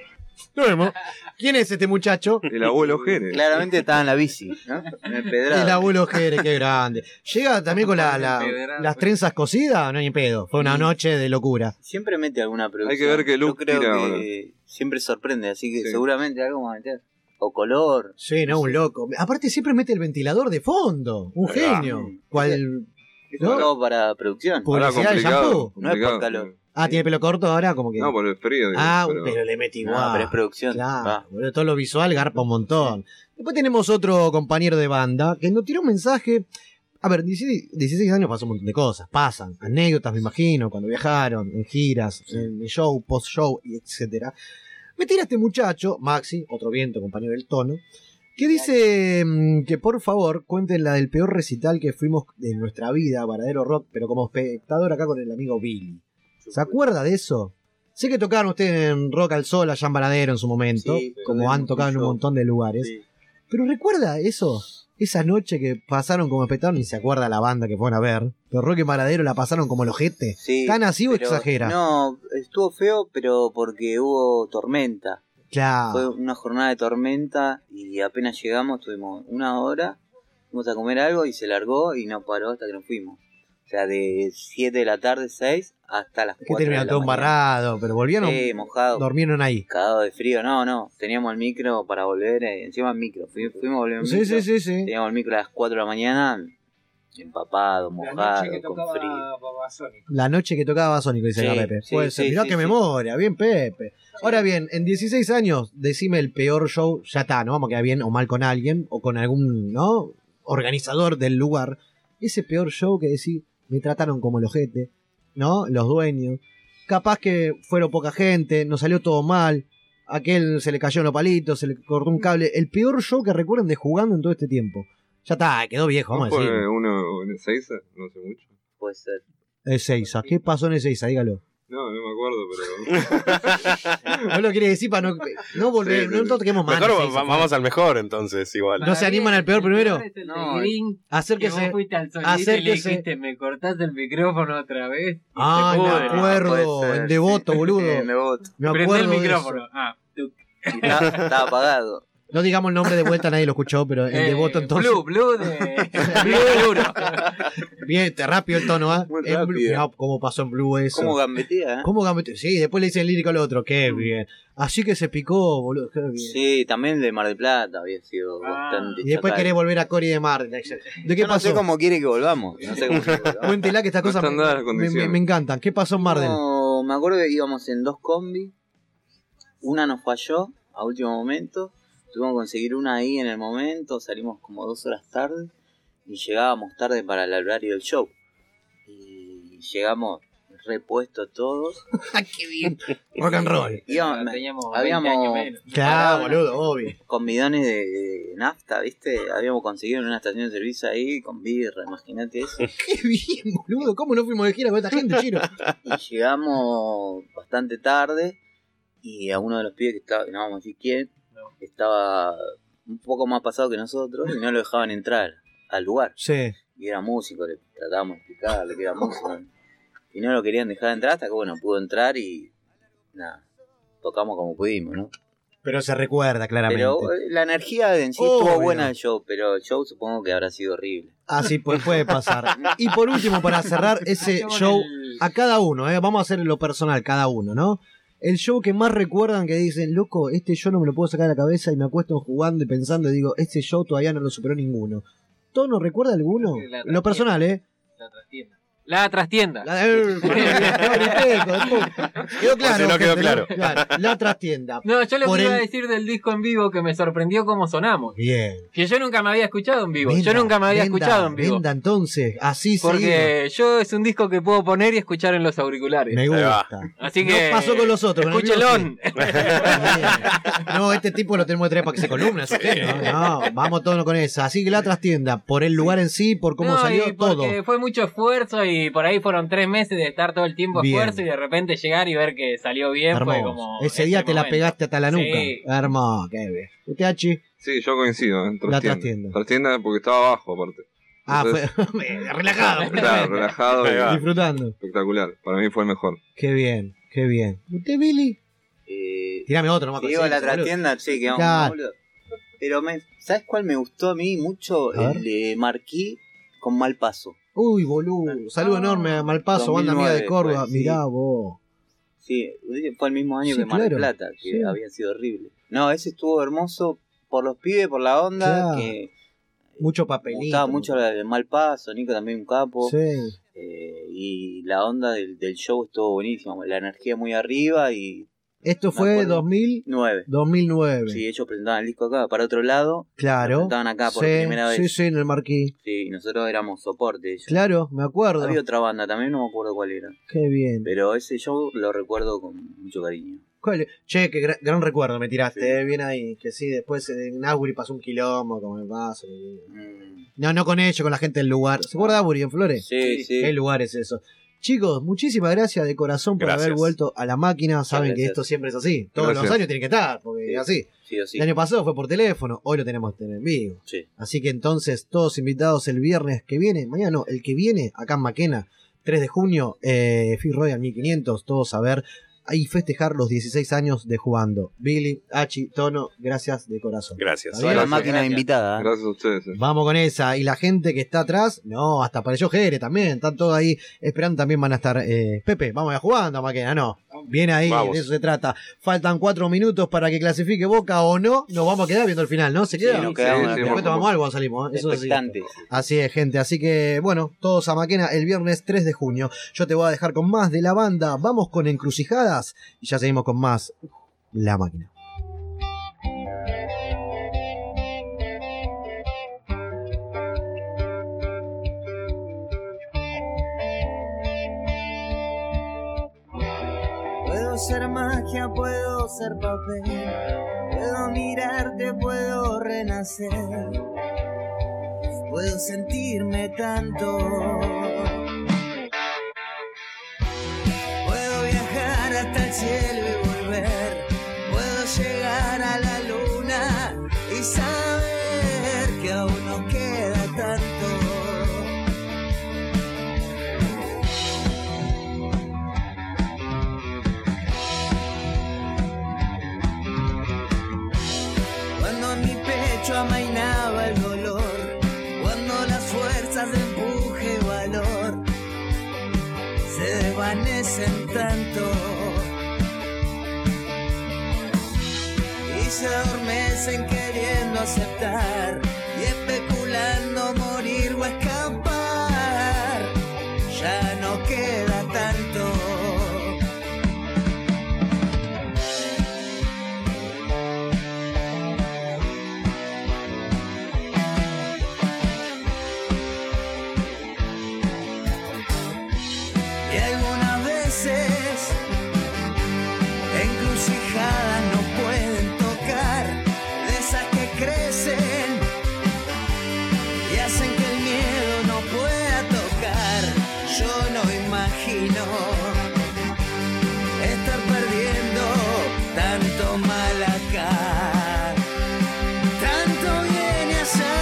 Nos vemos. ¿Quién es este muchacho? El abuelo Jerez. Claramente estaba en la bici, ¿no? En el pedrado. El abuelo Jerez, qué grande. Llega también con la- la- las trenzas cosidas, no ni pedo. Fue una noche de locura. Siempre mete alguna producción. Hay que ver qué Yo look creo tira que siempre sorprende, así que Sí. seguramente algo va a meter. O color. Sí, no, un loco. Aparte siempre mete el ventilador de fondo. Un Ahí va. genio. Cual... ¿no? Todo para producción. Publicidad Ahora de complicado, shampoo. No es complicado. por calor. Ah, tiene pelo corto ahora, como que... No, por el frío. digo, Ah, pero le mete No, igual. pero es producción. Claro, Va. boludo, todo lo visual garpa un montón. Después tenemos otro compañero de banda que nos tiró un mensaje. A ver, 16, 16 años pasó un montón de cosas, pasan, anécdotas me imagino, cuando viajaron, en giras, en show, post-show, y etcétera. Me tira este muchacho, Maxi, otro viento, compañero del tono, que dice mm, que por favor cuenten la del peor recital que fuimos de nuestra vida, verdadero rock, pero como espectador acá con el amigo Billy. ¿Se acuerda de eso? Sé que tocaron ustedes en Rock al Sol, allá en Varadero en su momento, Sí, pero como han tocado en un montón de lugares. Pero recuerda eso, esa noche que pasaron como espectador, ni se acuerda la banda que fueron a ver, pero Rock en Varadero la pasaron como el ojete. Sí, ¿Tan así o pero- exagera? No, estuvo feo, pero porque hubo tormenta. Claro. Fue una jornada de tormenta y apenas llegamos tuvimos una hora, fuimos a comer algo y se largó y no paró hasta que nos fuimos. O sea, de 7 de la tarde, 6 hasta las Es 4 que de la terminaron todo mañana. embarrado, pero volvieron, Sí, mojado. dormieron ahí. Cagado de frío, no, no. Teníamos el micro para volver, eh, encima el micro. Fui- fuimos a volver en Sí, micro. sí, sí, sí. Teníamos el micro a las 4 de la mañana, empapado, La noche mojado, que con frío. tocaba Babasónico. La noche que tocaba Sónico, dice Sí, acá Pepe. sí, Puede ser. sí, Mirá sí, qué sí. memoria, bien Pepe. Ahora bien, en 16 años, decime el peor show, ya está, no vamos a quedar bien o mal con alguien, o con algún, ¿no? Organizador del lugar. Ese peor show que decís, me trataron como el ojete, ¿no? Los dueños. Capaz que fueron poca gente, nos salió todo mal. Aquel se le cayó en los palitos, se le cortó un cable. El peor show que recuerden de jugando en todo este tiempo. Ya está, quedó viejo, ¿No vamos a fue decir. uno en Ezeiza? No sé mucho. Puede ser. Ezeiza, ¿qué pasó en Ezeiza? Dígalo. No, no me acuerdo, pero. No lo quiere decir para no, no volver, Sí, sí, no sí. toquemos más. Mejor no sé, va- eso fue. vamos al mejor entonces, igual. ¿No se animan al peor primero? No, eh. Green, Acérquese. que vos fuiste al solista y le acérquese. dijiste, me cortaste el micrófono otra vez. Este y Ah, se me pudre". acuerdo, en devoto, boludo. En devoto. Me Prendé acuerdo el de micrófono. eso. Ah, tú. Está- Estaba apagado. No digamos el nombre de vuelta, nadie lo escuchó, pero el Eh, devoto entonces. Blue, Blue de- Blue. Bien, te rápido el tono, ¿ah? Muy En Blue- rápido. Mirá cómo pasó en Blue eso. ¿Cómo gambetea? eh? Mm. ¿Cómo gambetea? Sí, después le dicen lírico al otro, qué bien. Así que se picó, boludo, qué bien. Sí, también de Mar del Plata había sido bastante. Y después chacal. querés volver a Cory de Mar. ¿De qué Yo no sé pasó? cómo quiere que volvamos. No sé cómo quiere que volvamos. Cuéntela que estas cosas me, están dadas las me- condiciones. me encantan. ¿Qué pasó en Marden? No, me acuerdo que íbamos en dos combi. Una nos falló a último momento. Tuvimos que conseguir una ahí en el momento. Salimos como dos horas tarde. Y llegábamos tarde para el horario del show. Y llegamos repuestos todos. ¡Qué bien! Rock and roll. Íbamos- Teníamos 20 habíamos años menos. Claro, parado boludo, obvio. con bidones de, de nafta, ¿viste? Habíamos conseguido en una estación de servicio ahí con birra, imagínate eso. Qué bien, boludo. ¿Cómo no fuimos de gira con esta gente, Chiro? Y llegamos bastante tarde y a uno de los pibes que estaba, que no vamos a decir quién, estaba un poco más pasado que nosotros y no lo dejaban entrar al lugar. Sí. Y era músico, le tratábamos de explicarle que era músico. Y no lo querían dejar entrar hasta que, bueno, pudo entrar y nada, tocamos como pudimos, ¿no? Pero se recuerda claramente. Pero eh, la energía en sí Obvio. estuvo buena el show, pero el show supongo que habrá sido horrible. Así pues puede pasar. Y por último, para cerrar ese show, a cada uno, eh, vamos a hacer lo personal, cada uno, ¿no? El show que más recuerdan que dicen, loco, este yo no me lo puedo sacar de la cabeza y me acuesto jugando y pensando y digo, este show todavía no lo superó ninguno. ¿Tono recuerda alguno? la Lo personal, ¿eh? La otra tienda. La trastienda. La, eh, Quedó claro. si no quedó gente, claro. La trastienda. No, yo lo Por que iba a el- decir del disco en vivo que me sorprendió cómo sonamos. Bien. Que yo nunca me había escuchado en vivo. Venda, yo nunca me había venda, escuchado en vivo. Venda entonces, así Porque yo es un disco que puedo poner y escuchar en los auriculares. Me gusta. Así No que. pasó con los otros, con el mío Escúchelón. seguimos. No, este tipo lo tenemos que traer para que se columna, así que no, no, vamos todos con esa. Así que la trastienda, por el lugar en sí, por cómo No, y salió todo. porque Fue mucho esfuerzo y por ahí fueron tres meses de estar todo el tiempo Bien. esfuerzo y de repente llegar y ver que salió bien fue Hermoso. como. Ese día te la momento. pegaste hasta la nuca. Sí. Hermoso, qué bien. ¿Usted, Hachi? Sí, yo coincido. ¿eh? La Trastienda. trastienda. Trastienda porque estaba abajo, aparte. Ah, Entonces, fue relajado. claro, relajado y Ahí va. Disfrutando. Espectacular. Para mí fue el mejor. Qué bien, qué bien. ¿Usted, Billy? Tirame otro, nomás. Eh, Te digo la consejos, boludo. trastienda, sí, que Claro. vamos, boludo. Pero me, ¿sabes cuál me gustó a mí mucho? A el de Marquí con mal paso. Uy, boludo. Saludo enorme a Malpaso, banda mía de 2009 Córdoba. fue, sí. Mirá vos. Sí, fue el mismo año Sí, que Mar del claro. Plata, que Sí. había sido horrible. No, ese estuvo hermoso por los pibes, por la onda, Claro. que Mucho me papelito. gustaba mucho el mal paso, Nico también un capo. Sí. eh, y la onda del, del show estuvo buenísimo, la energía muy arriba y Esto fue 2000, 9. 2009. Sí, ellos presentaban el disco acá, para otro lado, Claro. Estaban acá por sí, primera Sí, vez. sí, en el marquí. Sí, y nosotros éramos soporte. de ellos. Claro, me acuerdo. Había otra banda también, no me acuerdo cuál era. Qué bien. Pero ese show lo recuerdo con mucho cariño. ¿Cuál- Che, qué gra- gran, recuerdo me tiraste, eh, bien ahí. Que sí, después en Auguri pasó un quilombo, como me pasa. y- No, no con ellos, con la gente del lugar. ¿Se acuerda Auguri en Flores? Mm. Sí, sí. ¿Qué lugar es eso? Chicos, muchísimas gracias de corazón por Gracias. haber vuelto a la máquina. Saben que gracias. esto siempre es así. Todos los Gracias. años tiene que estar, porque es así. Sí o sí. El año pasado fue por teléfono, hoy lo tenemos que tener en vivo. Así que entonces, todos invitados el viernes que viene, mañana no, el que viene, acá en Maquena, 3 de junio, eh, Fit Royal 1500, todos a ver y festejar los 16 años de jugando. Billy, Hachi, Tono, gracias de corazón. Gracias. ¿Está bien? invitada. Gracias a ustedes. eh. Vamos con esa. Y la gente que está atrás, no, hasta apareció Jere también. Están todos ahí esperando. También van a estar. eh, Pepe, vamos a jugando, Maquena, no. Bien ahí, Vamos. de eso se trata. Faltan cuatro minutos para que clasifique Boca o no. Nos vamos a quedar viendo el final, ¿no? ¿Se Sí, queda? nos quedamos. Sí, sí, vamos. Después tomamos algo, salimos. ¿eh? Eso es así. Expectantes. Así es, gente. Así que, bueno, todos a Maquena el viernes 3 de junio. Yo te voy a dejar con más de la banda. Vamos con Encrucijadas y ya seguimos con más La Máquina. Puedo ser magia, puedo ser papel, puedo mirarte, puedo renacer, puedo sentirme tanto. Puedo viajar hasta el cielo y volver, puedo llegar a la luna y saber que aún nos queda tanto. Cuando en mi pecho amainaba el dolor, cuando las fuerzas de empuje y valor se desvanecen tanto y se adormecen queriendo aceptar y especulando morir o escapar, ya no queda tanto. Y algunas veces encrucijadas no pueden tocar, de esas que crecen y hacen que el miedo no pueda tocar. Yo no imagino estar perdiendo tanto mal acá, tanto bien y allá.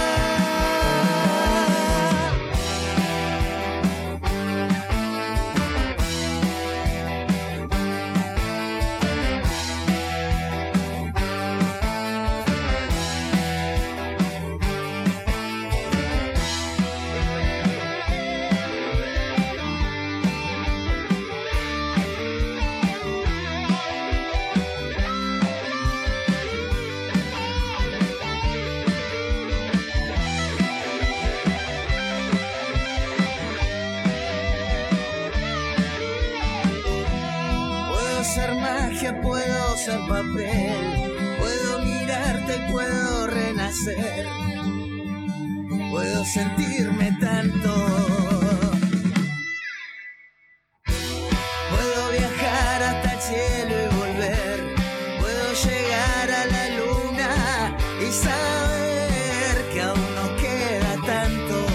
papel. Puedo mirarte, puedo renacer. Puedo sentirme tanto. Puedo viajar hasta el cielo y volver. Puedo llegar a la luna y saber que aún no queda tanto.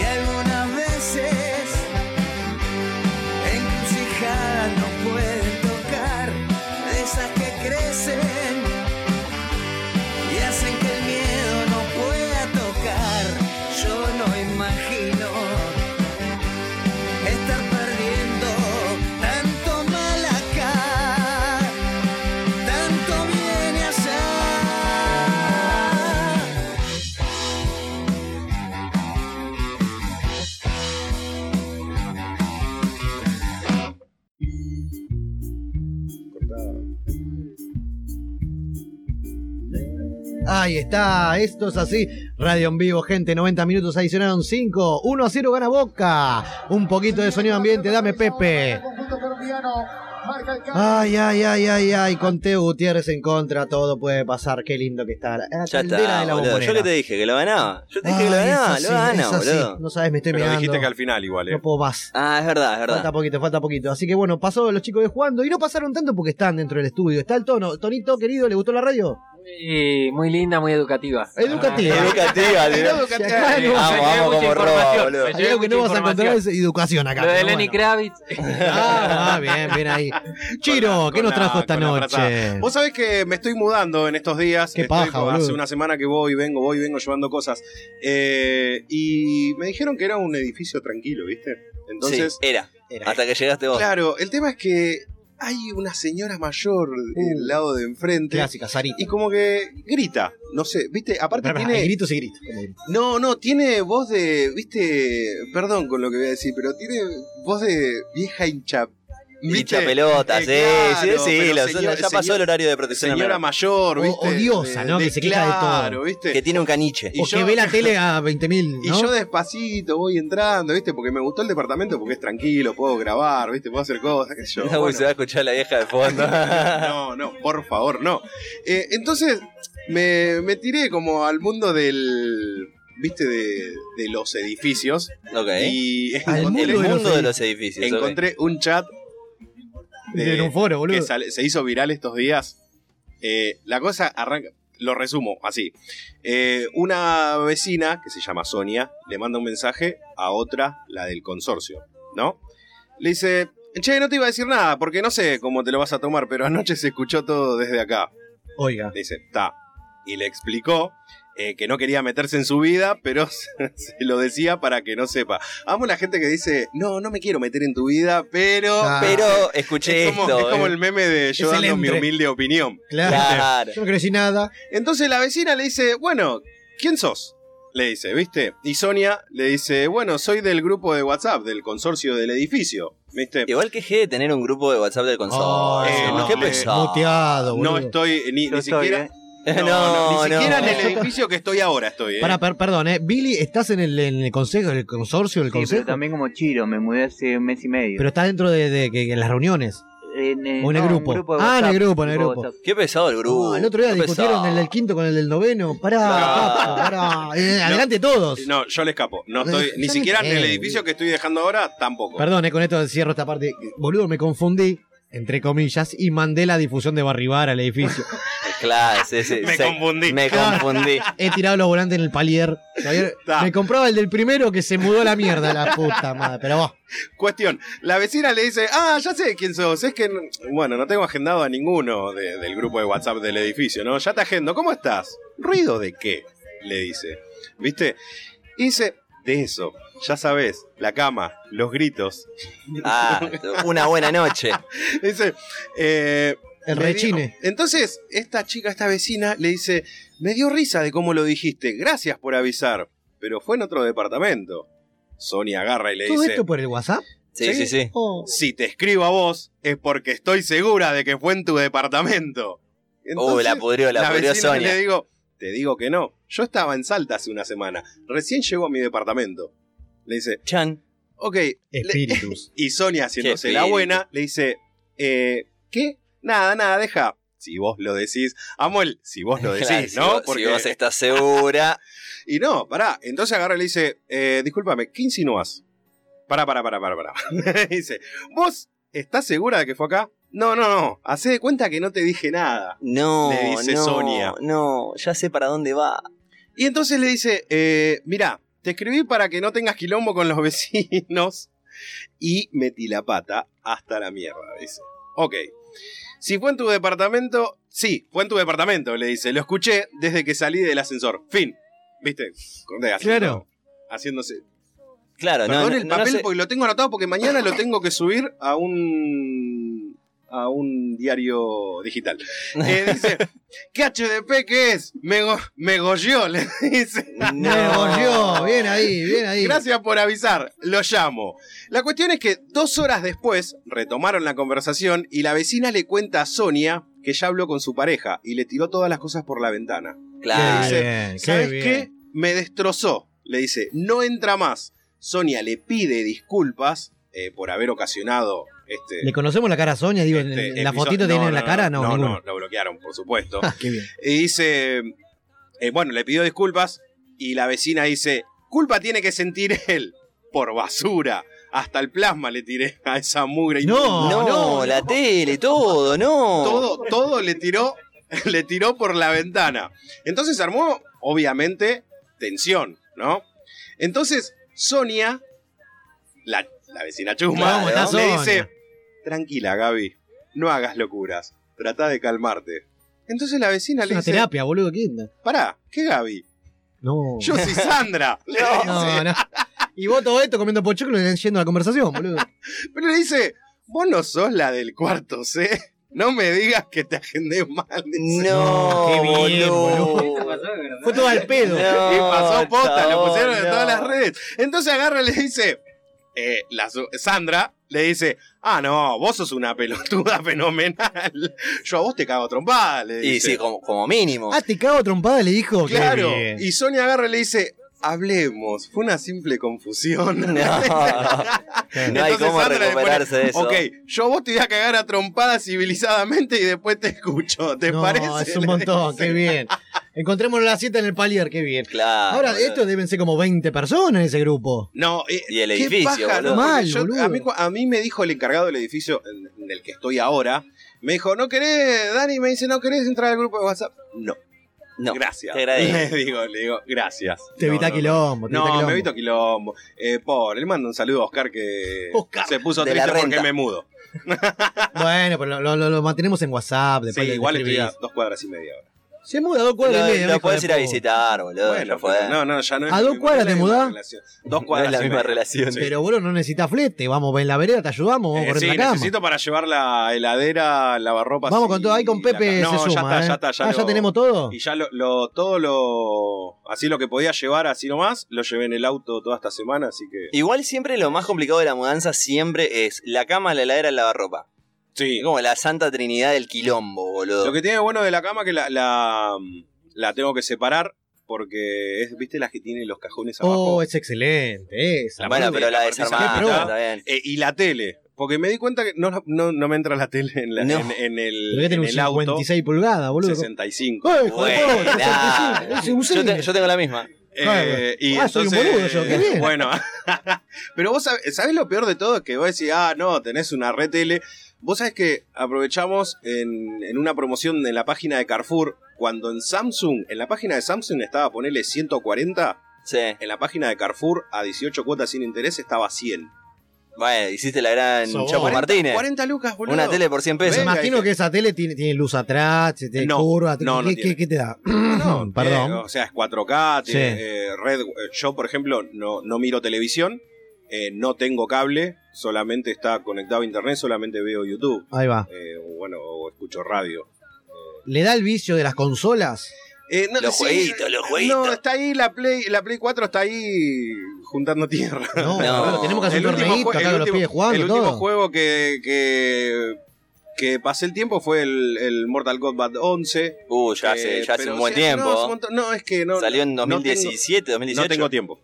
Y algunas veces encrucijadas no pueden tocar, de esas que crecen y hacen que el miedo no pueda tocar. Yo no imagino estar perdiendo tanto mal acá, tanto bien y allá. Ahí está, esto es así. Radio en vivo, gente, 90 minutos adicionaron 5. 1 a 0 gana Boca. Un poquito de sonido ambiente, dame Pepe. Ay, ay, ay, ay, ay, con Teo Gutiérrez en contra, todo puede pasar. Qué lindo que está. La Ya caldera está, de la boludo. Yo bombonera. que te dije, que lo ganaba. Yo te dije Ay, que lo ganaba, es lo así, gana, es así. boludo. No sabes, me estoy Pero mirando. dijiste que al final igual, eh. No puedo más. Ah, es verdad, es verdad. Falta poquito, falta poquito. Así que bueno, pasó los chicos de jugando y no pasaron tanto porque están dentro del estudio. Está el tono. Tonito, querido, ¿le gustó la radio? Muy, muy linda, muy educativa. Educativa. Educativa, Educativa. Eh, Vamos, vamos como robo, boludo. Me llevé Algo que no mucha vas a encontrar es información. educación acá. Lo de pero Lenny bueno. Kravitz. Ah, ah, bien, bien ahí. Chiro, ¿qué nos trajo esta con la noche? frazada. Vos sabés que me estoy mudando en estos días. Qué Estoy- paja, boludo. Hace una semana que voy, vengo, voy, vengo llevando cosas. Eh, y me dijeron que era un edificio tranquilo, ¿viste? Entonces, Sí, era. Hasta que llegaste vos. Claro, el tema es que hay una señora mayor del lado de enfrente. Clásica, Sarita. Y como que grita, no sé, viste, aparte Pará, tiene... hay gritos y gritos. No, no, tiene voz de, viste, perdón con lo que voy a decir, pero tiene voz de vieja hincha... Eh, Hincha pelota, sí, sí, sí, pero lo- ya pasó el horario de protección al Señora menor. mayor, O- viste. odiosa, ¿no? Que se queja de todo. claro, viste. Que tiene un caniche. Y o yo- que ve la tele a 20.000, Y ¿no? yo despacito voy entrando, ¿viste? Porque me gustó el departamento porque es tranquilo, puedo grabar, ¿viste? Puedo hacer cosas, qué sé yo. No, pues, ah. uy, Bueno, se va a escuchar la vieja de fondo. no, no, por favor, no. Eh, entonces me, me tiré como al mundo del. ¿Viste? De, de los edificios. Ok. Y Al encontré- mundo de los El mundo de los edificios, ok. Encontré un chat. de- En un foro, boludo. Eh, Que sale- se hizo viral estos días. Eh, la cosa arranca. Lo resumo así. Eh, una vecina, que se llama Sonia, le manda un mensaje a otra, la del consorcio, ¿no? Le dice, che, no te iba a decir nada, porque no sé cómo te lo vas a tomar, pero anoche se escuchó todo desde acá. Oiga. Le dice, ta. Y le explicó eh, que no quería meterse en su vida, pero se se lo decía para que no sepa. Amo la gente que dice, no, no me quiero meter en tu vida, pero... Ah. Pero escuché es como, esto, Es como eh. el meme de yo Es el dando mi entre. humilde opinión. Claro. Claro. Yo no crecí nada. Entonces la vecina le dice, bueno, ¿quién sos? Le dice, ¿viste? Y Sonia le dice, bueno, soy del grupo de WhatsApp, del consorcio del edificio. ¿Viste? Igual que de tener un grupo de WhatsApp del Oh, consorcio. Eh, no, qué le- pesado. Muteado, boludo. No estoy, ni, Yo ni estoy, siquiera... ¿eh? No, No, no, ni no. siquiera en el edificio que estoy ahora estoy, ¿eh? Pará, per- perdón, ¿eh? Billy, ¿estás en el, en el consejo, en el consorcio, el Sí, consejo? pero Pero, también como Chiro, me mudé hace un mes y medio. estás dentro de, de- que, en las reuniones. En, eh, o en el no, un grupo. de Ah, en el WhatsApp, grupo, en el de grupo. WhatsApp. Qué pesado el grupo. No, Ah, el otro día Qué discutieron pesado. el del quinto con el del noveno. Pará, Claro. papa, pará. Eh, No. adelante todos. No, yo le escapo. No No, estoy, yo ni no siquiera en creo, el edificio que estoy dejando ahora, tampoco. Perdón, eh, con esto cierro esta parte. Boludo, me confundí, entre comillas, y mandé la difusión de Barribar al edificio. Claro, sí, sí. Me sí. confundí. Me confundí. He tirado los volantes en el palier. Todavía- Ta. Me compraba el del primero que se mudó a la mierda, la puta madre. Pero vos. Cuestión, la vecina le dice, ah, ya sé quién sos, es que, bueno, no tengo agendado a ninguno de- del grupo de WhatsApp del edificio, ¿no? Ya te agendo, ¿cómo estás? ¿Ruido de qué? Le dice, ¿viste? Y dice, de eso, ya sabes, la cama, los gritos. Ah, una buena noche. dice, eh, El me dio- rechine. Entonces, esta chica, esta vecina, le dice, me dio risa de cómo lo dijiste, gracias por avisar, pero fue en otro departamento. Sonia agarra y le ¿Todo dice... esto por el WhatsApp? Oh. Si te escribo a vos, es porque estoy segura de que fue en tu departamento. Uh, la pudrió, la pudrió vecina Sonia. Le digo, te digo que no. Yo estaba en Salta hace una semana. Recién llegó a mi departamento. Le dice, Chan. Ok. Espíritus. y Sonia, haciéndose Qué la espíritu. buena, le dice, eh, ¿qué? Nada, nada, deja. Si vos lo decís. Amol, si vos lo Claro, decís, si ¿no? vos- si vos estás segura. y no, pará. Entonces agarra y le dice, eh, discúlpame, ¿qué insinúas? Pará, pará, pará, pará, pará. dice, ¿vos estás segura de que fue acá? No, no, no. Hacé de cuenta que no te dije nada. No, Le dice no, Sonia. No, ya sé para dónde va. Y entonces le dice, eh, mirá, te escribí para que no tengas quilombo con los vecinos. Y metí la pata hasta la mierda, dice. Ok. Si fue en tu departamento, sí, fue en tu departamento, le dice. Lo escuché desde que salí del ascensor. Fin. ¿Viste? Con- de- haciendo- Haciéndose. Claro, no, Perdón no, el no, no papel sé. porque lo tengo anotado porque mañana lo tengo que subir a un a un diario digital. Eh, dice, ¿qué HDP que es? Me, go- me goyó, le dice. Me goyó, bien ahí, bien ahí. Gracias por avisar, lo llamo. La cuestión es que dos horas después retomaron la conversación y la vecina le cuenta a Sonia que ya habló con su pareja y le tiró todas las cosas por la ventana. Le Claro. dice, Qué bien, qué ¿sabes bien". qué? Este Me destrozó. Le dice, no entra más. Sonia le pide disculpas eh, por haber ocasionado este. ¿Le conocemos la cara a Sonia? Digo, en- este en la episodio- fotito No, tiene no, la no, cara, no, no, ninguna. no, lo bloquearon, por supuesto. Ah, qué bien. Y dice, eh, bueno, le pidió disculpas y la vecina dice, culpa tiene que sentir él por basura. Hasta el plasma le tiré a esa mugre. No, inmunda". no, la tele, todo, no. Todo, todo le tiró, le tiró por la ventana. Entonces se armó, obviamente, tensión, ¿no? Entonces Sonia, la, la vecina chusma, Vamos, está le Sonia. dice, tranquila Gaby, no hagas locuras, trata de calmarte. Entonces la vecina Es le una dice, terapia, boludo. ¿qué onda? pará, ¿qué Gaby? No. Yo soy Sandra. Le dice. No, no. Y vos todo esto comiendo pochoclo y yendo a la conversación, boludo. Pero le dice, vos no sos la del cuarto C. No me digas que te agendé mal. dice. No, Qué bien, boludo. Fue todo al pedo. y pasó posta, lo chabón, pusieron en no. todas las redes. Entonces agarra y le dice, eh, la su- Sandra le dice, ah, no, vos sos una pelotuda fenomenal. Yo a vos te cago a trompada, le Y dice. sí, como, como mínimo. Ah, te cago a trompada, le dijo. Qué Claro. bien. Y Sonia agarra y le dice, hablemos, fue una simple confusión. No, no hay Entonces cómo Sandra le pone, recuperarse de eso. Ok, yo a vos te voy a cagar a trompadas civilizadamente y después te escucho. ¿Te No, parece? es un Le montón, dice. qué bien. Encontrémonos la cita en el palier, qué bien. Ah, Claro. Ahora, boludo. esto deben ser como 20 personas en ese grupo. No, eh, Y el qué edificio, paja, boludo. ¿no? Porque Mal, yo- boludo. a, mí, cu- a mí me dijo el encargado del edificio en, en el que estoy ahora, me dijo, ¿no querés, Dani? Me dice, ¿no querés entrar al grupo de WhatsApp? No. No, gracias. te agradezco. Le digo, le digo, gracias. Te No, evita no, no. quilombo, te evita No, quilombo. me evito quilombo. Eh, pobre, le mando un saludo a Oscar que Oscar, se puso de la triste porque renta. me mudo. Bueno, pero lo, lo- lo mantenemos en WhatsApp. Sí, Después le- le igual estoy escribís. a dos cuadras y media ahora. Se muda a dos cuadras y Lo, media. lo viejo podés de ir a puta. visitar, boludo. Bueno, ya fue. pero no, no, ya no es ¿A mi- dos no cuadras es te la misma mudás? relación. Dos No cuadras es la y misma media. relación. Sí. Pero boludo, no necesitas flete. Vamos en la vereda, te ayudamos, vamos Eh, a correr sí, la cama. necesito para llevar la heladera, lavarropas. Vamos y con todo. Ahí la con Pepe ca- No, se ya suma. está, ¿eh? ya está. Ya, Ah, lo- tenemos todo. Y ya lo, lo- todo lo. Así lo que podía llevar, así nomás, lo llevé en el auto toda esta semana, así que. Igual siempre lo más complicado de la mudanza siempre es la cama, la heladera, el lavarropa. Sí. Es como la santa trinidad del quilombo, boludo. Lo que tiene bueno de la cama que la, la, la tengo que separar porque es, ¿viste las que tiene los cajones abajo? Oh, es excelente. Esa, bueno, boludo. pero la Qué desarmada pro. está bien. Eh, y la tele. Porque me di cuenta que no, no, no me entra la tele en, la- No. en, en el, Pero que en tiene un el auto. 56 pulgadas, boludo. 65. ¡Eh, hijo de puta! Buena. Es un Yo, cine. te- yo tengo la misma. Eh, y Ah, soy un entonces, boludo yo, qué bien. Bueno, pero vos sabés, ¿sabés lo peor de todo, que vos decís, ah, no, tenés una red tele. Vos sabés que aprovechamos en, en una promoción en la página de Carrefour, cuando en Samsung, en la página de Samsung estaba ponerle 140, Sí. en la página de Carrefour a 18 cuotas sin interés estaba 100. Bueno, hiciste la gran Sobó. Chapo 40, Martínez. 40 lucas, boludo. Una tele por 100 Pues Me pesos. imagino que esa tele tiene, tiene luz atrás, tiene No, curva. ¿qué- no, no qué, tiene. qué- qué te da? No, Perdón. eh, o sea, es 4K, Sí. tiene, eh, red. eh, Yo, por ejemplo, no, no miro televisión, eh, no tengo cable, solamente está conectado a internet, solamente veo YouTube. Ahí va. Eh, o bueno, o escucho radio. ¿Le da el vicio de las consolas? Eh, no, Los jueguitos, los jueguitos. No, está ahí la Play, la Play 4 está ahí juntando tierra. No, boludo, tenemos que hacer El un último torneito jue- acá el con los último- pibes jugando El y último todo. juego que, que, que pasé el tiempo fue el, el Mortal Kombat 11. Uh, ya hace- ya hace pero, un buen tiempo. No, hace un montón- no, es que no. Salió en no tengo- 2017, 2018. No tengo tiempo.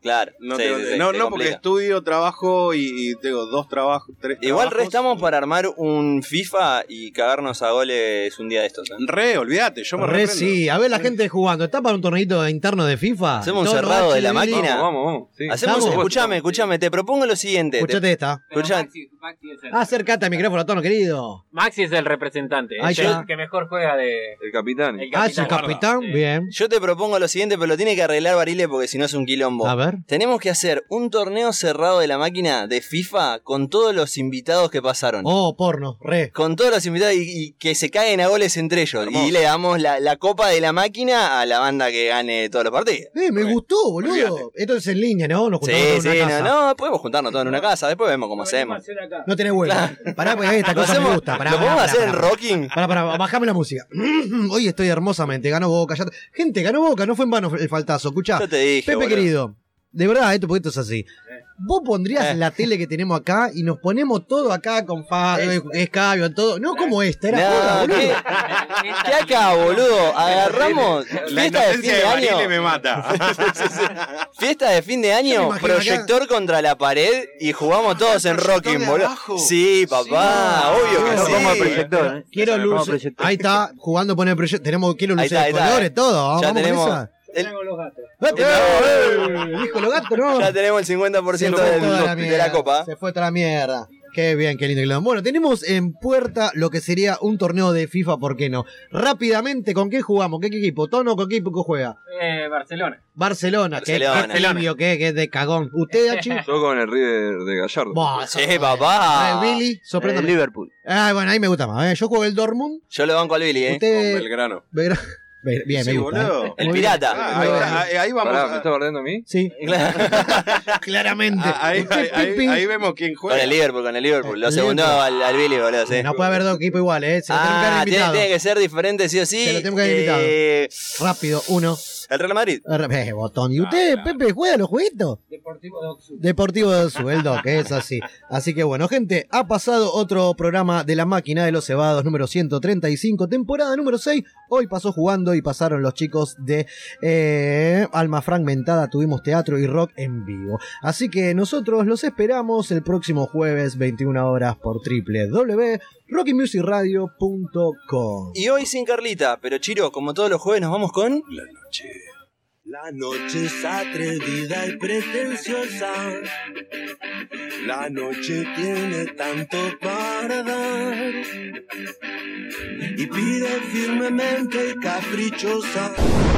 Claro. No, sí, tengo- sí, sí, no, se no, porque complica. estudio, trabajo y, y tengo dos trabajos, tres Igual trabajos. restamos para armar un FIFA y cagarnos a goles un día de estos. ¿eh? Re, olvídate, yo Re sí, a ver la gente jugando. ¿Está para un torneito interno de FIFA? Hacemos un Todo cerrado bache de la Billy. máquina. Hacemos, Estamos. escuchame, escuchame, te propongo lo siguiente. Escuchate esta. Escuchame. Maxi es el, Acércate al micrófono, tono querido. Maxi es el representante. Ahí es el está. que mejor juega de. El capitán. El Ah, es el capitán, bien. Yo te propongo lo siguiente, pero lo tiene que arreglar Barile porque si no es un quilombo. A ver. Tenemos que hacer un torneo cerrado de la máquina de FIFA con todos los invitados que pasaron. Oh, porno, re. Con todos los invitados y, y que se caguen a goles entre ellos. Y le damos la, la copa de la máquina a la banda que gane todos los partidos. Eh, me gustó, boludo. Esto es en línea, ¿no? Nos Sí, juntamos todos en sí, una no, casa. no, podemos juntarnos todos en una casa, después vemos cómo hacemos. No tenés huevo. Pará, porque esta Lo cosa me hacemos- gusta. Pará, lo pará, podemos pará, hacer en pará. rocking. Pará, pará, bajame la música. Hoy estoy hermosamente, ganó Boca. ya- Gente, ganó Boca, no fue en vano el faltazo. Escuchá, Yo te dije, Pepe boludo. Eh. querido, de verdad, esto, porque esto es así. Vos pondrías la tele que tenemos acá y nos ponemos todo acá con Fabio, escabio, todo. No como esta, era No, joda, boludo. ¿qué? ¿Qué acá, boludo? Agarramos La fiesta de fin inocencia de de Barile año. me mata. Fiesta de fin de año, proyector contra la pared y jugamos todos en rocking, boludo. Sí, papá, obvio que No, sí. como el proyector, eh. Quiero Como luz. proyector. Ahí está, jugando poner proyecto. Tenemos, quiero Ahí luces está, ahí de está. colores, todo. Ya Vamos tenemos con esa. el- Vete, ¡Eh! Hijo de los gatos, no. Ya tenemos el 50% Se fue del- toda de la copa. Se fue toda la mierda. Qué bien, qué lindo que lo dan. Bueno, tenemos en puerta lo que sería un torneo de FIFA, ¿por qué no? Rápidamente, ¿con qué jugamos? ¿Qué, qué equipo? ¿Tono con qué equipo juega? Eh, Barcelona. Barcelona, que Barcelona. es tibio, que que es de cagón. ¿Usted, Hachi? Yo con el River de Gallardo. Bah, Sí, papá. Ah, Billy, sorpréndame. El Liverpool. Ah, bueno, ahí me gusta más. ¿eh? Yo juego el Dortmund. Yo lo banco al Billy, eh. Usted- Con Belgrano. Belgra- Be- Bien, Sí, me gusta. boludo. ¿eh? El Muy bien. pirata. Ah, ahí está, Muy bien. ahí vamos Pará, a- ¿Me está bardeando a mí? Sí. Claramente. Ahí, ahí- ahí- ahí vemos quién juega. Con el Liverpool, con el Liverpool. Lo El segundo Liverpool. al, al Billy, boludo. sí. No puede haber dos equipos iguales, ¿eh? Se lo tengo que Ah, haber tiene, invitado. tiene que ser diferente, sí o sí. Se lo tengo que haber invitado. Eh, Rápido, uno. el Real Madrid. Eh, botón. ¿Y usted, Ah, Pepe, juega los jueguitos? Deportivo de sueldo, que es así. Así que bueno, gente, ha pasado otro programa de la máquina de los cebados número 135, temporada número 6. Hoy pasó jugando y pasaron los chicos de eh, Alma Fragmentada. Tuvimos teatro y rock en vivo. Así que nosotros los esperamos el próximo jueves, 21 horas, por www.rockymusicradio.com. Y hoy sin Carlita, pero Chiro, como todos los jueves, nos vamos con. La noche. La noche es atrevida y pretenciosa. La noche tiene tanto para dar. Y pide firmemente y caprichosa.